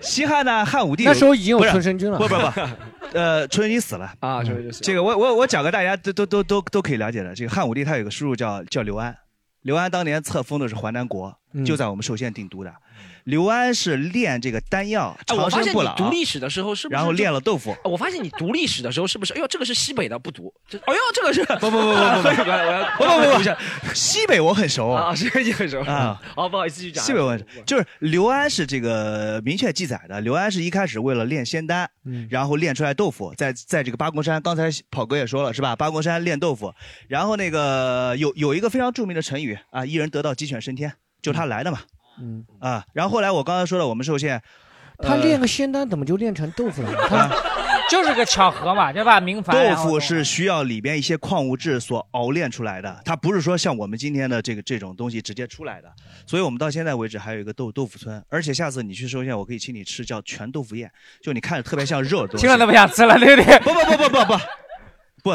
[SPEAKER 4] 西汉呢，汉武帝有
[SPEAKER 5] 那时候已经有
[SPEAKER 4] 不是
[SPEAKER 5] 春申君了
[SPEAKER 4] 不。不 不，呃，春秋死了。
[SPEAKER 2] 啊，这个就是
[SPEAKER 4] 这个我我我讲个大家都都都都都可以了解的，这个汉武帝他有个叔叔叫叫刘安，刘安当年册封的是淮南国，
[SPEAKER 5] 嗯
[SPEAKER 4] 就在我们寿县定都的。刘安是练这个丹药
[SPEAKER 2] 哎，我
[SPEAKER 4] 长
[SPEAKER 2] 发
[SPEAKER 4] 生
[SPEAKER 2] 现
[SPEAKER 4] 不
[SPEAKER 2] 你
[SPEAKER 4] 老，
[SPEAKER 2] 读历史的时候是不是
[SPEAKER 4] 然后
[SPEAKER 2] 就哎
[SPEAKER 4] 练了豆腐。
[SPEAKER 2] 我发现你读历史的时候是不是？哎呦，这个是西北的，不读。这哎呦，这个是
[SPEAKER 4] 不不不 不不
[SPEAKER 2] 我要
[SPEAKER 4] 不不 不不，西北我很熟
[SPEAKER 2] 啊，这个你很熟
[SPEAKER 4] 啊。
[SPEAKER 2] 哦，不好意思，继续讲。
[SPEAKER 4] 西北我很熟就是刘安是这个明确记载的，刘安是一开始为了炼仙丹，
[SPEAKER 5] 嗯，
[SPEAKER 4] 然后炼出来豆腐，在在这个八公山，刚才跑哥也说了是吧？八公山炼豆腐，然后那个有有一个非常著名的成语啊，一人得道鸡犬升天，就他来的嘛。
[SPEAKER 5] 嗯，
[SPEAKER 4] 啊，然后后来我刚才说了，我们寿县
[SPEAKER 2] 呃
[SPEAKER 5] 他练个仙丹，怎么就练成豆腐了？他
[SPEAKER 3] 就是个巧合嘛，对吧？明矾
[SPEAKER 4] 豆
[SPEAKER 3] 然后
[SPEAKER 4] 腐是需要里边一些矿物质所熬炼出来的，它不是说像我们今天的这个这种东西直接出来的。所以我们到现在为止还有一个豆豆腐村，而且下次你去寿县，我可以请你吃叫全豆腐宴，就你看着特别像肉的东西，
[SPEAKER 3] 听了都不想吃了对不对
[SPEAKER 4] 不不不不不不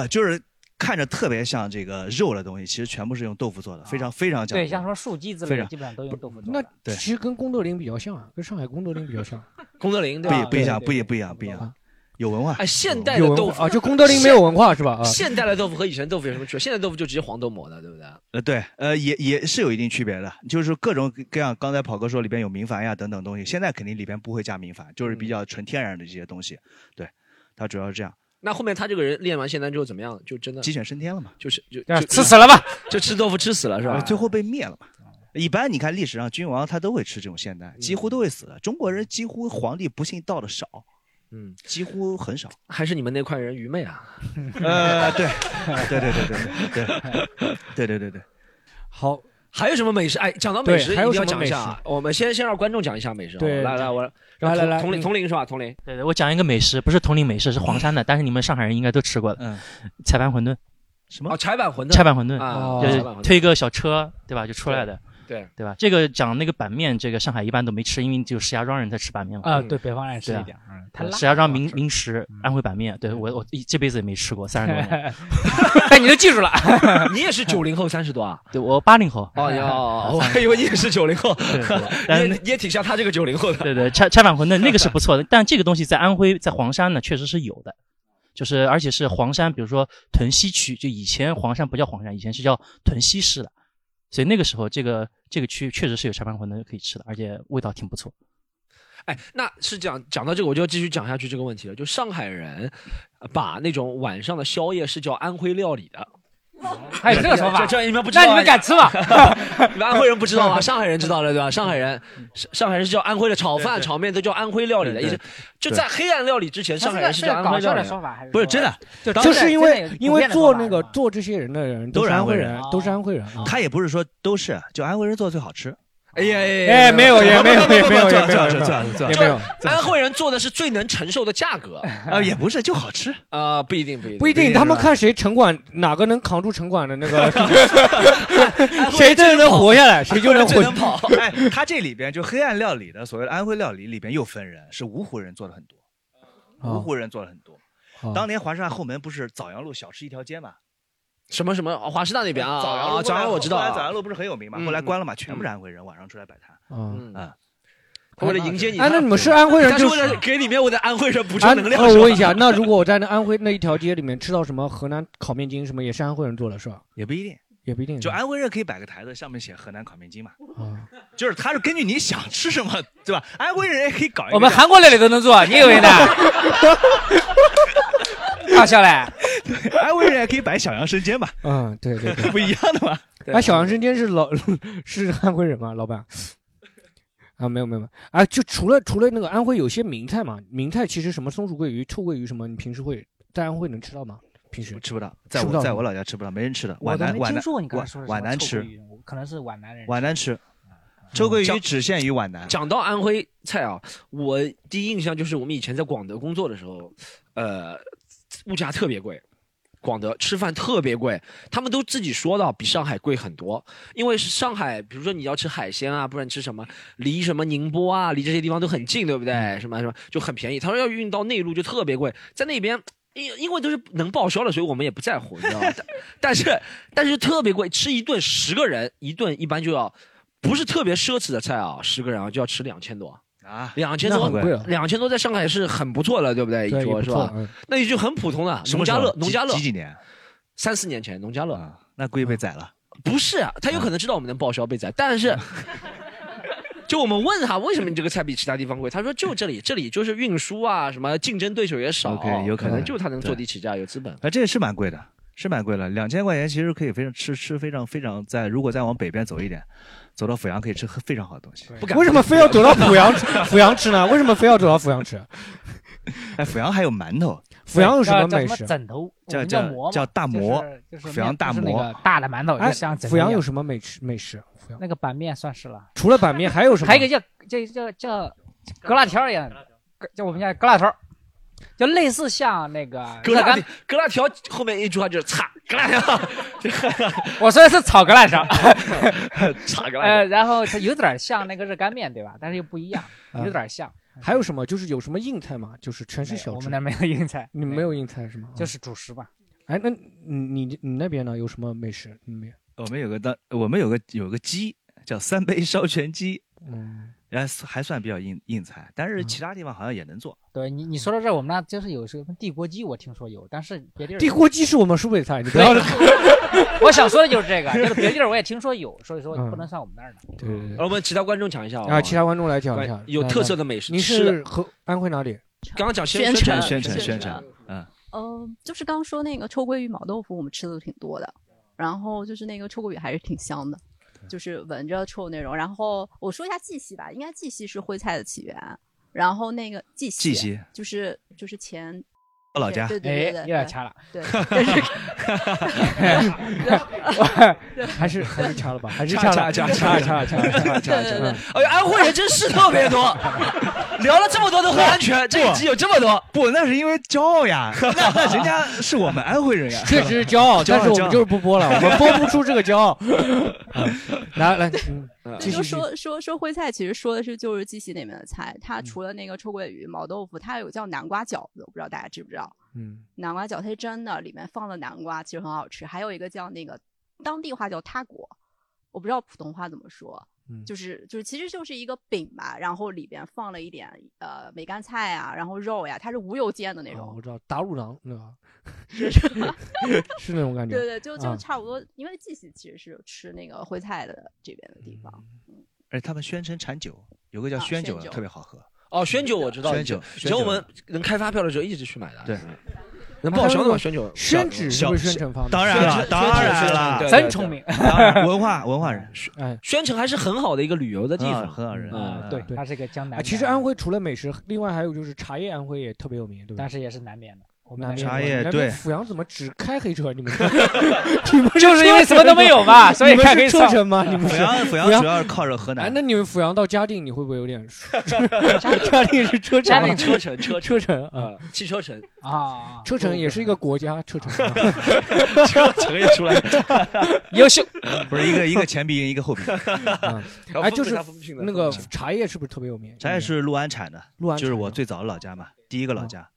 [SPEAKER 4] 不，就是看着特别像这个肉的东西，其实全部是用豆腐做的，非常非常讲
[SPEAKER 3] 对，
[SPEAKER 4] 究。
[SPEAKER 3] 像什么树鸡之类
[SPEAKER 4] 非
[SPEAKER 3] 的，
[SPEAKER 4] 常
[SPEAKER 3] 基本上都用豆腐做。
[SPEAKER 5] 那
[SPEAKER 4] 对
[SPEAKER 5] 其实跟宫斗林比较像啊，跟上海宫斗林比较像。啊
[SPEAKER 2] 宫德林对
[SPEAKER 4] 不一
[SPEAKER 2] 吧？
[SPEAKER 4] 不一样，不一不一样，不一样，有文化。
[SPEAKER 2] 哎，现代
[SPEAKER 5] 有
[SPEAKER 2] 的
[SPEAKER 5] 文
[SPEAKER 2] 豆
[SPEAKER 5] 化
[SPEAKER 2] 腐
[SPEAKER 5] 啊就宫德林没有文化是吧啊
[SPEAKER 2] 现代的豆腐和以前豆腐有什么区别？现代豆腐就直接黄豆磨的，对不对？
[SPEAKER 4] 呃，对，呃，也也是有一定区别的，就是各种各样。刚才跑哥说里边有明矾呀等等东西，现在肯定里边不会加明矾，就是比较纯天然的这些东西。对，它主要是这样，
[SPEAKER 2] 那后面他这个人练完仙丹之后怎么样？就真的
[SPEAKER 4] 鸡犬升天了嘛，
[SPEAKER 2] 就是就
[SPEAKER 5] 哎
[SPEAKER 4] 啊
[SPEAKER 2] 就
[SPEAKER 4] 吃死了吧，
[SPEAKER 2] 就吃豆腐吃死了是吧？
[SPEAKER 4] 呃最后被灭了嘛。一般你看历史上君王他都会吃这种仙丹，几乎都会死的。中国人几乎皇帝不信道的少，
[SPEAKER 2] 嗯，
[SPEAKER 4] 几乎很少。
[SPEAKER 2] 还是你们那块人愚昧啊？
[SPEAKER 4] 呃，对， 对对对对对对对对对对，
[SPEAKER 5] 好，
[SPEAKER 2] 还有什么美食？哎，讲到美食，
[SPEAKER 5] 对还有
[SPEAKER 2] 一定要
[SPEAKER 5] 什么
[SPEAKER 2] 讲一下啊！我们先先让观众讲一下美食。
[SPEAKER 5] 对
[SPEAKER 2] 好吧来来，我
[SPEAKER 5] 来来
[SPEAKER 2] 同
[SPEAKER 5] 来
[SPEAKER 2] 同龄
[SPEAKER 5] 嗯
[SPEAKER 2] 同龄是吧？同龄，
[SPEAKER 10] 对对，我讲一个美食，不是铜陵美食，是黄山的，但是你们上海人应该都吃过的，
[SPEAKER 4] 嗯，
[SPEAKER 10] 柴板馄饨，
[SPEAKER 4] 什么？
[SPEAKER 2] 哦，柴板馄饨，
[SPEAKER 10] 柴板馄饨
[SPEAKER 2] 啊，
[SPEAKER 10] 就
[SPEAKER 2] 柴
[SPEAKER 4] 哦
[SPEAKER 10] 是
[SPEAKER 2] 板馄饨
[SPEAKER 10] 推 个小车，对吧，就出来的，
[SPEAKER 2] 对
[SPEAKER 10] 对吧？这个讲那个板面，这个上海一般都没吃，因为只有石家庄人才吃板面嘛。
[SPEAKER 3] 啊，对，北方人吃
[SPEAKER 10] 对啊
[SPEAKER 3] 一点，嗯，太
[SPEAKER 10] 对，
[SPEAKER 3] 辣嗯
[SPEAKER 10] 石。家庄名名食安徽板面，对我我一这辈子也没吃过，三十多 年。
[SPEAKER 2] 哎，你都记住了，你也是九零后三十 多啊？
[SPEAKER 10] 对我八零后，
[SPEAKER 2] 哦哟，我还以为你也是九零后，
[SPEAKER 10] 但是
[SPEAKER 2] 也也挺像他这个九零后的。
[SPEAKER 10] 对对，拆拆板馄饨那个是不错的，但这个东西在安徽在黄山呢确实是有的，就是而且是黄山，比如说屯溪区，就以前黄山不叫黄山，以前是叫屯溪市的，所以那个时候这个这个区确实是有柴板馄饨可以吃的，而且味道挺不错。
[SPEAKER 2] 哎，那是讲讲到这个，我就要继续讲下去这个问题了。就上海人呃把那种晚上的宵夜是叫安徽料理的。
[SPEAKER 3] 还有这个说法
[SPEAKER 2] 这这你们不知道啊？
[SPEAKER 3] 那你们敢吃吗
[SPEAKER 2] 你们安徽人不知道吗？啊上海人知道了对吧？上海人，上上海人是叫安徽的炒饭、炒面都叫安徽料理的，
[SPEAKER 4] 对
[SPEAKER 2] 也
[SPEAKER 4] 对
[SPEAKER 2] 是就
[SPEAKER 4] 对
[SPEAKER 2] 在黑暗料理之前，
[SPEAKER 3] 它
[SPEAKER 2] 上海
[SPEAKER 3] 是
[SPEAKER 2] 人
[SPEAKER 3] 是
[SPEAKER 2] 叫安徽
[SPEAKER 3] 搞
[SPEAKER 2] 料
[SPEAKER 3] 笑
[SPEAKER 2] 理
[SPEAKER 3] 的
[SPEAKER 2] 的
[SPEAKER 3] 说法，还是
[SPEAKER 4] 不是真的，
[SPEAKER 3] 就
[SPEAKER 4] 当
[SPEAKER 5] 就是因为
[SPEAKER 3] 真的有
[SPEAKER 5] 因为做那个做这些人的人
[SPEAKER 4] 都是安徽
[SPEAKER 5] 徽
[SPEAKER 4] 人
[SPEAKER 5] 人，都是安徽人
[SPEAKER 2] 哦
[SPEAKER 5] 啊。
[SPEAKER 4] 他也不是说都是，就安徽人做的最好吃。
[SPEAKER 2] 哎呀
[SPEAKER 5] 哎，没有，也没有，也没有，
[SPEAKER 4] 最
[SPEAKER 5] 也
[SPEAKER 4] 好
[SPEAKER 5] 没
[SPEAKER 4] 最
[SPEAKER 5] 有，
[SPEAKER 4] 好
[SPEAKER 5] 也
[SPEAKER 4] 吃，最
[SPEAKER 5] 没有
[SPEAKER 4] 好吃，最好
[SPEAKER 5] 也
[SPEAKER 4] 吃
[SPEAKER 5] 没有。
[SPEAKER 2] 安徽人做的是最能承受的 价格
[SPEAKER 4] 啊，也不是就好吃。
[SPEAKER 2] 啊，不一定，不一定，
[SPEAKER 5] 不一定，他们看谁城管哪个能扛住城管的 那个， 谁就能活下来，谁就能
[SPEAKER 2] 最
[SPEAKER 5] 活
[SPEAKER 2] 能。跑。
[SPEAKER 4] 哎，他这里边就黑暗料理的所谓的安徽料理里边又分人，是芜湖人做的很多，
[SPEAKER 5] 哦
[SPEAKER 4] 芜湖人做的很多。当年华山后门不是枣阳路小吃一条街嘛？
[SPEAKER 2] 什么什么，华师大那边啊，
[SPEAKER 4] 枣阳
[SPEAKER 2] 啊
[SPEAKER 4] 路，
[SPEAKER 2] 枣阳我知道
[SPEAKER 4] 后来枣
[SPEAKER 2] 啊
[SPEAKER 4] 阳，路不是很有名嘛？
[SPEAKER 2] 嗯
[SPEAKER 4] 后来关了嘛，全部是安徽人晚上出来摆摊。
[SPEAKER 5] 嗯，
[SPEAKER 2] 嗯，
[SPEAKER 4] 嗯，
[SPEAKER 2] 他为了迎接你，
[SPEAKER 5] 哎，那
[SPEAKER 2] 他
[SPEAKER 5] 你们是安徽人
[SPEAKER 2] 他是
[SPEAKER 5] 就
[SPEAKER 2] 为了给里面我的安徽人补充
[SPEAKER 5] 安
[SPEAKER 2] 能
[SPEAKER 5] 呃
[SPEAKER 2] 量
[SPEAKER 5] 我
[SPEAKER 2] 是吧
[SPEAKER 5] 问一下，那如果我在那安徽那一条街里面吃到什么河南烤面筋什么，也是安徽人做的是吧？
[SPEAKER 4] 也不一定，
[SPEAKER 5] 也不一定。
[SPEAKER 4] 就安徽人可以摆个台子，上面写河南烤面筋嘛，
[SPEAKER 5] 啊，
[SPEAKER 4] 就是他是根据你想吃什么，对吧？安徽人也可以搞一个。
[SPEAKER 3] 我们韩国料理都能做，你以为呢？
[SPEAKER 5] 啊
[SPEAKER 3] 搞笑嘞！
[SPEAKER 4] 安徽人也可以摆小羊生煎嘛，
[SPEAKER 5] 嗯，对对 对。
[SPEAKER 4] 不一样的嘛。
[SPEAKER 5] 哎，小杨生煎是老 是安徽人吗？老板？啊，没有没有没有，啊，就除了除了那个安徽有些名菜嘛，名菜其实什么松鼠桂鱼、臭鳜鱼什么，你平时会在安徽能吃到吗？平时
[SPEAKER 4] 我吃不到，在
[SPEAKER 5] 吃不到
[SPEAKER 4] 我
[SPEAKER 5] 吗
[SPEAKER 4] 在我老家吃不到，没人吃的。
[SPEAKER 3] 我
[SPEAKER 4] 皖
[SPEAKER 3] 都
[SPEAKER 4] 南
[SPEAKER 3] 没
[SPEAKER 4] 皖
[SPEAKER 3] 听
[SPEAKER 4] 南
[SPEAKER 3] 说过你刚才说
[SPEAKER 4] 皖
[SPEAKER 3] 的什么
[SPEAKER 4] 皖南
[SPEAKER 3] 臭鳜
[SPEAKER 4] 吃，
[SPEAKER 3] 鱼，我可能是皖南人。
[SPEAKER 4] 皖南吃，臭鳜
[SPEAKER 2] 叫
[SPEAKER 4] 鱼只限于皖南。
[SPEAKER 2] 嗯讲到安徽菜啊，我第一印象就是我们以前在广德工作的时候，呃，物价特别贵，广德吃饭特别贵，他们都自己说到比上海贵很多，因为是上海，比如说你要吃海鲜啊，不然吃什么，离什么宁波啊，离这些地方都很近，对不对？
[SPEAKER 4] 嗯
[SPEAKER 2] 什么什么就很便宜。他说要运到内陆就特别贵，在那边。因因为都是能报销的，所以我们也不在乎，你知道吗？但 但是但是特别贵，吃一顿十个人一顿一般就要不是特别奢侈的菜啊，十个人啊就要吃两千多，
[SPEAKER 4] 啊，
[SPEAKER 2] 两千
[SPEAKER 5] 那很贵
[SPEAKER 2] 多，
[SPEAKER 5] 了，
[SPEAKER 2] 两千多在上海是很不错了，对不对？一
[SPEAKER 5] 对，也
[SPEAKER 2] 桌
[SPEAKER 5] 不
[SPEAKER 2] 是
[SPEAKER 5] 错
[SPEAKER 2] 吧？？
[SPEAKER 5] 嗯
[SPEAKER 2] 那也就很普通了。
[SPEAKER 4] 什
[SPEAKER 2] 农
[SPEAKER 4] 么时
[SPEAKER 2] 家
[SPEAKER 4] 候
[SPEAKER 2] 乐，农
[SPEAKER 4] 几
[SPEAKER 2] 家乐
[SPEAKER 4] 几，几年
[SPEAKER 2] 三四年前农家乐
[SPEAKER 4] 啊？那估计被宰了。
[SPEAKER 2] 不是啊，他有可能知道我们能报销被宰，但 是就我们问他为什么你这个菜比其他地方贵，他说就这里，这里就是运输啊，什么竞争对手也少
[SPEAKER 4] OK，有可
[SPEAKER 2] 可
[SPEAKER 4] 能
[SPEAKER 2] 能就他能坐
[SPEAKER 4] 对
[SPEAKER 2] 地起价，有 资本。
[SPEAKER 4] 啊，这是蛮贵的，是蛮贵的，两千块钱其实可以非常吃吃非常非常在，如果再往北边走一点，走到阜阳可以吃很非常好的东西。
[SPEAKER 2] 不敢
[SPEAKER 5] 为什么非要 走到阜阳吃阜阳吃呢？为什么非要走到阜阳吃？啊
[SPEAKER 4] 哎，阜阳还有馒头，
[SPEAKER 5] 阜阳有
[SPEAKER 3] 叫
[SPEAKER 5] 什么
[SPEAKER 3] 叫
[SPEAKER 5] 美
[SPEAKER 3] 么
[SPEAKER 5] 食？
[SPEAKER 3] 枕头，我
[SPEAKER 4] 叫
[SPEAKER 3] 们馍
[SPEAKER 4] 叫叫
[SPEAKER 3] 嘛
[SPEAKER 4] 大馍，，
[SPEAKER 3] 就是就是
[SPEAKER 4] 阜阳
[SPEAKER 3] 面
[SPEAKER 4] 大
[SPEAKER 3] 就是
[SPEAKER 4] 馍
[SPEAKER 3] 那个大的馒头，
[SPEAKER 5] 哎
[SPEAKER 3] 就像枕头
[SPEAKER 5] 阜
[SPEAKER 3] 一
[SPEAKER 5] 阳
[SPEAKER 3] 样
[SPEAKER 5] 有什么美食？美食？阜阳
[SPEAKER 3] 那个板面算是了，
[SPEAKER 5] 除了板面还有什么？
[SPEAKER 3] 还有一个叫叫叫叫疙瘩条儿一样的，疙就我们家疙瘩条儿，就类似像那个
[SPEAKER 2] 疙
[SPEAKER 3] 热
[SPEAKER 2] 瘩
[SPEAKER 3] 干
[SPEAKER 2] 条，疙瘩条后面一句话就是“擦疙瘩 条”，
[SPEAKER 3] 我说的是炒疙瘩 条，
[SPEAKER 2] 擦疙
[SPEAKER 3] 呃，
[SPEAKER 2] 瘩条。
[SPEAKER 3] 然后它有点儿像那个热干面，对吧？但是又不一样，
[SPEAKER 2] 啊
[SPEAKER 3] 有点儿像。
[SPEAKER 5] 啊 还有什么？就是有什么硬菜吗？就是全是小吃。
[SPEAKER 3] 我们那没有硬菜，
[SPEAKER 5] 你们没有硬菜是吗？
[SPEAKER 3] 就是主食吧。
[SPEAKER 5] 哎，那你你你那边呢？有什么美食？你们
[SPEAKER 4] 我们有个当，我们有个有个鸡叫三杯烧全鸡，
[SPEAKER 5] 嗯，
[SPEAKER 4] 然后还算比较硬硬菜，但是其他地方好像也能做。
[SPEAKER 3] 对你你说到这儿，我们那就是有什么地锅鸡，我听说有，但是别地儿
[SPEAKER 5] 地锅鸡是我们苏北菜，你不要。
[SPEAKER 3] 我想说的就是这个，就是别地儿我也听说有，所以说
[SPEAKER 5] 嗯
[SPEAKER 3] 不能算我们那儿的。
[SPEAKER 5] 对对对。
[SPEAKER 2] 呃我们其他观众讲一下好不好
[SPEAKER 5] 啊，其他观众来讲一下
[SPEAKER 2] 有特色的美食
[SPEAKER 5] 你
[SPEAKER 2] 吃
[SPEAKER 5] 是
[SPEAKER 2] 的
[SPEAKER 5] 和安徽哪里？
[SPEAKER 2] 刚刚讲
[SPEAKER 8] 宣
[SPEAKER 2] 传，
[SPEAKER 8] 宣传
[SPEAKER 4] 宣传，嗯，
[SPEAKER 8] 呃，就是刚说那个臭鳜鱼毛豆腐，我们吃的挺多的，然后就是那个臭鳜鱼还是挺香的，就是闻着臭那种。然后我说一下蓟溪吧，应该蓟溪是徽菜的起源，然后那个蓟溪，
[SPEAKER 4] 蓟溪
[SPEAKER 8] 就是就是前。
[SPEAKER 4] 我老家
[SPEAKER 8] 对对对对，
[SPEAKER 3] 哎
[SPEAKER 8] 对
[SPEAKER 3] 又要掐了
[SPEAKER 8] 对，但是
[SPEAKER 5] 还是还是掐了吧，还是
[SPEAKER 2] 掐
[SPEAKER 5] 了，
[SPEAKER 2] 掐
[SPEAKER 5] 掐
[SPEAKER 2] 掐
[SPEAKER 5] 掐掐
[SPEAKER 2] 掐掐
[SPEAKER 5] 掐
[SPEAKER 2] 掐
[SPEAKER 5] 掐
[SPEAKER 2] 掐
[SPEAKER 5] 掐
[SPEAKER 2] 对
[SPEAKER 5] 掐。
[SPEAKER 2] 哎呦，安徽人真是 特别多，聊了这么多都很安全，这一集有这么多。
[SPEAKER 4] 不，那是因为骄傲呀，那那人家是我们安徽人呀，
[SPEAKER 5] 确实 是骄傲，但是我
[SPEAKER 4] 骄傲
[SPEAKER 5] 们就是不播了，我们播不出这个 骄傲。来来，嗯继
[SPEAKER 8] 这就
[SPEAKER 5] 续继续。
[SPEAKER 8] 说说说徽菜，其实说的是就是鸡西那边的菜，它
[SPEAKER 4] 嗯
[SPEAKER 8] 除了那个臭鳜鱼、毛豆腐，它有叫南瓜饺子，我不知道大家知不知道？
[SPEAKER 5] 嗯，
[SPEAKER 8] 南瓜饺它是真的，里面放了南瓜，其实很好吃。还有一个叫那个当地话叫塌果，我不知道普通话怎么说，
[SPEAKER 5] 嗯
[SPEAKER 8] 就是就是其实就是一个饼吧，然后里边放了一点呃梅干菜啊，然后肉呀、它是无油煎的那
[SPEAKER 5] 哦
[SPEAKER 8] 种。
[SPEAKER 5] 我知道打卤狼 对吧？是那种感觉。
[SPEAKER 8] 对对， 就就
[SPEAKER 5] 啊
[SPEAKER 8] 差不多，因为绩溪其实是吃那个徽菜的这边的地方。
[SPEAKER 4] 而且他们宣城产酒，有个叫宣酒
[SPEAKER 8] 宣
[SPEAKER 4] 的
[SPEAKER 8] 酒
[SPEAKER 4] 特别好喝。
[SPEAKER 2] 哦，宣酒我知道，
[SPEAKER 4] 宣酒
[SPEAKER 2] 以前我们能开发票的时候一直去买的。
[SPEAKER 5] 啊
[SPEAKER 2] 对，那爆香的嘛，宣酒
[SPEAKER 5] 宣纸是不是宣城方面？
[SPEAKER 4] 当然了，当然了，
[SPEAKER 3] 真聪明。
[SPEAKER 4] 当然文化文化人，
[SPEAKER 5] 哎，
[SPEAKER 2] 宣城还是很好的一个旅游的地
[SPEAKER 4] 嗯
[SPEAKER 2] 方，
[SPEAKER 4] 很好人
[SPEAKER 2] 嗯，
[SPEAKER 5] 对
[SPEAKER 3] 它是一个江南
[SPEAKER 5] 啊，
[SPEAKER 3] 的，
[SPEAKER 5] 其实安徽除了美食，另外还有就是茶叶，安徽也特别有名，对吧
[SPEAKER 3] 但？是也是南边的。我们
[SPEAKER 5] 南边
[SPEAKER 4] 茶叶
[SPEAKER 5] 南边
[SPEAKER 4] 对
[SPEAKER 5] 阜阳怎么只开黑车？你们
[SPEAKER 3] 就是因为什么都没有嘛，所以
[SPEAKER 5] 你们
[SPEAKER 3] 开
[SPEAKER 5] 是
[SPEAKER 3] 黑
[SPEAKER 5] 车城吗？你们
[SPEAKER 4] 阜
[SPEAKER 5] 是
[SPEAKER 4] 阳阜
[SPEAKER 5] 阜
[SPEAKER 4] 阳
[SPEAKER 5] 阳
[SPEAKER 4] 主要是靠着河
[SPEAKER 5] 哎，
[SPEAKER 4] 南
[SPEAKER 5] 那，你们阜阳到嘉定，你会不会 有点嘉定是车城
[SPEAKER 3] 嘉
[SPEAKER 5] 吗，
[SPEAKER 3] 定
[SPEAKER 2] 车城车
[SPEAKER 5] 车城啊，
[SPEAKER 2] 呃，汽车城，
[SPEAKER 3] 啊，
[SPEAKER 5] 车城也是一个国家，车城啊
[SPEAKER 4] 成也出来，
[SPEAKER 3] 优秀。
[SPEAKER 4] 不是一个一个前鼻音，一个嗯后鼻音。
[SPEAKER 5] 哎，就是
[SPEAKER 2] 然后分配它
[SPEAKER 5] 那个茶叶是不是特别有名？
[SPEAKER 4] 咱也是六安产的，
[SPEAKER 5] 六安产的
[SPEAKER 4] 就是我最早的老家嘛，第一个老家，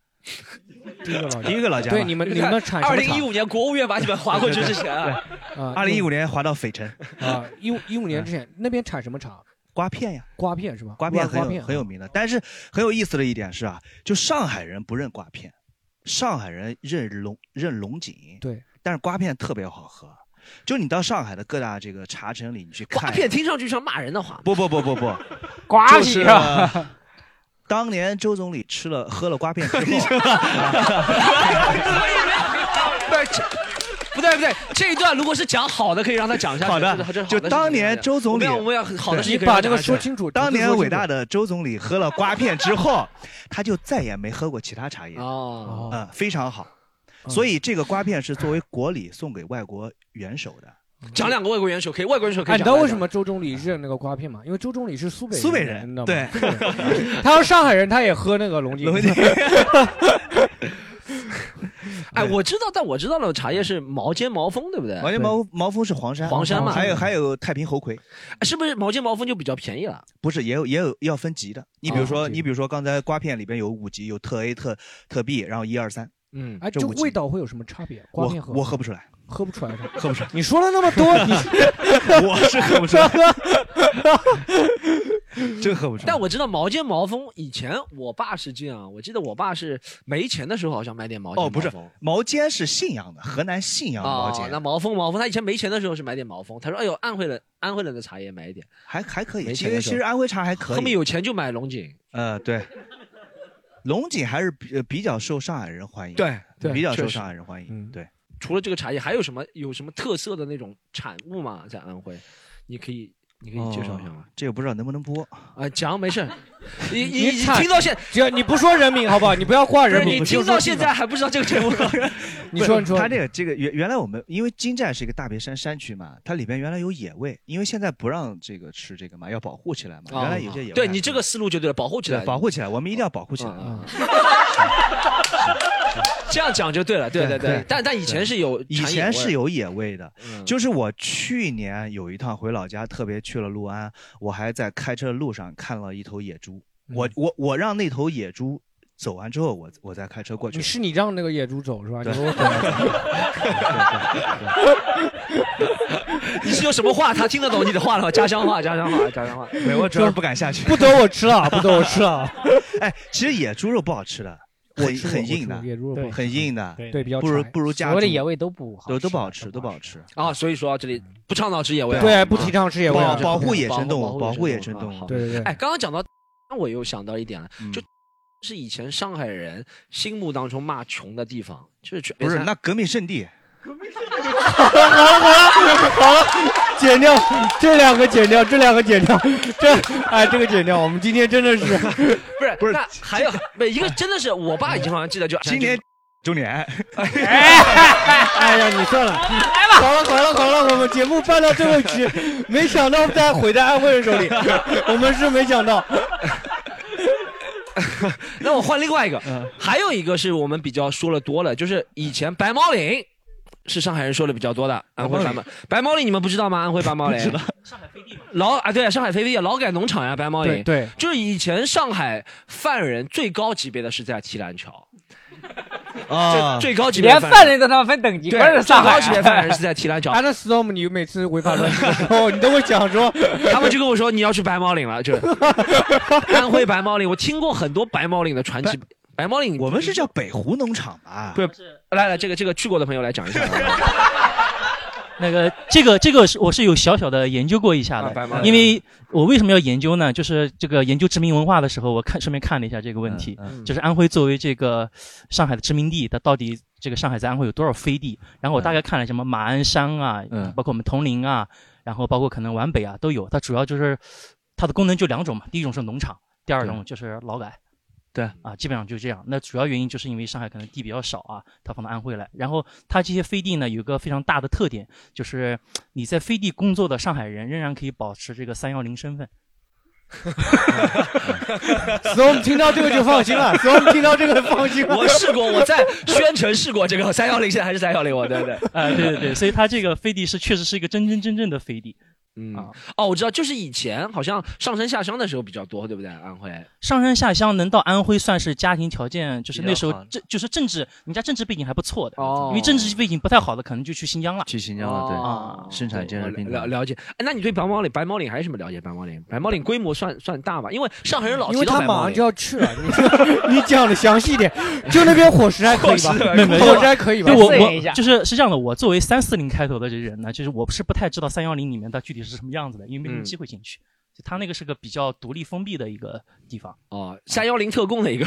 [SPEAKER 5] 第一个老家
[SPEAKER 4] 第一个老家嘛。
[SPEAKER 5] 对你们你们的产什
[SPEAKER 2] 二
[SPEAKER 5] 么
[SPEAKER 2] 零一
[SPEAKER 5] 茶
[SPEAKER 2] 五年国务院把你们划过去之 前啊，
[SPEAKER 5] 啊？
[SPEAKER 4] 二零一五年划到斐城，
[SPEAKER 5] 啊，一五一五年之前那边产什么茶？
[SPEAKER 4] 瓜片呀，
[SPEAKER 5] 瓜片是吧？
[SPEAKER 4] 瓜
[SPEAKER 5] 片
[SPEAKER 4] 片很有
[SPEAKER 5] 片啊
[SPEAKER 4] 很有名的。但是很有意思的一点是啊，就上海人不认瓜片，上海人认龙认龙井，
[SPEAKER 5] 对，
[SPEAKER 4] 但是瓜片特别好喝。就你到上海的各大这个茶城里，你去看
[SPEAKER 2] 瓜片听上去像骂人的话，
[SPEAKER 4] 不不不不不，
[SPEAKER 3] 瓜
[SPEAKER 4] 就
[SPEAKER 3] 皮
[SPEAKER 4] 是
[SPEAKER 3] 是吧？
[SPEAKER 2] 啊
[SPEAKER 4] 当年周总理吃了喝了瓜片 之后，
[SPEAKER 2] 不是这不对不对，这一段如果是讲好的，可以让他讲下去。
[SPEAKER 4] 好的
[SPEAKER 2] 这这
[SPEAKER 4] 就
[SPEAKER 2] 好的
[SPEAKER 4] 当年周总理
[SPEAKER 2] 我们要我们要好的事
[SPEAKER 5] 你
[SPEAKER 2] 情可以
[SPEAKER 5] 把
[SPEAKER 2] 让
[SPEAKER 5] 这
[SPEAKER 2] 他
[SPEAKER 5] 个
[SPEAKER 2] 讲下
[SPEAKER 5] 说
[SPEAKER 2] 去，
[SPEAKER 5] 清楚。
[SPEAKER 4] 当年伟大
[SPEAKER 5] 的
[SPEAKER 4] 的周总理喝了瓜片之后，他就再也没喝过其他茶叶，啊、
[SPEAKER 2] 哦，
[SPEAKER 4] 非常好。
[SPEAKER 5] 嗯
[SPEAKER 4] 所以这个瓜片是作为国礼送给外国元首的。
[SPEAKER 2] 讲两个外国元首可以，外国元首可以
[SPEAKER 5] 哎，
[SPEAKER 2] 讲。
[SPEAKER 5] 你知道为什？么周总理认那个瓜片吗？因为周总理是苏北
[SPEAKER 4] 苏北人
[SPEAKER 5] 人，你知道吗？
[SPEAKER 4] 对
[SPEAKER 5] 苏北人，他要上海人，他也喝那个龙井。
[SPEAKER 4] 龙井
[SPEAKER 2] 哎，我知道，但我知道了，茶叶是毛尖毛峰，对不对？
[SPEAKER 4] 毛尖毛毛峰是黄山，
[SPEAKER 2] 黄山嘛哎
[SPEAKER 4] 还有还有太平猴魁，
[SPEAKER 2] 是不是毛尖毛峰就比较便宜了？
[SPEAKER 4] 不是也有也有要分级的。你比如说、
[SPEAKER 5] 哦
[SPEAKER 4] 你比如说刚才瓜片里边有五级，有特 A 特特 B，然后一二三，
[SPEAKER 2] 嗯，
[SPEAKER 5] 哎，
[SPEAKER 4] 这
[SPEAKER 5] 就
[SPEAKER 4] 五级
[SPEAKER 5] 味道会有什么差别？瓜
[SPEAKER 4] 我
[SPEAKER 5] 片和
[SPEAKER 4] 我喝不出来，
[SPEAKER 5] 喝不出来是吧？
[SPEAKER 4] 喝不出来，
[SPEAKER 5] 你说了那 么多，你
[SPEAKER 4] 我是喝不出来， 真喝不出来。
[SPEAKER 2] 但我知道毛尖毛峰，以前我爸是这样，我记得我爸是没钱的时候好像买点毛尖
[SPEAKER 4] 哦不是
[SPEAKER 2] 毛峰
[SPEAKER 4] 毛尖是信阳的，河南信阳的毛
[SPEAKER 2] 哦
[SPEAKER 4] 尖，，
[SPEAKER 2] 那毛峰毛峰，他以前没钱的时候是买点毛峰，他说哎呦安徽人安徽人的茶叶买一点，
[SPEAKER 4] 还还可以，
[SPEAKER 2] 没
[SPEAKER 4] 其
[SPEAKER 2] 钱
[SPEAKER 4] 实
[SPEAKER 2] 的时
[SPEAKER 4] 其
[SPEAKER 2] 候
[SPEAKER 4] 实安徽茶还可
[SPEAKER 2] 后面
[SPEAKER 4] 以。
[SPEAKER 2] 有钱就买龙井，
[SPEAKER 4] 呃，对，龙井还是比呃比较受上海人欢迎，，
[SPEAKER 2] 对。
[SPEAKER 5] 对
[SPEAKER 4] 比较
[SPEAKER 2] 确
[SPEAKER 4] 受
[SPEAKER 2] 实
[SPEAKER 4] 上海人欢迎
[SPEAKER 5] 嗯，
[SPEAKER 4] 对。
[SPEAKER 2] 除了这个茶叶，还有什么有什么特色的那种产物吗？在安徽，你可以你可以介绍一下
[SPEAKER 4] 吗？哦这个不知道能不能播
[SPEAKER 2] 啊？讲没 事，你你
[SPEAKER 5] 你
[SPEAKER 2] 你
[SPEAKER 5] 惨
[SPEAKER 2] 听到现，
[SPEAKER 5] 只要你不说人名好不好？你不要挂
[SPEAKER 2] 不
[SPEAKER 5] 人
[SPEAKER 2] 是
[SPEAKER 5] 名。
[SPEAKER 2] 你听到现在还不知道这个节目，
[SPEAKER 5] 你
[SPEAKER 4] 不是
[SPEAKER 5] 说你说
[SPEAKER 4] 他这个这个原原来我们因为金寨是一个大别山山区嘛，它里边原来有野味，因为现在不让这个吃这个嘛，要保护起来嘛。原来有些野味，
[SPEAKER 2] 哦对你这个思路就对了，保护起
[SPEAKER 4] 哦
[SPEAKER 2] 来，嗯
[SPEAKER 4] 对保护起来，我们一定要保护起来。嗯
[SPEAKER 2] 这样讲就对了，对对
[SPEAKER 4] 对
[SPEAKER 2] 对。但但以前是有，
[SPEAKER 4] 以前是有野味的，
[SPEAKER 2] 嗯
[SPEAKER 4] 就是我去年有一趟回老家，特别去了六安，我还在开车的路上看了一头野猪，
[SPEAKER 2] 嗯
[SPEAKER 4] 我我我让那头野猪走完之后，我我再开车过去
[SPEAKER 5] 你。是你让那个野猪走是吧？你
[SPEAKER 4] 对
[SPEAKER 5] 说我走
[SPEAKER 2] 你是有什么话 他听得懂你的话了吗？家乡话，家 乡话，家乡话。
[SPEAKER 4] 没，我主要是不敢下去，
[SPEAKER 5] 不得我吃了，不得我吃了。
[SPEAKER 4] 哎，其实野猪肉不好吃的，
[SPEAKER 5] 我
[SPEAKER 4] 很
[SPEAKER 5] 吃过
[SPEAKER 4] 很
[SPEAKER 5] 我吃
[SPEAKER 4] 硬的
[SPEAKER 5] 过野猪肉不好，吃
[SPEAKER 4] 很硬的，
[SPEAKER 5] 对对比较
[SPEAKER 4] 不如
[SPEAKER 5] 柴
[SPEAKER 4] 不如家
[SPEAKER 5] 所有的
[SPEAKER 4] 猪
[SPEAKER 5] 野味都不好
[SPEAKER 4] 都都不好吃，都不好吃。
[SPEAKER 2] 啊，所以说啊这
[SPEAKER 4] 嗯
[SPEAKER 2] 里不倡导吃野味啊，
[SPEAKER 5] 对不提倡吃野味啊
[SPEAKER 2] 保
[SPEAKER 5] 这个
[SPEAKER 2] 保
[SPEAKER 5] 不
[SPEAKER 2] 护
[SPEAKER 5] 行
[SPEAKER 2] 野生动物，
[SPEAKER 4] 保护野
[SPEAKER 2] 生动物。
[SPEAKER 5] 对对对
[SPEAKER 2] 哎，刚刚讲到，我又想到一点了，
[SPEAKER 4] 嗯
[SPEAKER 2] 就是以前上海人心目当中骂穷的地方，就是全哎
[SPEAKER 4] 不是那革命圣地。
[SPEAKER 5] 好了好了好了，剪掉这两个，剪掉这两个，剪掉 这哎这个剪掉。我们今天真的是
[SPEAKER 2] 不是不是，那还有每一个真的是，我爸以前好像记得就哎今年
[SPEAKER 4] 周年，
[SPEAKER 5] 哎呀，你算了，来吧，好了好了好了，我们节目办到最后一期，没想到在毁在安徽人手里，我们是没想到。
[SPEAKER 2] 那我换另外一个，还有一个是我们比较说了多了，就是以前白毛岭是上海人说的比较多的，安徽白毛白毛岭你们不知道吗？安徽白毛岭，上海飞地劳啊对，上海飞地劳改农场呀，白毛岭，
[SPEAKER 5] 对对
[SPEAKER 2] 就是以前上海犯人最高级别的是在提篮桥。
[SPEAKER 4] 啊
[SPEAKER 2] 最最高级别
[SPEAKER 3] 连
[SPEAKER 2] 的
[SPEAKER 3] 犯人都他妈分等级，
[SPEAKER 2] 对
[SPEAKER 3] 关键是上海啊
[SPEAKER 2] 最高级别犯人是在提 篮桥
[SPEAKER 5] 安德 storm，你 每次违 法乱纪的时
[SPEAKER 10] 哦
[SPEAKER 5] 候，你都会讲说，
[SPEAKER 2] 他们就跟我说你要去白毛岭了， 就是安徽白毛岭。我听过很多白毛岭的传奇。白毛岭，
[SPEAKER 4] 我们是叫北湖农场吧？
[SPEAKER 2] 对，来来，这个这个去过的朋友来讲一下。
[SPEAKER 10] 那个这个这个是我是有小小的研究过一下的，
[SPEAKER 2] 白马
[SPEAKER 10] 因为我为什么要研究呢？就是这个研究殖民文化的时候，我看顺便看了一下这个问题，
[SPEAKER 4] 嗯嗯
[SPEAKER 10] 就是安徽作为这个上海的殖民地，它到底这个上海在安徽有多少飞地？然后我大概看了什么马鞍山啊，
[SPEAKER 4] 嗯
[SPEAKER 10] 包括我们铜陵啊，然后包括可能皖北啊都有。它主要就是它的功能就两种嘛，第一种是农场，第二种
[SPEAKER 4] 对
[SPEAKER 10] 就是劳改。
[SPEAKER 4] 对
[SPEAKER 10] 啊，基本上就这样。那主要原因就是因为上海可能地比较少啊，它放到安徽来。然后它这些飞地呢，有一个非常大的特点，就是你在飞地工作的上海人仍然可以保持这个三幺零身份。
[SPEAKER 5] storm 听到这个就放心了，storm 听到这个放心了。
[SPEAKER 2] 我试过，我在宣城试过这个三幺零，现在还是三幺零，我对不对？
[SPEAKER 10] 啊、对对对，所以它这个飞地是确实是一个真真正正的飞地。啊
[SPEAKER 2] 嗯，哦，我知道，就是以前好像上山下乡的时候比较多，对不对？安徽
[SPEAKER 10] 上山下乡能到安徽，算是家庭条件，就是那时
[SPEAKER 2] 比较
[SPEAKER 10] 候
[SPEAKER 2] 好
[SPEAKER 10] 这就是政治，人家政治背景还不错的，
[SPEAKER 2] 哦
[SPEAKER 10] 因为政治背景不太好的，可能就去新疆了。
[SPEAKER 4] 去新疆了，对，
[SPEAKER 10] 啊
[SPEAKER 4] 生产建设兵
[SPEAKER 2] 了
[SPEAKER 4] 团。
[SPEAKER 2] 了解。哎，那你对白毛岭、白毛岭还有什么了解？白毛岭，白毛岭规模算算大吧？因为上海人老
[SPEAKER 5] 因为
[SPEAKER 2] 提到
[SPEAKER 5] 他
[SPEAKER 2] 白
[SPEAKER 5] 马
[SPEAKER 2] 毛
[SPEAKER 5] 上
[SPEAKER 2] 岭
[SPEAKER 5] 就。要去了， 你你讲的详细一点。 就那边伙食还可以吧
[SPEAKER 2] 伙食？
[SPEAKER 10] 没有没有
[SPEAKER 5] 伙食还可以吧？
[SPEAKER 10] 对我
[SPEAKER 5] 适应一
[SPEAKER 10] 我
[SPEAKER 5] 下
[SPEAKER 10] 就是是这样的，我作为三四零开头的这人呢，就是我是不太知道三幺零里面它具体是什么样子的，因为没什么
[SPEAKER 2] 嗯
[SPEAKER 10] 机会进去。就它那个是个比较独立封闭的一个地方。
[SPEAKER 2] 哦，三幺零特供 的一个，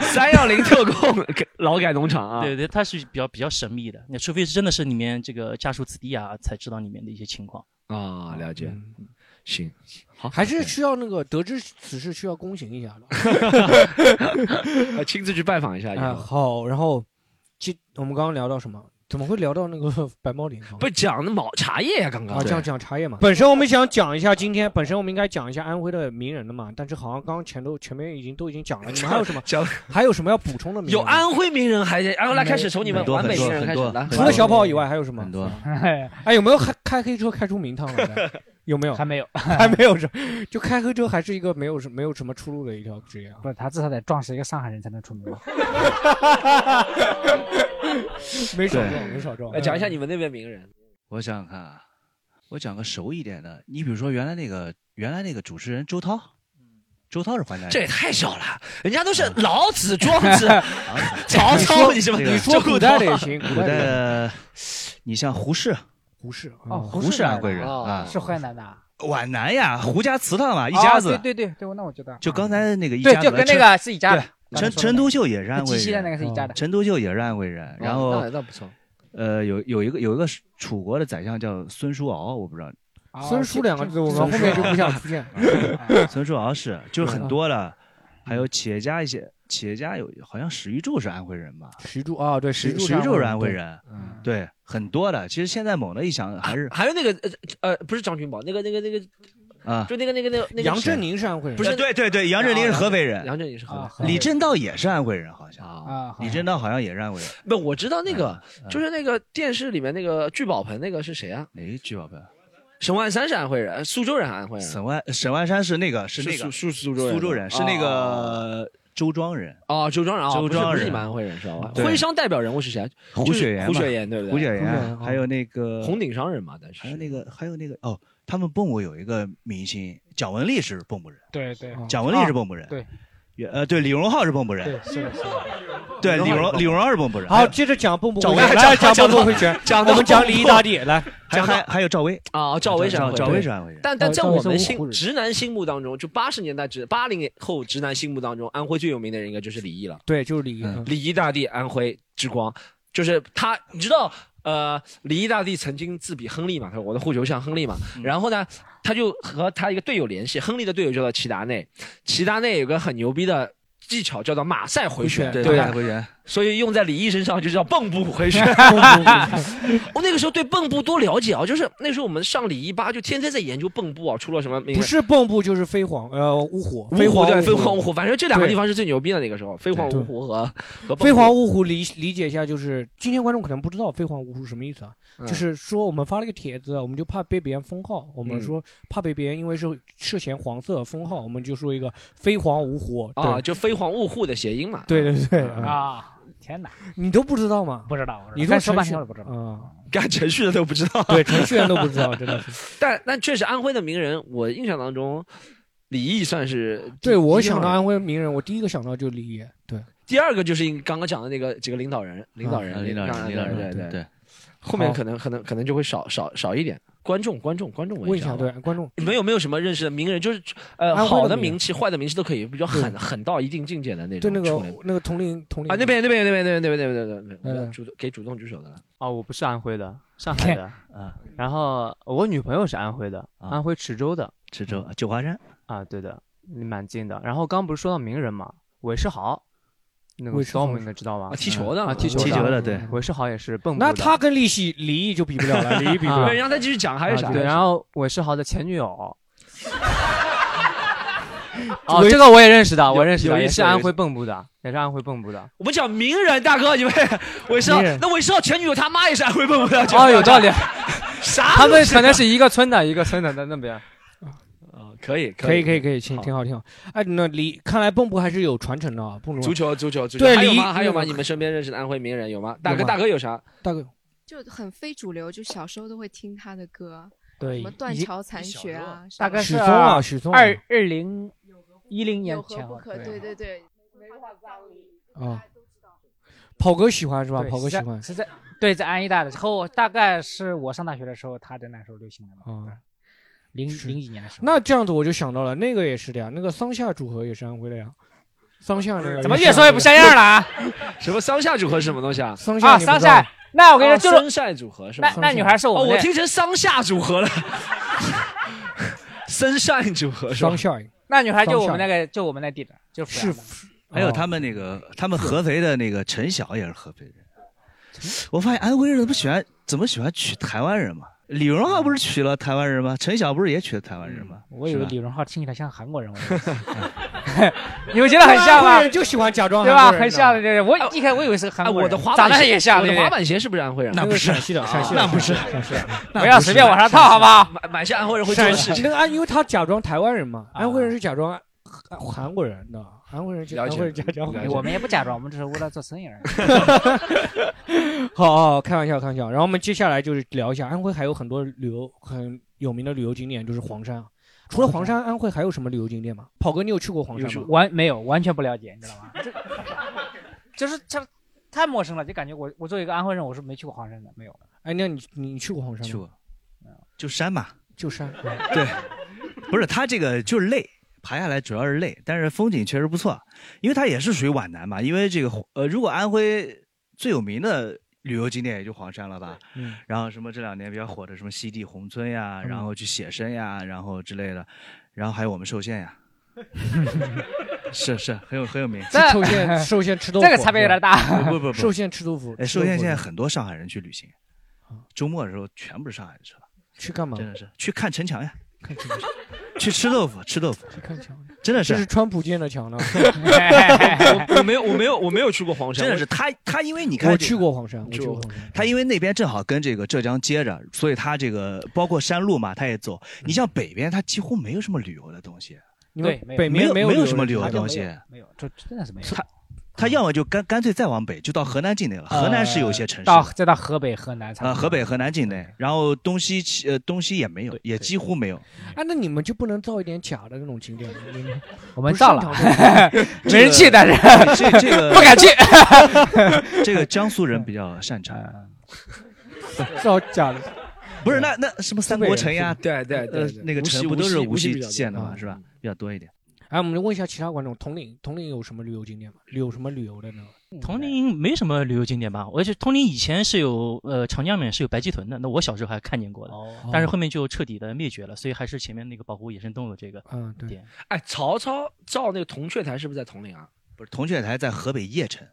[SPEAKER 2] 三幺零特供劳改农场啊。
[SPEAKER 10] 对对，它是比较比较神秘的，那除非是真的是里面这个家属子弟啊，才知道里面的一些情况。嗯
[SPEAKER 2] 啊，了解。行，好，
[SPEAKER 5] 还是需要那个得知此事需要躬行一下的。
[SPEAKER 2] 呃亲自去拜访一下以
[SPEAKER 5] 啊，
[SPEAKER 2] 后。
[SPEAKER 5] 好，然后，其我们刚刚聊到什么？怎么会聊到那个 白猫岭？
[SPEAKER 2] 不讲那毛茶叶呀，刚刚
[SPEAKER 5] 啊，这样讲茶叶嘛。本身我们想讲一下今天，本身我们应该讲一下安徽的名人的嘛，但是好像刚刚前都前面已经都已经讲了，你们还有什么
[SPEAKER 2] 讲
[SPEAKER 5] 还有什么要补充的名人
[SPEAKER 2] 有
[SPEAKER 5] 吗？
[SPEAKER 2] 安徽名人还，然后来开始从你们
[SPEAKER 4] 很多
[SPEAKER 2] 皖北
[SPEAKER 4] 很多
[SPEAKER 2] 名人开始
[SPEAKER 4] 很多
[SPEAKER 2] 来，
[SPEAKER 5] 除了小 跑以外还有什么？
[SPEAKER 4] 很多
[SPEAKER 5] 哎，有没有开开黑车开出名堂来的？有没有？
[SPEAKER 3] 还没有，
[SPEAKER 5] 还没有是，就开黑车还是一个没有什没有什么出路的一条职业啊。
[SPEAKER 3] 不，他至少得撞死一个上海人才能出名。
[SPEAKER 5] 没少
[SPEAKER 4] 对
[SPEAKER 5] 撞，没少嗯撞。
[SPEAKER 2] 来哎讲一下你们那边名人。
[SPEAKER 4] 我想想看啊，我讲个熟一点的，你比如说原来那个原来那个主持人周涛，周涛是淮南人，啊
[SPEAKER 2] 这也太少了，人家都是老 子、庄子、曹
[SPEAKER 5] 你
[SPEAKER 2] 操，
[SPEAKER 5] 说
[SPEAKER 2] 你什么？
[SPEAKER 4] 这个
[SPEAKER 5] 你说
[SPEAKER 2] 这
[SPEAKER 5] 古代的也行，古
[SPEAKER 4] 古代
[SPEAKER 5] 代的
[SPEAKER 4] 的，你像胡适，
[SPEAKER 5] 胡适
[SPEAKER 3] 哦，
[SPEAKER 5] 哦，
[SPEAKER 4] 胡适安徽人
[SPEAKER 2] 哦
[SPEAKER 4] 啊，
[SPEAKER 3] 是淮南的啊，
[SPEAKER 4] 皖南呀，胡家祠堂啊嘛，一
[SPEAKER 3] 哦
[SPEAKER 4] 家子，
[SPEAKER 3] 对对对对，那我知道。
[SPEAKER 4] 就刚才那个一
[SPEAKER 3] 对
[SPEAKER 4] 家，子，
[SPEAKER 3] 就跟那个是一家的。
[SPEAKER 4] 陈陈陈独秀也是安徽
[SPEAKER 3] 鸡西的那
[SPEAKER 4] 人，哦
[SPEAKER 3] 个是一家的。哦
[SPEAKER 4] 陈独秀也是安徽人， 然后
[SPEAKER 2] 那那不错。
[SPEAKER 4] 呃有有一个有一个楚国的宰相叫孙叔敖，我不知道
[SPEAKER 5] “ 孙叔”两个字，我们后面就不想出现。
[SPEAKER 4] 孙叔好像是，就是很多
[SPEAKER 3] 嗯
[SPEAKER 4] 了，还有企业家一些，企业家有好像史玉柱是安徽人吧？
[SPEAKER 5] 石柱
[SPEAKER 3] 哦
[SPEAKER 5] 啊，对，石
[SPEAKER 4] 石
[SPEAKER 5] 柱
[SPEAKER 4] 石
[SPEAKER 5] 上
[SPEAKER 4] 玉柱是
[SPEAKER 5] 位
[SPEAKER 4] 安徽
[SPEAKER 5] 对
[SPEAKER 4] 人，
[SPEAKER 5] 嗯
[SPEAKER 4] 对，很多的。其实现在猛的一想，还是
[SPEAKER 2] 还有那个呃呃，不是张君宝，那个那个那个，
[SPEAKER 4] 啊
[SPEAKER 2] 就那个那个那个那个
[SPEAKER 4] 杨振宁
[SPEAKER 5] 是安徽
[SPEAKER 4] 人
[SPEAKER 2] 不是
[SPEAKER 4] 呃
[SPEAKER 2] 啊
[SPEAKER 4] 对对对杨振宁是合肥人
[SPEAKER 2] 杨振宁是合肥人。
[SPEAKER 4] 李政道也是安徽人，好像
[SPEAKER 2] 啊
[SPEAKER 4] 李政道好像也是安徽人。
[SPEAKER 2] 不，我知道那个
[SPEAKER 4] 嗯
[SPEAKER 2] 就是那个电视里面那个聚宝盆那个是谁啊？
[SPEAKER 4] 哎，聚宝盆，
[SPEAKER 2] 沈万山是安徽人，呃苏州人还是安徽人？
[SPEAKER 4] 沈万呃沈万山是那个是
[SPEAKER 2] 是
[SPEAKER 4] 那个
[SPEAKER 2] 苏苏州人
[SPEAKER 4] 苏州人，是那个周庄人。
[SPEAKER 2] 哦，周庄人啊，
[SPEAKER 4] 周
[SPEAKER 2] 不是
[SPEAKER 4] 庄
[SPEAKER 2] 不是
[SPEAKER 4] 人
[SPEAKER 2] 你们安徽人知道吧？
[SPEAKER 4] 对
[SPEAKER 2] 徽商代表人物是谁啊？
[SPEAKER 4] 胡
[SPEAKER 2] 就是
[SPEAKER 4] 雪岩
[SPEAKER 2] 胡
[SPEAKER 4] 嘛，
[SPEAKER 2] 雪岩对不对？
[SPEAKER 4] 胡雪岩，啊还有那个
[SPEAKER 2] 红顶商人嘛，但是
[SPEAKER 4] 还有那个还有那个哦，他们蚌埠有一个明星蒋雯丽是蚌埠人，
[SPEAKER 6] 对对
[SPEAKER 5] 啊
[SPEAKER 4] 蒋雯丽是蚌埠人，
[SPEAKER 6] 对
[SPEAKER 4] 也呃对，李荣浩是蚌埠人
[SPEAKER 6] 对，，是的，是的。
[SPEAKER 4] 对李荣李荣浩是蚌埠人。还
[SPEAKER 5] 好，
[SPEAKER 4] 有
[SPEAKER 5] 接着讲蚌埠
[SPEAKER 4] 赵
[SPEAKER 5] 回
[SPEAKER 4] 薇
[SPEAKER 5] 旋，来讲蚌埠回旋，
[SPEAKER 4] 讲
[SPEAKER 5] 我们讲李大弟来，
[SPEAKER 4] 还还还有赵薇
[SPEAKER 2] 啊，赵薇是安徽人，
[SPEAKER 4] 赵薇是安徽人，
[SPEAKER 2] 但但在我们心直男心目当中，就八十年代直八零后直男心目当中，安徽最有名的人应该就是李毅了。
[SPEAKER 5] 对，就是嗯李
[SPEAKER 4] 嗯
[SPEAKER 5] 毅。
[SPEAKER 2] 李毅大帝，安徽之光，就是他，你知道。呃，李毅大帝曾经自比亨利嘛，他说我的护球像亨利嘛。
[SPEAKER 5] 嗯
[SPEAKER 2] 然后呢，他就和他一个队友联系，亨利的队友叫做齐达内，齐达内有个很牛逼的技巧叫做马赛回旋，啊
[SPEAKER 4] 对
[SPEAKER 2] 吧
[SPEAKER 4] 马赛回旋
[SPEAKER 2] 所以用在李毅身上就叫蚌埠 回旋。 我那个时候对蚌埠多了解啊，就是那时候我们上李毅吧，就天天在研究蚌埠啊，出了什么名人
[SPEAKER 5] 不是蚌埠就是飞黄，呃，芜湖，飞
[SPEAKER 2] 湖
[SPEAKER 5] 黄
[SPEAKER 2] 对
[SPEAKER 5] 芜
[SPEAKER 2] 飞
[SPEAKER 5] 湖
[SPEAKER 2] 黄芜湖，反正这两个
[SPEAKER 5] 对
[SPEAKER 2] 地方是最牛逼的那个时候，飞黄芜湖和和蚌
[SPEAKER 5] 飞黄
[SPEAKER 2] 埠
[SPEAKER 5] 芜湖理理解一下，就是今天观众可能不知道飞黄芜湖是什么意思啊，
[SPEAKER 2] 嗯
[SPEAKER 5] 就是说我们发了一个帖子，我们就怕被别人封号，我们
[SPEAKER 2] 嗯
[SPEAKER 5] 说怕被别人因为是涉嫌黄色封号，我们就说一个飞黄芜湖
[SPEAKER 2] 啊，
[SPEAKER 5] 对
[SPEAKER 2] 就飞黄芜湖的谐音嘛。
[SPEAKER 5] 对对对
[SPEAKER 6] 啊！天哪，
[SPEAKER 5] 你都不知道吗？
[SPEAKER 6] 不知道，
[SPEAKER 5] 你
[SPEAKER 6] 刚
[SPEAKER 5] 说
[SPEAKER 6] 说半
[SPEAKER 5] 程序
[SPEAKER 6] 天我都不知道。
[SPEAKER 5] 啊，
[SPEAKER 2] 干程序员都不知道，
[SPEAKER 5] 对程序员都不知道真 的是。
[SPEAKER 2] 但但确实安徽的名人，我印象当中，李毅算是第
[SPEAKER 5] 对我
[SPEAKER 2] 第一号
[SPEAKER 5] 想到
[SPEAKER 2] 人
[SPEAKER 5] 安徽名人，我第一个想到就是李野，对，
[SPEAKER 2] 第二个就是应刚刚讲的那个几个领导人，领导
[SPEAKER 4] 啊
[SPEAKER 2] 人，
[SPEAKER 4] 领导人
[SPEAKER 2] 人，
[SPEAKER 4] 领导人
[SPEAKER 2] 对
[SPEAKER 4] 对对。
[SPEAKER 2] 后面
[SPEAKER 5] 好
[SPEAKER 2] 可能可能可能就会少少少一点。观众观众观众
[SPEAKER 5] 问一下
[SPEAKER 2] 吧
[SPEAKER 5] 对观众，
[SPEAKER 2] 你们有没有什么认识的名人？就是呃
[SPEAKER 5] 安徽的
[SPEAKER 2] 好的
[SPEAKER 5] 名人
[SPEAKER 2] 名气、坏的名气都可以，比较狠
[SPEAKER 5] 对
[SPEAKER 2] 狠到一定境界的那
[SPEAKER 5] 对
[SPEAKER 2] 种
[SPEAKER 5] 那
[SPEAKER 2] 处理。
[SPEAKER 5] 个那个同龄同龄
[SPEAKER 2] 啊，那边那边那边那边那边那边那边那
[SPEAKER 11] 嗯
[SPEAKER 2] 边，主动给主动举手的了。
[SPEAKER 11] 哦，我不是安徽的，上海 的。
[SPEAKER 4] 嗯，
[SPEAKER 11] 然后我女朋友是安徽的，
[SPEAKER 2] 啊
[SPEAKER 11] 安徽池州的。
[SPEAKER 4] 池州九华山
[SPEAKER 11] 啊，对的，离蛮近的。然后刚不是说到名人嘛，韦世豪，那个
[SPEAKER 5] 韦世
[SPEAKER 11] 高我
[SPEAKER 5] 豪
[SPEAKER 11] 们
[SPEAKER 5] 是
[SPEAKER 11] 应该知道吧？
[SPEAKER 2] 啊踢球的
[SPEAKER 11] 啊，踢球
[SPEAKER 4] 踢球的对
[SPEAKER 11] 韦世豪也是蚌埠的。
[SPEAKER 5] 那他跟李喜李毅就比不了了，李毅比不了。
[SPEAKER 11] 对
[SPEAKER 2] 啊让他继续讲还有啥
[SPEAKER 11] 啊对，然后韦世豪的前女友。哦，
[SPEAKER 2] 韦
[SPEAKER 11] 这个我也认识的，
[SPEAKER 2] 有
[SPEAKER 11] 我认识
[SPEAKER 2] 有
[SPEAKER 11] 的，
[SPEAKER 2] 一
[SPEAKER 11] 也
[SPEAKER 2] 次
[SPEAKER 11] 是
[SPEAKER 2] 有一
[SPEAKER 11] 安
[SPEAKER 2] 次
[SPEAKER 11] 徽蚌埠的，也是安徽蚌埠的。
[SPEAKER 2] 我们讲名人，大哥，你 们韦世浩
[SPEAKER 11] 名人，
[SPEAKER 2] 那韦世浩前女友他妈也是安徽蚌埠的。
[SPEAKER 11] 哦，有 道理。
[SPEAKER 2] 啥
[SPEAKER 11] 他们
[SPEAKER 2] 东西啊
[SPEAKER 11] 可能是一个村的，一个村的在那边。
[SPEAKER 2] 可以
[SPEAKER 5] 可以可以可以，挺挺好挺好。哎，那李看来蚌埠还是有传承的啊，蚌埠
[SPEAKER 2] 足球足球足球，
[SPEAKER 5] 对
[SPEAKER 2] 还有
[SPEAKER 5] 李
[SPEAKER 2] 吗？还有吗？
[SPEAKER 5] 那个
[SPEAKER 2] 你们身边认识的安徽名人有吗？大
[SPEAKER 5] 有
[SPEAKER 2] 哥
[SPEAKER 5] 吗
[SPEAKER 2] 大哥有啥？
[SPEAKER 5] 大哥
[SPEAKER 12] 就很非主流，就小时候都会听他的歌，
[SPEAKER 5] 对
[SPEAKER 12] 什么断
[SPEAKER 5] 一
[SPEAKER 12] 桥残雪啊，什
[SPEAKER 6] 大
[SPEAKER 12] 么
[SPEAKER 6] 概
[SPEAKER 5] 许
[SPEAKER 6] 是
[SPEAKER 5] 嵩啊许嵩啊
[SPEAKER 6] 二二零一零年
[SPEAKER 12] 有何
[SPEAKER 6] 前
[SPEAKER 12] 不
[SPEAKER 6] 后，
[SPEAKER 12] 可？对对对，梅花脏梨。
[SPEAKER 5] 啊，跑哥喜欢是吧？
[SPEAKER 6] 对
[SPEAKER 5] 跑
[SPEAKER 6] 是
[SPEAKER 5] 哥喜
[SPEAKER 6] 在
[SPEAKER 5] 欢
[SPEAKER 6] 是
[SPEAKER 12] 嗯
[SPEAKER 6] 在对在安医大的时候，大概是我上大学的时候，他的那时候流行的嘛，
[SPEAKER 5] 啊。
[SPEAKER 6] 零零几年的时候。
[SPEAKER 5] 那这样子我就想到了，那个也是的呀，那个桑夏组合也是安徽的呀。桑夏那个
[SPEAKER 6] 怎么越说越不像样了啊？
[SPEAKER 2] 什么桑夏组合是什么东西啊？啊
[SPEAKER 5] 桑
[SPEAKER 6] 啊，桑晒，那我跟你说，就是
[SPEAKER 2] 桑晒组合是
[SPEAKER 6] 那
[SPEAKER 2] 吧？
[SPEAKER 6] 那女孩是我
[SPEAKER 2] 哦，
[SPEAKER 6] 们的
[SPEAKER 2] 我听成桑夏组合了。森晒组合是吧？
[SPEAKER 5] 桑夏
[SPEAKER 6] 那女孩就我们那个就我们那地址，就是阜阳的
[SPEAKER 4] 还
[SPEAKER 6] 哦
[SPEAKER 4] 有他
[SPEAKER 5] 哦
[SPEAKER 4] 们那个他们合肥的那个陈晓也是合肥人。我发现安徽人怎么喜欢怎么喜欢娶台湾人嘛？李荣浩不是娶了台湾人吗？陈晓不是也娶了台湾人吗？
[SPEAKER 6] 嗯我以
[SPEAKER 4] 是
[SPEAKER 6] 为
[SPEAKER 4] 吧
[SPEAKER 6] 李荣浩听起来像韩国人，我以为你们觉得很像
[SPEAKER 5] 安
[SPEAKER 6] 吗
[SPEAKER 5] 徽？人就喜欢假装
[SPEAKER 6] 对
[SPEAKER 5] 韩
[SPEAKER 6] 吧？
[SPEAKER 5] 国人
[SPEAKER 6] 很像的，对对。我一开始我以为是韩
[SPEAKER 2] 哎，
[SPEAKER 6] 国人，
[SPEAKER 2] 我的滑
[SPEAKER 6] 长
[SPEAKER 2] 板
[SPEAKER 6] 得
[SPEAKER 2] 鞋
[SPEAKER 6] 也像，
[SPEAKER 2] 我的
[SPEAKER 6] 对对
[SPEAKER 2] 滑板鞋是不是安徽人？
[SPEAKER 5] 那不是陕西的陕西的那不是陕西的
[SPEAKER 6] 啊不要随便往上套，好不好？
[SPEAKER 2] 买买下 安徽人会做的事
[SPEAKER 5] 那
[SPEAKER 2] 情。
[SPEAKER 5] 个安，因为他假装台湾人嘛，安徽人是假装韩韩国人的，韩国人就
[SPEAKER 6] 了
[SPEAKER 5] 安
[SPEAKER 6] 解
[SPEAKER 5] 徽人假装韩国人。
[SPEAKER 6] 我们也不假装，我们只是为了做生意而已。
[SPEAKER 5] 好好好，开玩笑，开玩笑。然后我们接下来就是聊一下安徽还有很多旅游很有名的旅游景点，就是黄山。除了黄山，安徽还有什么旅游景点吗？跑哥，你有去过黄山吗？
[SPEAKER 6] 完没有，完全不了解，你知道吗？就是这太陌生了，就感觉我我作为一个安徽人，我是没去过黄山的，没有。
[SPEAKER 5] 哎，那你你你去过黄山吗？
[SPEAKER 4] 去过，就 山嘛，
[SPEAKER 5] 就山。啊
[SPEAKER 4] 对，不是他这个就是累，爬下来主要是累，但是风景确实不错，因为它也是属于皖南嘛。因为这个呃，如果安徽最有名的旅游景点也就黄山了吧。
[SPEAKER 11] 嗯
[SPEAKER 4] 然后什么这两年比较火的什么西递宏村呀，
[SPEAKER 11] 嗯
[SPEAKER 4] 然后去写生呀，然后之类的，然后还有我们寿县 呀，是是很有很有名。
[SPEAKER 5] 这寿县寿县吃豆腐，
[SPEAKER 4] 这个差别有点大
[SPEAKER 5] 是吧
[SPEAKER 4] 不不不
[SPEAKER 5] 寿县吃豆腐，
[SPEAKER 4] 哎，
[SPEAKER 5] 吃
[SPEAKER 4] 寿
[SPEAKER 5] 豆
[SPEAKER 4] 县
[SPEAKER 5] 腐
[SPEAKER 4] 现在
[SPEAKER 5] 的啊
[SPEAKER 4] 很多上海人去旅行，周末的时候全部是上海人去了。
[SPEAKER 5] 去干嘛？
[SPEAKER 4] 真的是去看城墙呀，看城墙， 去吃豆腐，吃豆腐，去
[SPEAKER 5] 看墙，
[SPEAKER 4] 真的是。。
[SPEAKER 5] 这是川普建的墙呢
[SPEAKER 2] 我没有我没有我 没有去过黄山
[SPEAKER 4] 真的是他他因为哎你看
[SPEAKER 5] 我
[SPEAKER 4] 这
[SPEAKER 5] 去
[SPEAKER 4] 个
[SPEAKER 5] 过黄山，我
[SPEAKER 4] 你
[SPEAKER 5] 去过
[SPEAKER 4] 就
[SPEAKER 5] 黄山。
[SPEAKER 4] 他因为那边正好跟这个浙江接着，所以他这个包括山路嘛，他也走。你像北边，他几乎没有什么旅游的东西，
[SPEAKER 5] 嗯你们
[SPEAKER 4] 没
[SPEAKER 5] 北面
[SPEAKER 4] 有
[SPEAKER 5] 没有
[SPEAKER 4] 有
[SPEAKER 5] 旅
[SPEAKER 4] 什
[SPEAKER 5] 游
[SPEAKER 4] 么
[SPEAKER 5] 的
[SPEAKER 4] 旅游的
[SPEAKER 5] 地方
[SPEAKER 4] 东西
[SPEAKER 5] 没有，
[SPEAKER 4] 没
[SPEAKER 3] 有，这真的是没有。
[SPEAKER 4] 他他要么就干干脆再往北，就到河南境内了。啊河南是有些
[SPEAKER 5] 呃
[SPEAKER 4] 城市
[SPEAKER 3] 呃到再到河北、河南，
[SPEAKER 4] 啊，河北、河南境内，然后东西其呃东西也没有，也几乎没有。
[SPEAKER 5] 啊，那你们就不能造一点假的那种景点吗？你们
[SPEAKER 3] 我
[SPEAKER 4] 们
[SPEAKER 5] 不
[SPEAKER 4] 造了
[SPEAKER 5] 擅 长这种
[SPEAKER 4] 这个这这 个这个江苏人比较擅 长。
[SPEAKER 5] 造假的，
[SPEAKER 4] 不是那那什么三国城呀，
[SPEAKER 5] 对对对
[SPEAKER 4] 呃
[SPEAKER 5] 对
[SPEAKER 4] 那个
[SPEAKER 5] 无锡
[SPEAKER 4] 城不
[SPEAKER 5] 无
[SPEAKER 4] 都
[SPEAKER 5] 锡
[SPEAKER 4] 是
[SPEAKER 5] 无
[SPEAKER 4] 无
[SPEAKER 5] 锡
[SPEAKER 4] 锡
[SPEAKER 5] 比较
[SPEAKER 4] 建的
[SPEAKER 5] 多
[SPEAKER 4] 嘛，
[SPEAKER 5] 嗯
[SPEAKER 4] 是吧？比较多一点。
[SPEAKER 5] 哎，我们问一下其他观众，铜陵铜陵有什么旅游景点吗？有什么旅游的呢？
[SPEAKER 10] 铜陵没什么旅游景点吧？而且铜陵以前是有呃长江里面是有白鳍豚的，那我小时候还看见过的，但是后面就彻底的灭绝了，所以还是前面那个保护野生动物这个
[SPEAKER 5] 嗯
[SPEAKER 10] 点。
[SPEAKER 2] 哎，曹操造那个铜雀台是不是在铜陵啊？
[SPEAKER 4] 不是，铜雀台在河北叶城。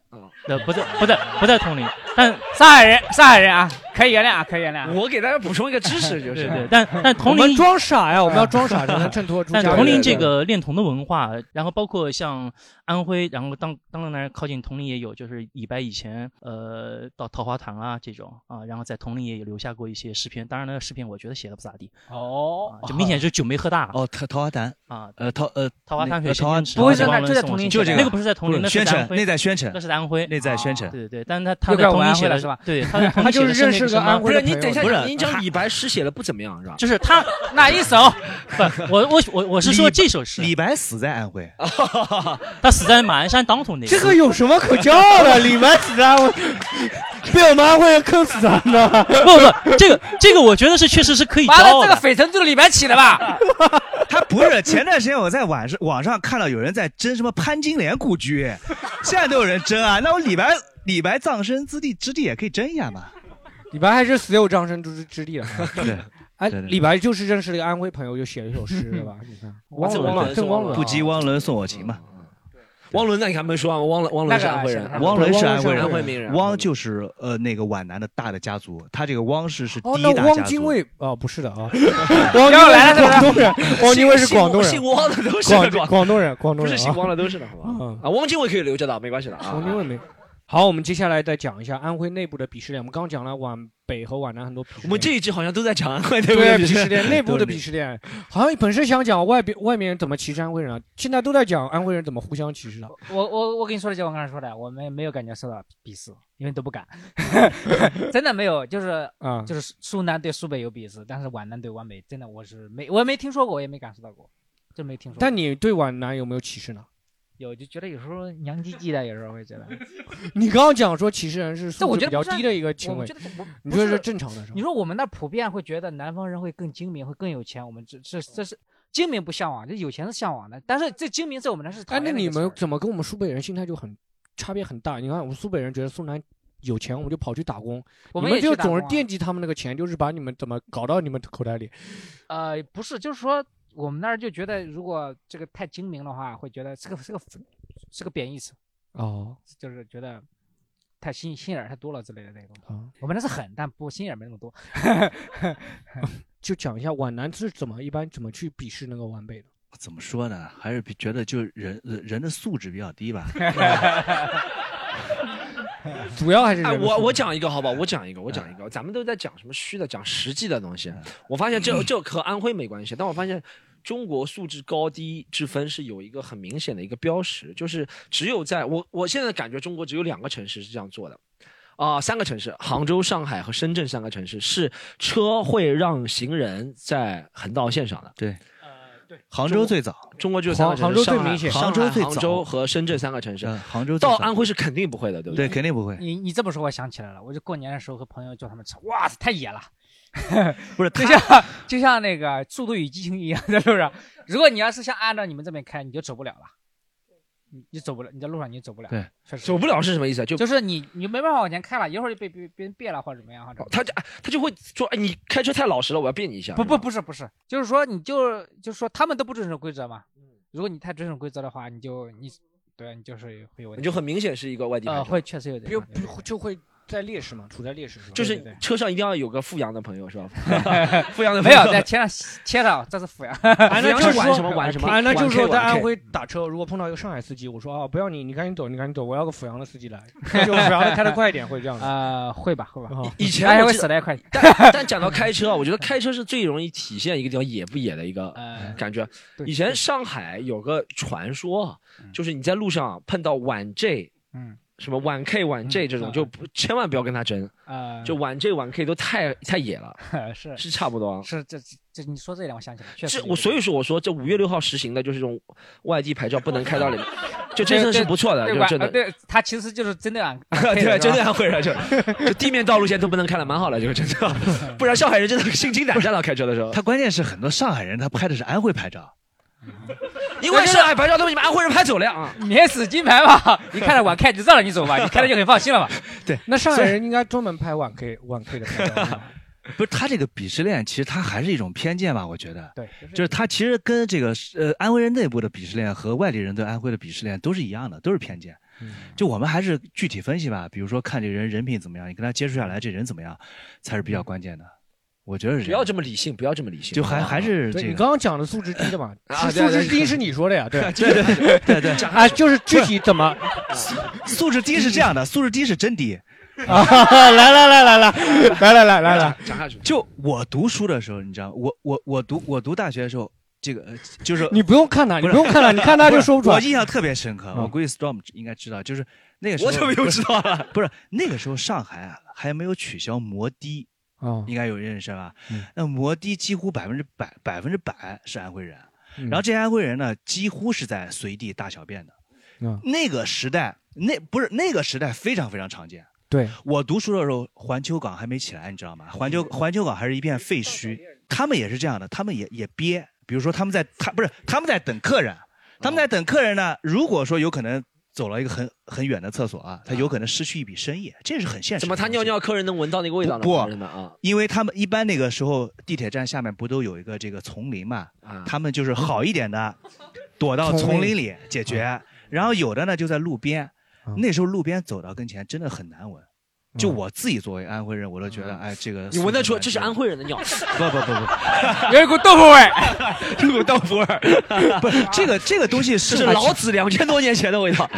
[SPEAKER 10] 那呃不在不在不在
[SPEAKER 4] 嗯
[SPEAKER 10] 铜陵，但
[SPEAKER 3] 上海人，上海人啊，可以原谅啊，可以原谅啊。
[SPEAKER 2] 我给大家补充一个知识，就
[SPEAKER 10] 对
[SPEAKER 2] 是
[SPEAKER 10] 对 但但铜陵
[SPEAKER 5] 我们装
[SPEAKER 4] 哎
[SPEAKER 5] 傻呀，我们要装傻才能衬托出家
[SPEAKER 10] 但
[SPEAKER 5] 人。
[SPEAKER 10] 铜陵这个炼铜的文化，然后包括像安徽，然后当当然靠近铜陵也有，就是李白以前呃到桃花潭啊这种啊，然后在铜陵也有留下过一些诗篇。当然了，诗篇我觉得写的不咋地，
[SPEAKER 5] 嗯
[SPEAKER 10] 啊
[SPEAKER 3] 哦
[SPEAKER 10] 就明显是酒没喝大。
[SPEAKER 4] 哦，桃桃花潭
[SPEAKER 10] 啊，
[SPEAKER 4] 呃 桃呃
[SPEAKER 10] 桃花
[SPEAKER 4] 那
[SPEAKER 10] 潭水
[SPEAKER 4] 呃
[SPEAKER 10] 仙
[SPEAKER 4] 桃花
[SPEAKER 10] 池，
[SPEAKER 4] 不会是
[SPEAKER 10] 忘
[SPEAKER 4] 那
[SPEAKER 10] 了
[SPEAKER 4] 就在
[SPEAKER 10] 送
[SPEAKER 4] 铜
[SPEAKER 10] 我
[SPEAKER 4] 陵
[SPEAKER 10] 去
[SPEAKER 4] 就这
[SPEAKER 10] 那
[SPEAKER 4] 个
[SPEAKER 10] 个不是在铜陵，
[SPEAKER 4] 不
[SPEAKER 10] 那
[SPEAKER 4] 是
[SPEAKER 10] 是在
[SPEAKER 4] 宣城
[SPEAKER 10] 安徽
[SPEAKER 4] 那在宣城
[SPEAKER 10] 那是在安徽，啊
[SPEAKER 4] 那在宣城
[SPEAKER 10] 对对对，但是他他
[SPEAKER 2] 又
[SPEAKER 10] 在
[SPEAKER 2] 该
[SPEAKER 10] 铜
[SPEAKER 2] 玩
[SPEAKER 10] 陵
[SPEAKER 2] 回
[SPEAKER 10] 写
[SPEAKER 2] 来
[SPEAKER 10] 的
[SPEAKER 2] 是吧
[SPEAKER 10] 对 他在铜陵写的那个什么
[SPEAKER 2] 不是你等一下，
[SPEAKER 10] 不是
[SPEAKER 2] 你讲李白诗写的不怎么样是吧？
[SPEAKER 10] 就是他
[SPEAKER 3] 哪一 首？
[SPEAKER 10] 不， 我我我我是说这首诗。李
[SPEAKER 4] 白死在安徽，
[SPEAKER 10] 他死在马鞍山当涂那。
[SPEAKER 5] 这个有什么可骄傲的？李白死啊，我 被我们安徽人坑死了呢。
[SPEAKER 10] 不不，这个这个我觉得是确实是可以骄
[SPEAKER 3] 完了，
[SPEAKER 10] 傲
[SPEAKER 3] 这个
[SPEAKER 10] 的。
[SPEAKER 3] 匪城就是李白起的 吧？
[SPEAKER 4] 他不是前段时间我在网上网上看到有人在争什么潘金莲故居，现在都有人争啊。那我李白李白葬身之地之地也可以争一下嘛。
[SPEAKER 5] 李白还是死有葬身之之地了。
[SPEAKER 4] 对，
[SPEAKER 5] 哎，
[SPEAKER 4] 对对
[SPEAKER 5] 李白就是认识了一个安徽朋友，就写了一 首诗，对吧？你看，汪
[SPEAKER 2] 这
[SPEAKER 5] 伦，
[SPEAKER 2] 这
[SPEAKER 5] 郑啊
[SPEAKER 2] 汪
[SPEAKER 5] 汪
[SPEAKER 2] 伦
[SPEAKER 5] 伦，
[SPEAKER 4] 不及汪伦送我情嘛。
[SPEAKER 2] 汪伦那你还没说完，汪伦汪伦是安徽人，
[SPEAKER 4] 汪伦是安
[SPEAKER 2] 徽
[SPEAKER 4] 徽人，
[SPEAKER 2] 安徽名人。
[SPEAKER 4] 汪就是呃那个皖南的大的家族，他这个汪氏是第
[SPEAKER 5] 哦，
[SPEAKER 4] 一
[SPEAKER 5] 那
[SPEAKER 4] 大
[SPEAKER 5] 汪
[SPEAKER 4] 家
[SPEAKER 5] 精
[SPEAKER 4] 族。
[SPEAKER 5] 卫哦，不是的 啊，
[SPEAKER 4] 要
[SPEAKER 5] 汪精卫
[SPEAKER 4] 来
[SPEAKER 5] 是
[SPEAKER 4] 了是吧
[SPEAKER 5] 广东人，汪精卫是广东人，
[SPEAKER 2] 姓汪的都是
[SPEAKER 5] 广
[SPEAKER 2] 广
[SPEAKER 5] 广东人，广东
[SPEAKER 2] 不
[SPEAKER 5] 人啊嗯
[SPEAKER 2] 是姓汪的都是的，好吧？啊，汪精卫可以留着的，没关系的啊。
[SPEAKER 5] 汪精卫没。好，我们接下来再讲一下安徽内部的鄙视链。我们刚刚讲了皖北和皖南很多鄙视链，
[SPEAKER 2] 我们这一季好像都在讲安徽
[SPEAKER 5] 对
[SPEAKER 2] 内部
[SPEAKER 5] 鄙
[SPEAKER 2] 的鄙
[SPEAKER 5] 视
[SPEAKER 2] 视
[SPEAKER 5] 链，
[SPEAKER 2] 链
[SPEAKER 5] 内部的
[SPEAKER 2] 对
[SPEAKER 5] 鄙视链，好像本身想讲外边外面怎么歧视安徽人啊，现在都在讲安徽人怎么互相歧视了。啊
[SPEAKER 3] 我我我跟你说的，就我刚才说的，我们没有感觉受到鄙视，因为都不敢， 真的没有，就是
[SPEAKER 5] 啊
[SPEAKER 3] 就是苏南对苏北有鄙视，但是皖南对皖北真的我是没我也没听说过，我也没感受到过，真没听说过。
[SPEAKER 5] 但你对皖南有没有歧视呢？
[SPEAKER 3] 有就觉得有时候娘唧唧的，有时候会觉 得，
[SPEAKER 5] 你刚刚讲说歧视人是
[SPEAKER 3] 这
[SPEAKER 5] 素
[SPEAKER 3] 我
[SPEAKER 5] 质
[SPEAKER 3] 觉
[SPEAKER 5] 比
[SPEAKER 3] 得不是
[SPEAKER 5] 较
[SPEAKER 3] 啊
[SPEAKER 5] 低的一个行
[SPEAKER 3] 我
[SPEAKER 5] 为
[SPEAKER 3] 觉得不，
[SPEAKER 5] 你
[SPEAKER 3] 不
[SPEAKER 5] 觉得
[SPEAKER 3] 是
[SPEAKER 5] 是正常的是吧？
[SPEAKER 3] 你说我们那普遍会觉得南方人会更精明，会更有钱，我们这这这是精明不向往，这有钱是向往的，但是这精明在我们那是讨
[SPEAKER 5] 哎，
[SPEAKER 3] 厌
[SPEAKER 5] 那
[SPEAKER 3] 的一
[SPEAKER 5] 你
[SPEAKER 3] 个词儿。
[SPEAKER 5] 们怎么跟我们苏北人心态就很差别很大？你看我们苏北人觉得苏南有钱，我们就跑去打工，
[SPEAKER 3] 我
[SPEAKER 5] 你
[SPEAKER 3] 们也
[SPEAKER 5] 们
[SPEAKER 3] 去
[SPEAKER 5] 就
[SPEAKER 3] 打
[SPEAKER 5] 总是
[SPEAKER 3] 工啊
[SPEAKER 5] 惦记他们那个钱，就是把你们怎么搞到你们口袋里。
[SPEAKER 3] 呃，不是，就是说我们那儿就觉得，如果这个太精明的话，会觉得是个是个是个贬义词，
[SPEAKER 5] 哦，
[SPEAKER 3] 就是觉得太心心眼儿太多了之类的那种。
[SPEAKER 5] 啊，
[SPEAKER 3] 我们那是狠，但不心眼儿没那么多。
[SPEAKER 5] 就讲一下皖南是怎么一般怎么去鄙视那个皖北的。
[SPEAKER 4] 怎么说呢？还是比觉得就人呃人的素质比较低吧。
[SPEAKER 5] 主要还是人
[SPEAKER 2] 哎，
[SPEAKER 5] 的素质
[SPEAKER 2] 我我讲一个好不好？我讲一个，
[SPEAKER 4] 嗯
[SPEAKER 2] 我讲一个。咱们都在讲什么虚的，讲实际的东西。我发现这这和安徽没关系，但我发现中国素质高低之分是有一个很明显的一个标识，就是只有在我我现在感觉中国只有两个城市是这样做的。啊、三个城市，杭州、上海和深圳三个城市是车会让行人在横道线上的。
[SPEAKER 4] 对，杭州最早，
[SPEAKER 2] 中国就有三个城市，上海
[SPEAKER 4] 杭州最
[SPEAKER 2] 上海杭
[SPEAKER 4] 早
[SPEAKER 2] 州，和深圳三个城市。
[SPEAKER 4] 嗯杭州最
[SPEAKER 2] 到
[SPEAKER 4] 早
[SPEAKER 2] 安徽是肯定不会的，对不
[SPEAKER 4] 对肯定不会。
[SPEAKER 3] 你你这么说，我想起来了，我就过年的时候和朋友叫他们吃，哇塞，太野 了。
[SPEAKER 4] 不是，
[SPEAKER 3] 就像就像那个《速度与激情》一样的，是不是？如果你要是想按照你们这边开，你就走不了了。
[SPEAKER 6] 你你走不了，你在路上你也走不了。
[SPEAKER 11] 对
[SPEAKER 6] 确实
[SPEAKER 2] 走不了是什么意思啊？就
[SPEAKER 6] 就是你你没办法往前开了，一会儿就被别别人别了或者怎么样或者
[SPEAKER 2] 他就他就会说，哎，你开车太老实了，我要变你一下。
[SPEAKER 6] 不不不是不是，就是说你就就是说他们都不遵守规则嘛。如果你太遵守规则的话，你就你对你就是会有问题，
[SPEAKER 2] 你就很明显是一个外地
[SPEAKER 6] 呃
[SPEAKER 2] 牌照
[SPEAKER 6] 会确实有点？
[SPEAKER 5] 就就会在劣势嘛，处在劣势是吧？
[SPEAKER 2] 就是
[SPEAKER 5] 对对对
[SPEAKER 2] 车上一定要有个富阳的朋友是吧 富阳的
[SPEAKER 6] 没
[SPEAKER 2] 朋友
[SPEAKER 6] 有在切上切上，这是阜阳。
[SPEAKER 5] 哎，那就是
[SPEAKER 2] 玩
[SPEAKER 5] 说
[SPEAKER 2] 什么玩什么
[SPEAKER 5] 哎，那就是说
[SPEAKER 2] 玩 K，
[SPEAKER 5] 在
[SPEAKER 2] 玩
[SPEAKER 5] 安
[SPEAKER 2] K
[SPEAKER 5] 徽打车，如果碰到一个上海司机，我说啊，不要你，你赶紧走，你赶紧走，我要个阜阳的司机来，就阜阳的开的快一点，会这样的。
[SPEAKER 6] 啊，会吧会吧。
[SPEAKER 2] 以前
[SPEAKER 6] 哎
[SPEAKER 2] 我
[SPEAKER 6] 会
[SPEAKER 2] 记得
[SPEAKER 6] 死的 快。
[SPEAKER 2] 但但讲到开车啊，我觉得开车是最容易体现一个地方野不野的一个
[SPEAKER 6] 呃
[SPEAKER 2] 感觉。以前上海有个传说啊，就是你在路上碰到晚 J，
[SPEAKER 6] 嗯，
[SPEAKER 2] 什么晚 K 晚 J 这种，就不千万不要跟他争。
[SPEAKER 6] 呃，
[SPEAKER 2] 就晚 J 晚 K 都太太野了，
[SPEAKER 6] 是
[SPEAKER 2] 是差不多啊。
[SPEAKER 6] 是这这这你说这一点我想起来，确实
[SPEAKER 2] 这
[SPEAKER 6] 有
[SPEAKER 2] 我所以说我说这五月六号实行的就是这种外地牌照不能开到里面，就这
[SPEAKER 6] 对
[SPEAKER 2] 次是
[SPEAKER 6] 对
[SPEAKER 2] 不错的，
[SPEAKER 6] 对
[SPEAKER 2] 就
[SPEAKER 6] 吧
[SPEAKER 2] 真的，
[SPEAKER 6] 呃。对，他其实就是针对俺
[SPEAKER 3] 啊
[SPEAKER 2] 对，真的安徽人就就地面道路线都不能开了，蛮好的，这个真的，不然上海人真的心 惊胆战了。开车的时候，
[SPEAKER 4] 他关键是很多上海人他拍的是安徽牌照，
[SPEAKER 2] 因为上海牌照都被你们安徽人拍走了呀。
[SPEAKER 6] 免死金牌 嘛，你看着晚开就知道了，你走吧，你开的就很放心了 嘛。
[SPEAKER 4] 对，
[SPEAKER 5] 那上海人应该专门拍晚 K 晚 K 的拍照。
[SPEAKER 4] 不是他这个鄙视链，其实他还是一种偏见吧？我觉得，
[SPEAKER 5] 对，
[SPEAKER 4] 就是他其实跟这个呃安徽人内部的鄙视链和外地人对安徽的鄙视链都是一样的，都是偏见。
[SPEAKER 5] 嗯
[SPEAKER 4] 就我们还是具体分析吧，比如说看这人人品怎么样，你跟他接触下来这人怎么样，才是比较关键的。我觉得是
[SPEAKER 2] 不
[SPEAKER 4] 这
[SPEAKER 2] 要
[SPEAKER 4] 样。
[SPEAKER 2] 这么理性，不要这么理性，
[SPEAKER 4] 就还还是
[SPEAKER 5] 对
[SPEAKER 4] 这
[SPEAKER 5] 你
[SPEAKER 4] 个
[SPEAKER 5] 刚刚讲的素质低的嘛，
[SPEAKER 4] 啊
[SPEAKER 5] 素
[SPEAKER 4] 对对
[SPEAKER 5] 质低是你说的呀，对
[SPEAKER 4] 对对对对对
[SPEAKER 5] 啊，就是具体怎么
[SPEAKER 4] 素质低是这样的，素质低是真低。
[SPEAKER 5] 啊，来来来来来来来哎来来 来，
[SPEAKER 2] 讲下去。
[SPEAKER 4] 就我读书的时候，你知道吗，我我我读我读大学的时候，这个呃就是
[SPEAKER 5] 你不用看他，你
[SPEAKER 4] 是
[SPEAKER 5] 不用 看他，你看他就说不出来。嗯
[SPEAKER 4] 我印象特别深刻，我估计 Storm 应该知道，就是那个时候
[SPEAKER 5] 我怎么又知
[SPEAKER 4] 道了？ 不是那个时候上海啊还没有取消摩的
[SPEAKER 5] 啊，
[SPEAKER 4] 应该有认识吧？
[SPEAKER 5] 嗯
[SPEAKER 4] 那摩的几乎百分之百百分之百是安徽人，然后这些安徽人呢，几乎是在随地大小便的。
[SPEAKER 5] 嗯
[SPEAKER 4] 那个时代，那不是那个时代非常非常常见。
[SPEAKER 5] 对，
[SPEAKER 4] 我读书的时候，环球港还没起来，你知道吗？环球环球港还是一片废墟，他们也是这样的，他们也也憋。比如说他们在他不是他们在等客人，他们在等客人呢。如果说有可能走了一个很很远的厕所啊，他有可能失去一笔生意，这是很现实的。
[SPEAKER 2] 怎么他尿尿客人能闻到那个味道呢？
[SPEAKER 4] 不
[SPEAKER 2] 真的啊，
[SPEAKER 4] 因为他们一般那个时候地铁站下面不都有一个这个丛林嘛，他们就是好一点的，躲到丛林里解
[SPEAKER 5] 嗯
[SPEAKER 4] 决，然后有的呢就在路边，那时候路边走到跟前真的很难闻，
[SPEAKER 5] 嗯
[SPEAKER 4] 就我自己作为安徽人，我都觉得哎这个
[SPEAKER 2] 你闻得出这是安徽人的尿，
[SPEAKER 4] 不不不不，
[SPEAKER 6] 有一股豆腐 味，
[SPEAKER 4] 有股豆腐味儿， 不是这个这个东西是啊
[SPEAKER 2] 这是老子两千多年前的味道，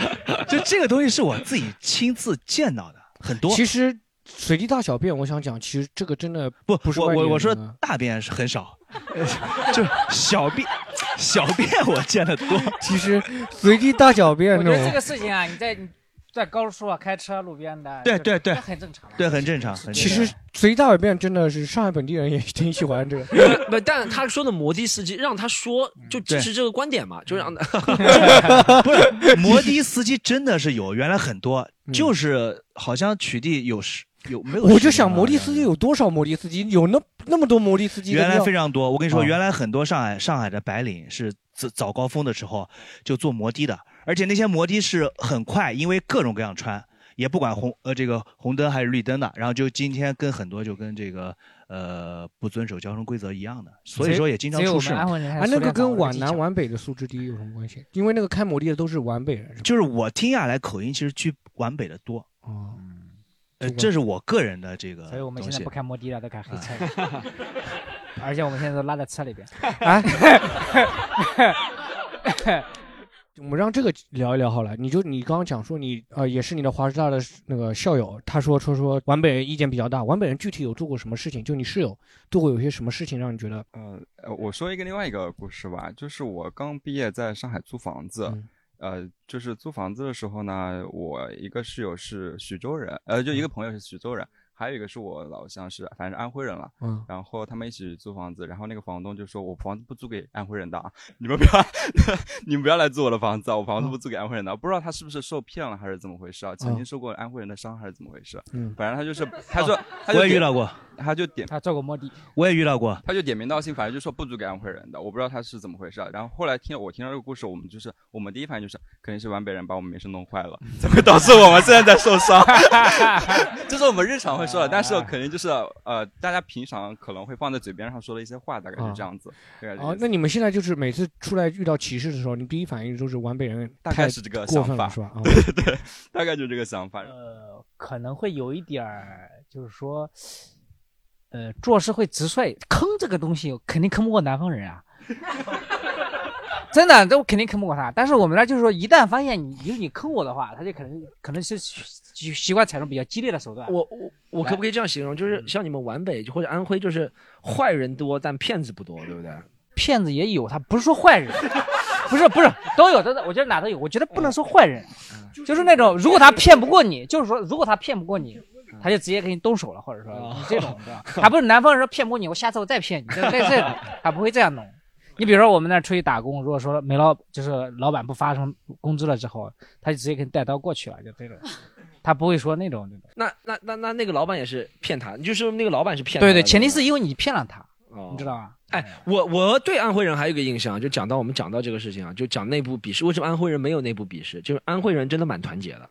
[SPEAKER 4] 就这个东西是我自己亲自见到的很多，
[SPEAKER 5] 其实随地大小便，我想讲，其实这个真的
[SPEAKER 4] 不
[SPEAKER 5] 不是
[SPEAKER 4] 我
[SPEAKER 5] 外地
[SPEAKER 4] 我
[SPEAKER 5] 人啊
[SPEAKER 4] 我说
[SPEAKER 5] 的
[SPEAKER 4] 大便是很少， 就是小便 小便我见的多。
[SPEAKER 5] 其实随地大小便
[SPEAKER 6] 我觉
[SPEAKER 5] 那
[SPEAKER 6] 得这个
[SPEAKER 5] 种，
[SPEAKER 6] 事情啊，你在你在高速啊开车路边的，
[SPEAKER 4] 对
[SPEAKER 6] 这
[SPEAKER 4] 对对
[SPEAKER 6] 这很正常。啊
[SPEAKER 4] 对，很正常，很正常
[SPEAKER 5] 其实随地大小便真的是上海本地人也挺喜欢这个。
[SPEAKER 2] 不不，但他说的摩的司机让他说就支持这个观点嘛，就 让他
[SPEAKER 4] 不是摩的司机真的是有，原来很多，就是好像取缔有十有 没有？
[SPEAKER 5] 嗯
[SPEAKER 4] 啊
[SPEAKER 5] 我就想摩的司机有多少摩的司机，有那那么多摩的司机的
[SPEAKER 4] 原来
[SPEAKER 5] 料
[SPEAKER 4] 非常多。我跟你说，
[SPEAKER 5] 啊
[SPEAKER 4] 原来很多上海上海的白领是早早高峰的时候就坐摩的的，而且那些摩的是很快，因为各种各样穿，也不管红呃这个红灯还是绿灯的。然后就今天跟很多就跟这个呃不遵守交通规则一样的，所以说也经常出事嘛。
[SPEAKER 5] 哎，那个跟皖南皖北的素质低有什么关系？因为那个开摩的的都是皖北人，
[SPEAKER 4] 就是我听下来口音其实去皖北的多。
[SPEAKER 5] 哦，
[SPEAKER 4] 呃，这是我个人的这嗯个东西。嗯
[SPEAKER 6] 所以我们现在不开摩的了，都开黑车了， 而且我们现在都拉在车里 边。
[SPEAKER 5] 啊我们让这个聊一聊好了。你就你刚刚讲说你呃也是你的华师大的那个校友，他说说说皖北人意见比较大，皖北人具体有做过什么事情？就你室友做过有些什么事情让你觉得
[SPEAKER 3] 嗯
[SPEAKER 9] 呃，呃我说一个另外一个故事吧，就是我刚毕业在上海租房子，
[SPEAKER 4] 嗯
[SPEAKER 9] 呃，就是租房子的时候呢，我一个室友是徐州人，呃，就一
[SPEAKER 4] 嗯
[SPEAKER 9] 个朋友是徐州人，还有一个是我老乡是反正安徽人了，
[SPEAKER 5] 嗯
[SPEAKER 9] 然后他们一起租房子，然后那个房东就说我房子不租给安徽人的啊，你们不要， 你们不要来租我的房子啊，我房子不租给安徽人的，不知道他是不是受骗了还是怎么回事啊，曾
[SPEAKER 4] 嗯
[SPEAKER 9] 经受过安徽人的伤还是怎么回事，啊
[SPEAKER 4] 嗯
[SPEAKER 9] 反正他就是他说、他就
[SPEAKER 4] 我也
[SPEAKER 9] 给
[SPEAKER 4] 遇到过。
[SPEAKER 9] 他就点
[SPEAKER 3] 他做过摸底，
[SPEAKER 4] 我也遇到过，
[SPEAKER 9] 他就点名道姓，反正就说不足给安徽人的，我不知道他是怎么回事啊。然后后来听我听到这个故事，我们就是我们第一反应就是肯定是皖北人把我们名声弄坏了，才 会导致我们现在在 受伤。 这是我们日常会说的，但是
[SPEAKER 5] 啊
[SPEAKER 9] 肯定就是呃，大家平常可能会放在嘴边上说的一些话，大概是这样子。大概是这
[SPEAKER 5] 哦
[SPEAKER 9] 样，子
[SPEAKER 5] 那你们现在就是每次出来遇到歧视的时候，你第一反应就是皖北人
[SPEAKER 9] 大
[SPEAKER 5] 太
[SPEAKER 9] 概是这个
[SPEAKER 5] 过
[SPEAKER 9] 想
[SPEAKER 5] 分
[SPEAKER 9] 法，
[SPEAKER 5] 了，是吧？啊
[SPEAKER 9] 对对对，大概就这个想法。
[SPEAKER 3] 可能会有一点儿，就是说，呃，做事会直率。坑这个东西肯定坑不过南方人啊， 真的，这我肯定坑不过他。但是我们呢，就是说，一旦发现你，就是你坑我的话，他就可能可能是习习惯采用比较激烈的手段。嗯
[SPEAKER 2] 我我我可不可以这样形容？就是像你们皖北或者安徽，就是坏人多，但骗子不多，对不对？
[SPEAKER 3] 骗子也有，他不是说坏人，不是不是都有，都有我觉得哪都有。我觉得不能说坏人，
[SPEAKER 2] 嗯
[SPEAKER 3] 就是那种如果他骗不过你，就是说如果他骗不过你，
[SPEAKER 2] 嗯
[SPEAKER 3] 他就直接给你动手了，或者说
[SPEAKER 2] 哦
[SPEAKER 3] 你这种， 对吧？还不是南方人说骗不过你，我下次我再骗你，这这这种他不会这样弄。你比如说我们那儿出去打工，如果说没老就是老板不发什么工资了之后，他就直接给你带刀过去了，就这种，他不会说那种那种。
[SPEAKER 2] 那那那那那个老板也是骗他，你就说那个老板是骗他
[SPEAKER 3] 对
[SPEAKER 2] 的。
[SPEAKER 3] 对，前提
[SPEAKER 2] 吧
[SPEAKER 3] 是因为你骗了他，
[SPEAKER 2] 哦
[SPEAKER 3] 你知道吗？
[SPEAKER 2] 哎，我我对安徽人还有一个印象，啊就讲到我们讲到这个事情啊，就讲内部鄙视，为什么安徽人没有内部鄙视？就是安徽人真的蛮团结的，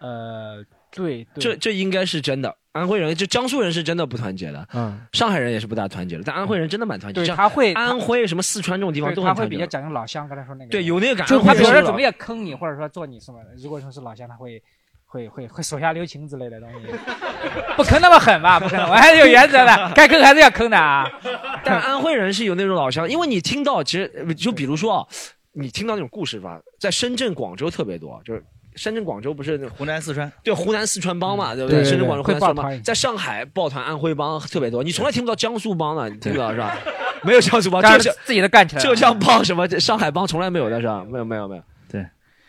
[SPEAKER 3] 呃，对，对
[SPEAKER 2] 这这应该是真的。安徽人，就江苏人是真的不团结的，
[SPEAKER 5] 嗯，
[SPEAKER 2] 上海人也是不大团结的，但安徽人真的蛮团结。
[SPEAKER 3] 对
[SPEAKER 2] 像
[SPEAKER 3] 他会他
[SPEAKER 2] 安徽什么四川这种地方
[SPEAKER 3] 对
[SPEAKER 2] 都
[SPEAKER 3] 他
[SPEAKER 2] 很
[SPEAKER 3] 会
[SPEAKER 2] 团
[SPEAKER 3] 比
[SPEAKER 2] 结
[SPEAKER 3] 较
[SPEAKER 2] 的。
[SPEAKER 3] 讲究老乡，刚才说那个
[SPEAKER 2] 对有那个感
[SPEAKER 3] 就
[SPEAKER 2] 觉
[SPEAKER 3] 他比如
[SPEAKER 2] 是
[SPEAKER 3] 说
[SPEAKER 2] 吧
[SPEAKER 3] 准备坑你，或者说做你什么的，如果说是老乡，他会会会会手下留情之类的东西， 不坑那么狠吧？不坑，我还是有原则的，该坑还是要坑的啊。
[SPEAKER 2] 但安徽人是有那种老乡，因为你听到其实呃就比如说啊，你听到那种故事吧，在深圳、广州特别多，就是。深圳、广州不是湖
[SPEAKER 4] 南、四川
[SPEAKER 2] 对湖南四川帮嘛，对不
[SPEAKER 4] 对对对
[SPEAKER 2] 深圳、广州、湖南
[SPEAKER 4] 会
[SPEAKER 2] 四
[SPEAKER 4] 抱
[SPEAKER 2] 川
[SPEAKER 4] 团
[SPEAKER 2] 帮，在上海抱团安徽帮特别多，你从来听不到江苏帮的，你听不到是吧？没有江苏帮，
[SPEAKER 3] 当然
[SPEAKER 2] 就是
[SPEAKER 3] 自己的干成
[SPEAKER 2] 浙江帮什么，这上海帮从来没有的是吧？没有没有没有。
[SPEAKER 4] 对，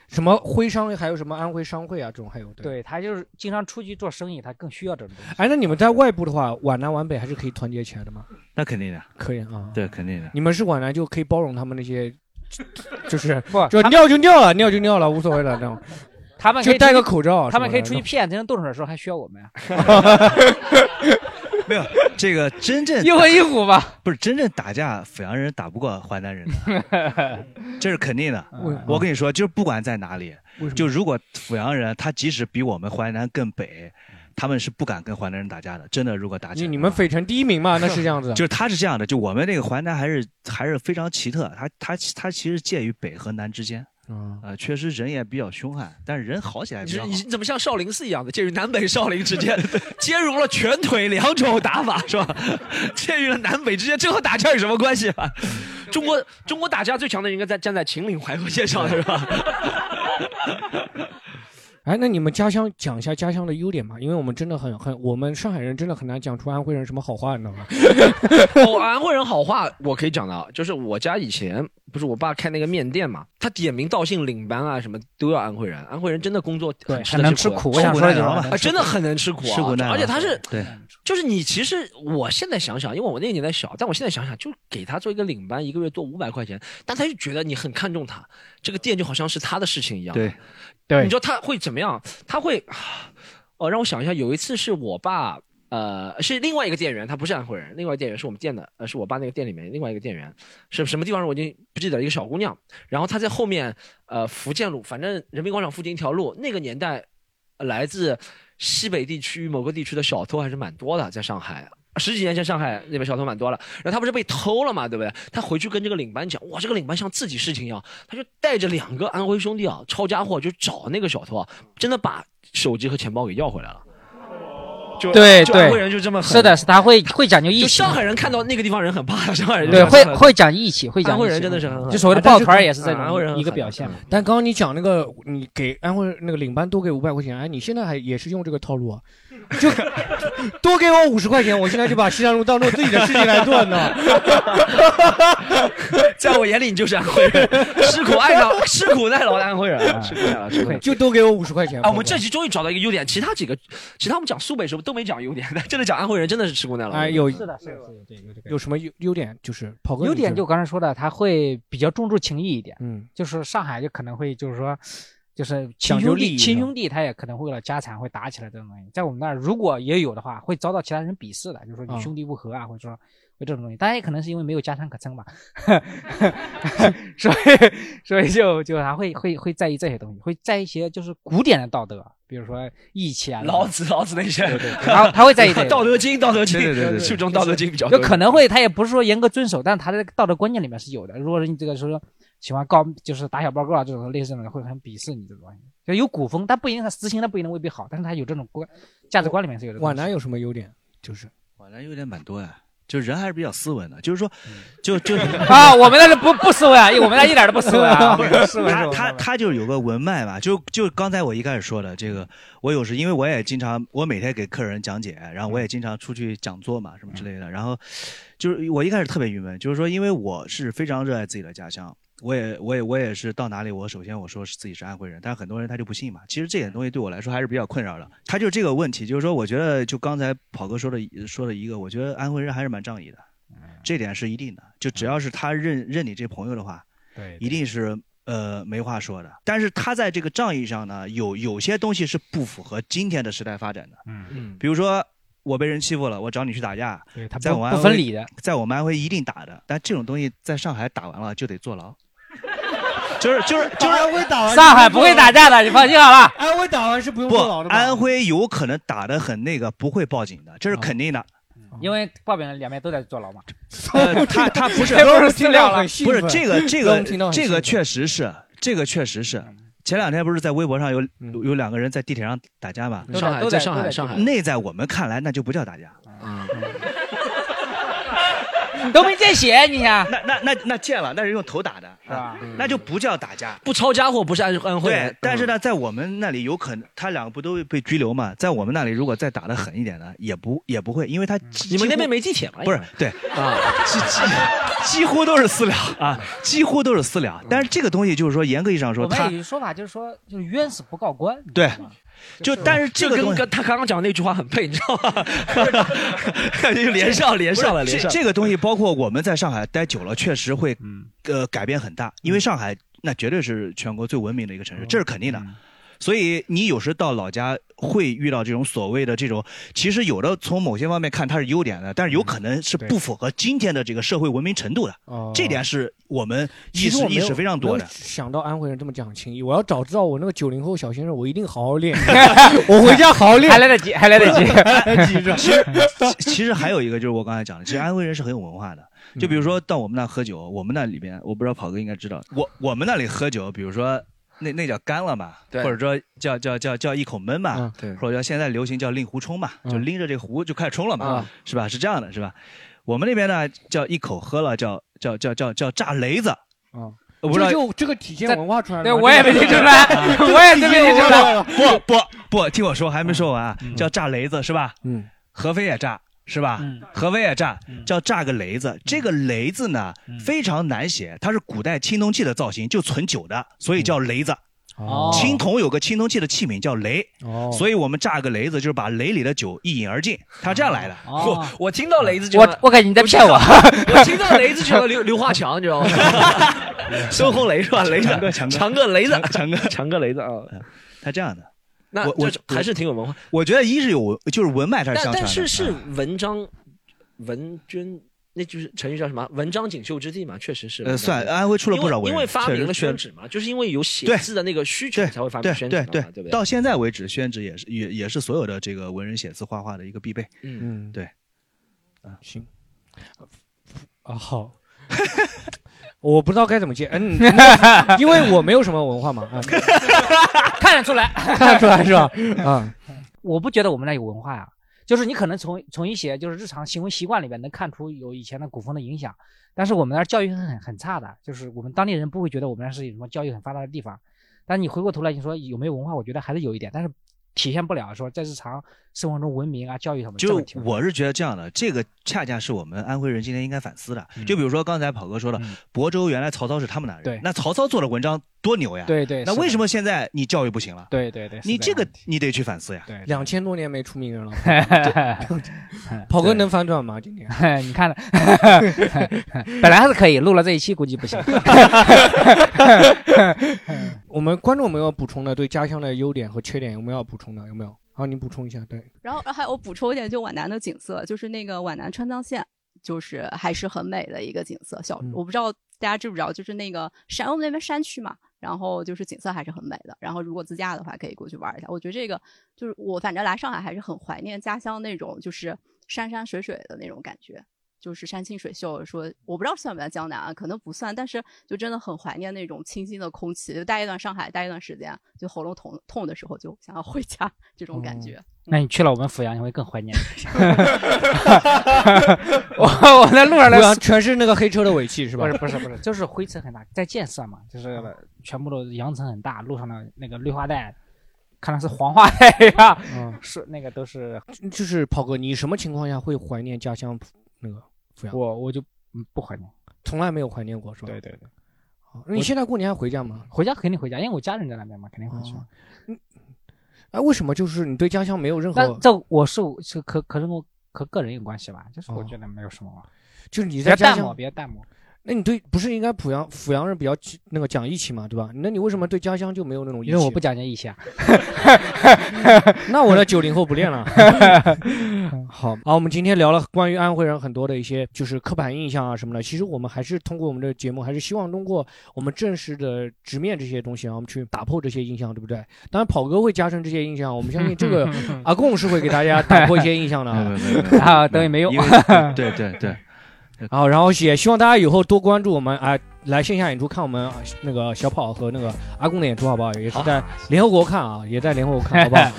[SPEAKER 5] 什么徽商还有什么安徽商会啊，这种还有对。
[SPEAKER 3] 对他就是经常出去做生意，他更需要这种东西。
[SPEAKER 5] 哎，那你们在外部的话，皖南皖北还是可以团结起来的吗？
[SPEAKER 4] 那肯定的，
[SPEAKER 5] 可以啊。
[SPEAKER 4] 对，肯定的。
[SPEAKER 5] 你们是皖南就可以包容他们那些，就是
[SPEAKER 3] 不
[SPEAKER 5] 就
[SPEAKER 3] 他们
[SPEAKER 5] 尿就尿了，尿就尿了，无所谓了那种。
[SPEAKER 3] 他们可以
[SPEAKER 5] 就戴个
[SPEAKER 3] 出去
[SPEAKER 5] 口罩，啊
[SPEAKER 3] 他们可以出去
[SPEAKER 5] 什
[SPEAKER 3] 骗，真正动手的时候还需要我 们啊。
[SPEAKER 4] 没有这个真正
[SPEAKER 3] 一文一虎吧，
[SPEAKER 4] 不是真正打架，阜阳人打不过淮南人 的，这是肯定的
[SPEAKER 5] 为什么。
[SPEAKER 4] 我跟你说，就是不管在哪里
[SPEAKER 5] 为什么，
[SPEAKER 4] 就如果阜阳人他即使比我们淮南更北，他们是不敢跟淮南人打架的。真的，如果打
[SPEAKER 5] 么的。
[SPEAKER 4] 起
[SPEAKER 5] 你
[SPEAKER 4] 来，
[SPEAKER 5] 你们匪城第一名嘛，那是这样子。
[SPEAKER 4] 就是他是这样的，就我们那个淮南还是还是非常奇特，他他他其实介于北和南之间。
[SPEAKER 5] 啊、
[SPEAKER 4] 呃，确实人也比较凶悍，但是人好起来
[SPEAKER 2] 你
[SPEAKER 4] 哎比较
[SPEAKER 2] 是
[SPEAKER 4] 好
[SPEAKER 2] 你。怎么像少林寺一样的，介于南北少林之间， 兼容了拳腿两种打法是吧？ 介于了南北之间，这和打架有什么关系啊？中国中国打架最强的人应该在站在秦岭淮河线上的是吧？
[SPEAKER 5] 哎，那你们家乡讲一下家乡的优点吧，因为我们真的很很，我们上海人真的很难讲出安徽人什么好话，你知道吗？
[SPEAKER 2] 哦，安徽人好话我可以讲的啊，就是我家以前不是我爸开那个面店嘛，他点名道姓领班啊什么都要安徽人，安徽人真的工作很
[SPEAKER 3] 很能吃苦我想说的就是是
[SPEAKER 2] 啊，真的很能吃苦啊，
[SPEAKER 4] 吃苦耐劳
[SPEAKER 2] 而且他是
[SPEAKER 4] 对，
[SPEAKER 2] 就是你其实我现在想想，因为我那个年代小，但我现在想想，就给他做一个领班，一个月做五百块钱，但他就觉得你很看重他，这个店就好像是他的事情一样。
[SPEAKER 4] 对，
[SPEAKER 5] 对
[SPEAKER 2] 你知道他会怎么样？他会，哦，让我想一下，有一次是我爸，呃，是另外一个店员，他不是安徽人，另外一个店员是我们店的，呃，是我爸那个店里面另外一个店员，是什么地方我已经不记得了，一个小姑娘，然后她在后面，呃，福建路，反正人民广场附近一条路，那个年代呃来自西北地区某个地区的小偷还是蛮多的，在上海。十几年前，上海那边小偷蛮多了，然后他不是被偷了嘛，对不对？他回去跟这个领班讲，哇，这个领班像自己事情一样，他就带着两个安徽兄弟啊，抄家伙就找那个小偷啊，真的把手机和钱包给要回来了。就
[SPEAKER 3] 对
[SPEAKER 2] 就
[SPEAKER 3] 对
[SPEAKER 2] 安徽人就这么狠
[SPEAKER 3] 是的，是他会会讲究义
[SPEAKER 2] 就
[SPEAKER 3] 气。
[SPEAKER 2] 上海人看到那个地方人很怕，上海人就
[SPEAKER 3] 对，
[SPEAKER 2] 很
[SPEAKER 3] 会
[SPEAKER 2] 狠
[SPEAKER 3] 会讲义气，会讲义气。
[SPEAKER 2] 安徽人真的是很 狠
[SPEAKER 3] 就所谓的
[SPEAKER 2] 啊但
[SPEAKER 3] 抱
[SPEAKER 2] 是
[SPEAKER 3] 团儿也是这
[SPEAKER 5] 嗯
[SPEAKER 2] 啊安徽人
[SPEAKER 3] 种
[SPEAKER 2] 很
[SPEAKER 3] 一个
[SPEAKER 2] 狠
[SPEAKER 3] 表现嘛。
[SPEAKER 5] 但刚刚你讲那个，你给安徽那个领班多给五百块钱，哎，你现在还也是用这个套路啊？ 就多给我五十块钱，我现在就把西山路当做自己的事情来做，你知道吗？
[SPEAKER 2] 在我眼里你就是安徽人， 吃苦爱劳、吃苦耐劳的安徽人，
[SPEAKER 3] 啊
[SPEAKER 2] 吃苦耐劳，吃苦耐劳。
[SPEAKER 5] 就多给我五十块钱。
[SPEAKER 3] 哦
[SPEAKER 2] 啊，我们这期终于找到一个优点，其他几个，其他我们讲苏北什么都没讲优点，但真的讲安徽人真的是吃苦耐劳。
[SPEAKER 5] 哎，有
[SPEAKER 3] 的，是的，是的，对，有这
[SPEAKER 5] 有什么优优点？就是跑哥
[SPEAKER 3] 优点
[SPEAKER 5] 你
[SPEAKER 3] 就我刚才说的，他会比较重助情义一点。
[SPEAKER 5] 嗯，
[SPEAKER 3] 就是上海就可能会就是说，就是
[SPEAKER 5] 讲
[SPEAKER 3] 亲
[SPEAKER 5] 究
[SPEAKER 3] 兄
[SPEAKER 5] 利
[SPEAKER 3] 弟，
[SPEAKER 5] 益
[SPEAKER 3] 亲
[SPEAKER 5] 是吧
[SPEAKER 3] 兄弟他也可能会为了家产会打起来这种东西，在我们那儿如果也有的话，会遭到其他人鄙视的，就是说
[SPEAKER 5] 嗯
[SPEAKER 3] 你兄弟不和啊，或者说会这种东西。当然也可能是因为没有家产可争吧， 所以所以就就还会会会在意这些东西，会在意一些就是古典的道德，比如说义气啊，
[SPEAKER 6] 老子老子那些
[SPEAKER 3] 对对对他他会在意这 个
[SPEAKER 6] 道德经道德经
[SPEAKER 3] 对对 对对
[SPEAKER 6] 注重道德经比较
[SPEAKER 3] 就
[SPEAKER 6] 多
[SPEAKER 3] 可能会他也不是说严格遵守，但他的道德观念里面是有的。如果是你这个说喜欢告就是打小报告啊这种类似的，会很鄙视你这种东西。就有古风，但不一定他执行的不一定未必好，但是他有这种观价值观里面是有的。
[SPEAKER 5] 皖南有什么优点？就是
[SPEAKER 4] 皖南优点蛮多呀，就人还是比较斯文的，就是说，就 就
[SPEAKER 3] 啊我们那是不不斯文啊我们那一点都不斯文啊 我们斯文是
[SPEAKER 4] 他
[SPEAKER 3] 我们
[SPEAKER 4] 他他就是有个文脉吧，就就刚才我一开始说的这个，我有时因为我也经常，我每天给客人讲解，然后我也经常出去讲座嘛，什么之类
[SPEAKER 3] 嗯
[SPEAKER 4] 的，然后就是我一开始特别郁闷，就是说因为我是非常热爱自己的家乡。我也，我也，我也是到哪里，我首先我说是自己是安徽人，但是很多人他就不信嘛。其实这点东西对我来说还是比较困扰的。他就这个问题，就是说，我觉得就刚才跑哥说的说的一个，我觉得安徽人还是蛮仗义的，这点是一定的。就只要是他认认你这朋友的话，
[SPEAKER 3] 嗯对
[SPEAKER 4] 一定是呃没话说的。但是他在这个仗义上呢，有有些东西是不符合今天的时代发展的。
[SPEAKER 3] 嗯
[SPEAKER 5] 嗯，
[SPEAKER 4] 比如说我被人欺负了，我找你去打架
[SPEAKER 3] 对他，不
[SPEAKER 4] 在我们
[SPEAKER 3] 不
[SPEAKER 4] 安徽
[SPEAKER 3] 分理的，
[SPEAKER 4] 在我们安徽一定打的。但这种东西在上海打完了就得坐牢，就是就是 就是安
[SPEAKER 5] 徽哎打完
[SPEAKER 3] 上海不会打架的，你放心好了。嗯
[SPEAKER 5] 安徽打完是不用
[SPEAKER 4] 不
[SPEAKER 5] 坐牢的吗？
[SPEAKER 4] 安徽有可能打得很那个，不会报警的，这是肯定的。
[SPEAKER 3] 因为报表两边都在坐牢嘛。
[SPEAKER 4] 呃，他他 不是，
[SPEAKER 3] 这不是资料了，
[SPEAKER 4] 不是这 个这个这个
[SPEAKER 3] 确。
[SPEAKER 4] 确实是，这个确实是。前两天不是在微博上有有两个人在地铁上打架嘛？
[SPEAKER 6] 嗯都在上海都在在上海都在上海嗯
[SPEAKER 4] 那在我们看来那就不叫打架，
[SPEAKER 3] 你都没见血，你想？
[SPEAKER 4] 那那那那见了，那是用头打的，是
[SPEAKER 3] 吧？嗯
[SPEAKER 4] 那就不叫打架。
[SPEAKER 6] 不抄家伙不是安安徽人嗯
[SPEAKER 4] 对，，但是呢，在我们那里有可能，他两个不都被拘留嘛？在我们那里，如果再打得狠一点呢，也不也不会，因为他
[SPEAKER 6] 你
[SPEAKER 4] 你
[SPEAKER 6] 们那边没地铁吗？
[SPEAKER 4] 不是对
[SPEAKER 6] 啊，
[SPEAKER 4] 几几几乎都是私了啊，几乎都是私了。但是这个东西就是说，严格意义上说，
[SPEAKER 3] 我们
[SPEAKER 4] 他
[SPEAKER 3] 有一句说法就是说，就是冤死不告 官。
[SPEAKER 4] 对，就但是这个东
[SPEAKER 6] 跟
[SPEAKER 4] 西
[SPEAKER 6] 跟他刚刚讲那句话很配，你知道 吗？ 就连上连上了，
[SPEAKER 4] 不是
[SPEAKER 6] 连上了嗯
[SPEAKER 4] 这这个东西，包括我们在上海待久了，确实会呃改变很大，因为上海那绝对是全国最文明的一个城市，这是肯定
[SPEAKER 6] 嗯
[SPEAKER 4] 的。所以你有时到老家会遇到这种所谓的这种，其实有的从某些方面看它是优点的，但是有可能是不符合今天的这个社会文明程度的
[SPEAKER 5] 哦。
[SPEAKER 4] 这点是我们意
[SPEAKER 5] 其实
[SPEAKER 4] 识
[SPEAKER 5] 我没
[SPEAKER 4] 意
[SPEAKER 5] 有
[SPEAKER 4] 识非常多
[SPEAKER 5] 没
[SPEAKER 4] 的
[SPEAKER 5] 有。想到安徽人这么讲情义，我要早知道我那个九零后小先生，我一定好好练， 我回家好好练，
[SPEAKER 3] 还来得及还来得及
[SPEAKER 5] 还来得及是 吧
[SPEAKER 4] 其 实其其实还有一个就是我刚才讲的，其实安徽人是很有文化的。
[SPEAKER 5] 嗯
[SPEAKER 4] 就比如说到我们那喝酒，我们那里边我不知道跑哥应该知道，我我们那里喝酒，比如说那那叫干了嘛，
[SPEAKER 6] 对
[SPEAKER 4] 或者说叫叫叫叫一口闷
[SPEAKER 5] 嗯
[SPEAKER 4] 嘛，
[SPEAKER 6] 对
[SPEAKER 4] 或者叫现在流行叫令狐冲嘛，就拎着这壶就开始冲了
[SPEAKER 6] 嗯
[SPEAKER 4] 嘛，是吧？是这样的，是吧？我们那边呢叫一口喝了，叫叫叫叫叫炸雷子。
[SPEAKER 5] 啊，
[SPEAKER 4] 我不知道
[SPEAKER 5] 这就这个体现文化出来了
[SPEAKER 3] 对
[SPEAKER 5] 吗
[SPEAKER 3] 我也没听出来 我也没听出 来
[SPEAKER 4] 不不不，听我说，还没说完啊，叫炸雷子是吧？
[SPEAKER 5] 嗯，
[SPEAKER 4] 合肥也炸是吧？
[SPEAKER 5] 嗯嗯
[SPEAKER 4] 合肥也炸，叫炸个雷子。这个雷子呢非常难写，它是古代青铜器的造型，就存酒的，所以叫雷子。
[SPEAKER 5] 嗯哦
[SPEAKER 4] 青铜有个青铜器的器皿叫雷，
[SPEAKER 5] 哦
[SPEAKER 4] 所以我们炸个雷子就是把雷里的酒一饮而尽，它这样来的。
[SPEAKER 5] 哦
[SPEAKER 6] 我我听到雷子就
[SPEAKER 3] 哦我我感觉你在骗我。
[SPEAKER 6] 我听到雷子觉 得刘刘华强，你知道 吗？收红雷是吧？雷子
[SPEAKER 4] 强哥强哥
[SPEAKER 6] 强哥雷子
[SPEAKER 4] 强哥
[SPEAKER 6] 强哥雷子啊，
[SPEAKER 4] 嗯他这样的。
[SPEAKER 6] 那
[SPEAKER 4] 我我
[SPEAKER 6] 这还是挺有文化。
[SPEAKER 4] 我觉得一是有文，就是文脉上
[SPEAKER 6] 但
[SPEAKER 4] 相传
[SPEAKER 6] 但
[SPEAKER 4] 的
[SPEAKER 6] 是是
[SPEAKER 4] 嗯
[SPEAKER 6] 文章文娟。那就是成语叫什么“文章锦绣之地”嘛，确实是。
[SPEAKER 4] 呃算安徽出了不少
[SPEAKER 6] 因为
[SPEAKER 4] 文人
[SPEAKER 6] 因为发明了宣
[SPEAKER 4] 确
[SPEAKER 6] 纸嘛，就是因为有写
[SPEAKER 4] 对
[SPEAKER 6] 字的那个需求才会发明
[SPEAKER 4] 对
[SPEAKER 6] 宣纸
[SPEAKER 4] 对
[SPEAKER 6] 嘛，
[SPEAKER 4] 对
[SPEAKER 6] 对不
[SPEAKER 4] 到现在为止，宣纸也是也也是所有的这个文人写字画画的一个必备。
[SPEAKER 5] 嗯
[SPEAKER 4] 对。
[SPEAKER 3] 嗯
[SPEAKER 4] 嗯
[SPEAKER 5] 行，啊好， 我不知道该怎么接， 嗯，那因为我没有什么文化嘛，啊，
[SPEAKER 3] 看得出来，
[SPEAKER 5] 看得出来是吧？啊，
[SPEAKER 3] 我不觉得我们那有文化呀、就是你可能从从一些就是日常行为习惯里边能看出有以前的古风的影响，但是我们那儿教育是很很差的，就是我们当地人不会觉得我们那是有什么教育很发达的地方，但你回过头来你说有没有文化，我觉得还是有一点，但是体现不了说在日常生活中文明啊、教育什么这么
[SPEAKER 4] 就
[SPEAKER 3] 体现不了。
[SPEAKER 4] 我是觉得这样的，这个恰恰是我们安徽人
[SPEAKER 5] 嗯
[SPEAKER 4] 今天应该反思的。就比如说刚才跑哥说的，亳州原来曹操是他们那人，那曹操做的文章多牛呀！
[SPEAKER 5] 对对
[SPEAKER 4] 那
[SPEAKER 5] 是的
[SPEAKER 4] 为什么现在你教育不行了？
[SPEAKER 5] 对对对，
[SPEAKER 4] 你这个你得去反思呀。对。
[SPEAKER 5] 两千多年没出名 人了，跑哥能反转吗？今天
[SPEAKER 3] 你看了，本来还是可以，录了这一期估计不行。
[SPEAKER 5] 我们观众有没有补充的对家乡的优点和缺点有没有要补充的？有没有？好，你补充一下。对，
[SPEAKER 8] 然后还有我补充一点，就皖南的景色，就是那个皖南川藏线，就是还是很美的一个景色。小我不知道大家知不知道，就是那个山，我们那边山区嘛，然后就是景色还是很美的。然后如果自驾的话，可以过去玩一下。我觉得这个就是我反正来上海还是很怀念家乡那种就是山山水水的那种感觉。就是山清水秀，说我不知道算不算江南啊，可能不算，但是就真的很怀念那种清新的空气。就待一段上海，待一段时间，就喉咙痛痛的时候，就想要回家 这种感觉。
[SPEAKER 3] 那你去了我们阜阳，你会更怀念。 我我在路上来
[SPEAKER 5] 阜阳全是那个黑车的尾气是吧？嗯
[SPEAKER 3] 不是不是不是，就是灰尘很大，在建设嘛，就是全部都扬尘很大，路上的那个绿化带，看来是黄化带呀，
[SPEAKER 5] 嗯
[SPEAKER 3] 是那个都是。
[SPEAKER 5] 就是跑哥，你什么情况下会怀念家乡那个阜阳？
[SPEAKER 3] 我我就嗯不怀念，
[SPEAKER 5] 从来没有怀念过，是吧？对哦
[SPEAKER 3] 对对。
[SPEAKER 5] 那你现在过年还回家吗？哦
[SPEAKER 3] 回家肯定回家，因为我家人在那边嘛，肯定回去。
[SPEAKER 5] 哎，为什么就是你对家乡没有任
[SPEAKER 3] 那
[SPEAKER 5] 何？
[SPEAKER 3] 这我是是可可是我和个人有关系吧，就是我觉得没有什么嘛。
[SPEAKER 5] 哦就是你
[SPEAKER 3] 别
[SPEAKER 5] 在家
[SPEAKER 3] 淡漠，
[SPEAKER 5] 乡，
[SPEAKER 3] 别淡漠。
[SPEAKER 5] 那你对不是应该濮阳阜阳人比较起那个讲义气嘛，对吧？那你为什么对家乡就没有那种义气？
[SPEAKER 3] 因为我不讲究义气啊。
[SPEAKER 5] 那我的九零后不 练了。好，好，我们今天聊了关于安徽人很多的一些就是刻板印象啊什么的。其实我们还是通过我们的节目，还是希望通过我们正式的直面这些东西啊，我们去打破这些印象，对不对？当然，跑哥会加深这些印象，我们相信这 个阿贡是会给大家打破一些印象的啊
[SPEAKER 3] 啊，等于没用
[SPEAKER 4] 因为对对对，
[SPEAKER 5] 然
[SPEAKER 1] 嗯
[SPEAKER 5] 后，然后也希望大家以后多关注我们啊、来线下演出看我们、啊那个小跑和那个阿公的演出，好不好？也是在联合国看啊，也在联合国看，好 不好？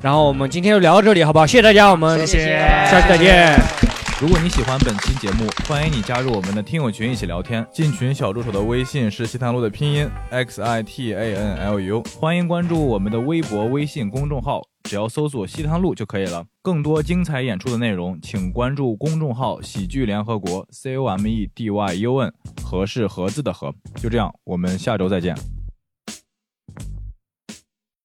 [SPEAKER 5] 然后我们今天就聊到这里，好不好？谢谢大家，我们
[SPEAKER 1] 谢谢
[SPEAKER 5] 下期再见。
[SPEAKER 1] 如果你喜欢本期节目，欢迎你加入我们的听友群一起聊天。进群小助手的微信是西塘路的拼音 x i t a n l u，欢迎关注我们的微博、微信公众号，只要搜索西塘路就可以了。更多精彩演出的内容，请关注公众号“喜剧联合 E 国 ”（C O M E D Y U N），和是盒子的和。就这样，我们下周再见。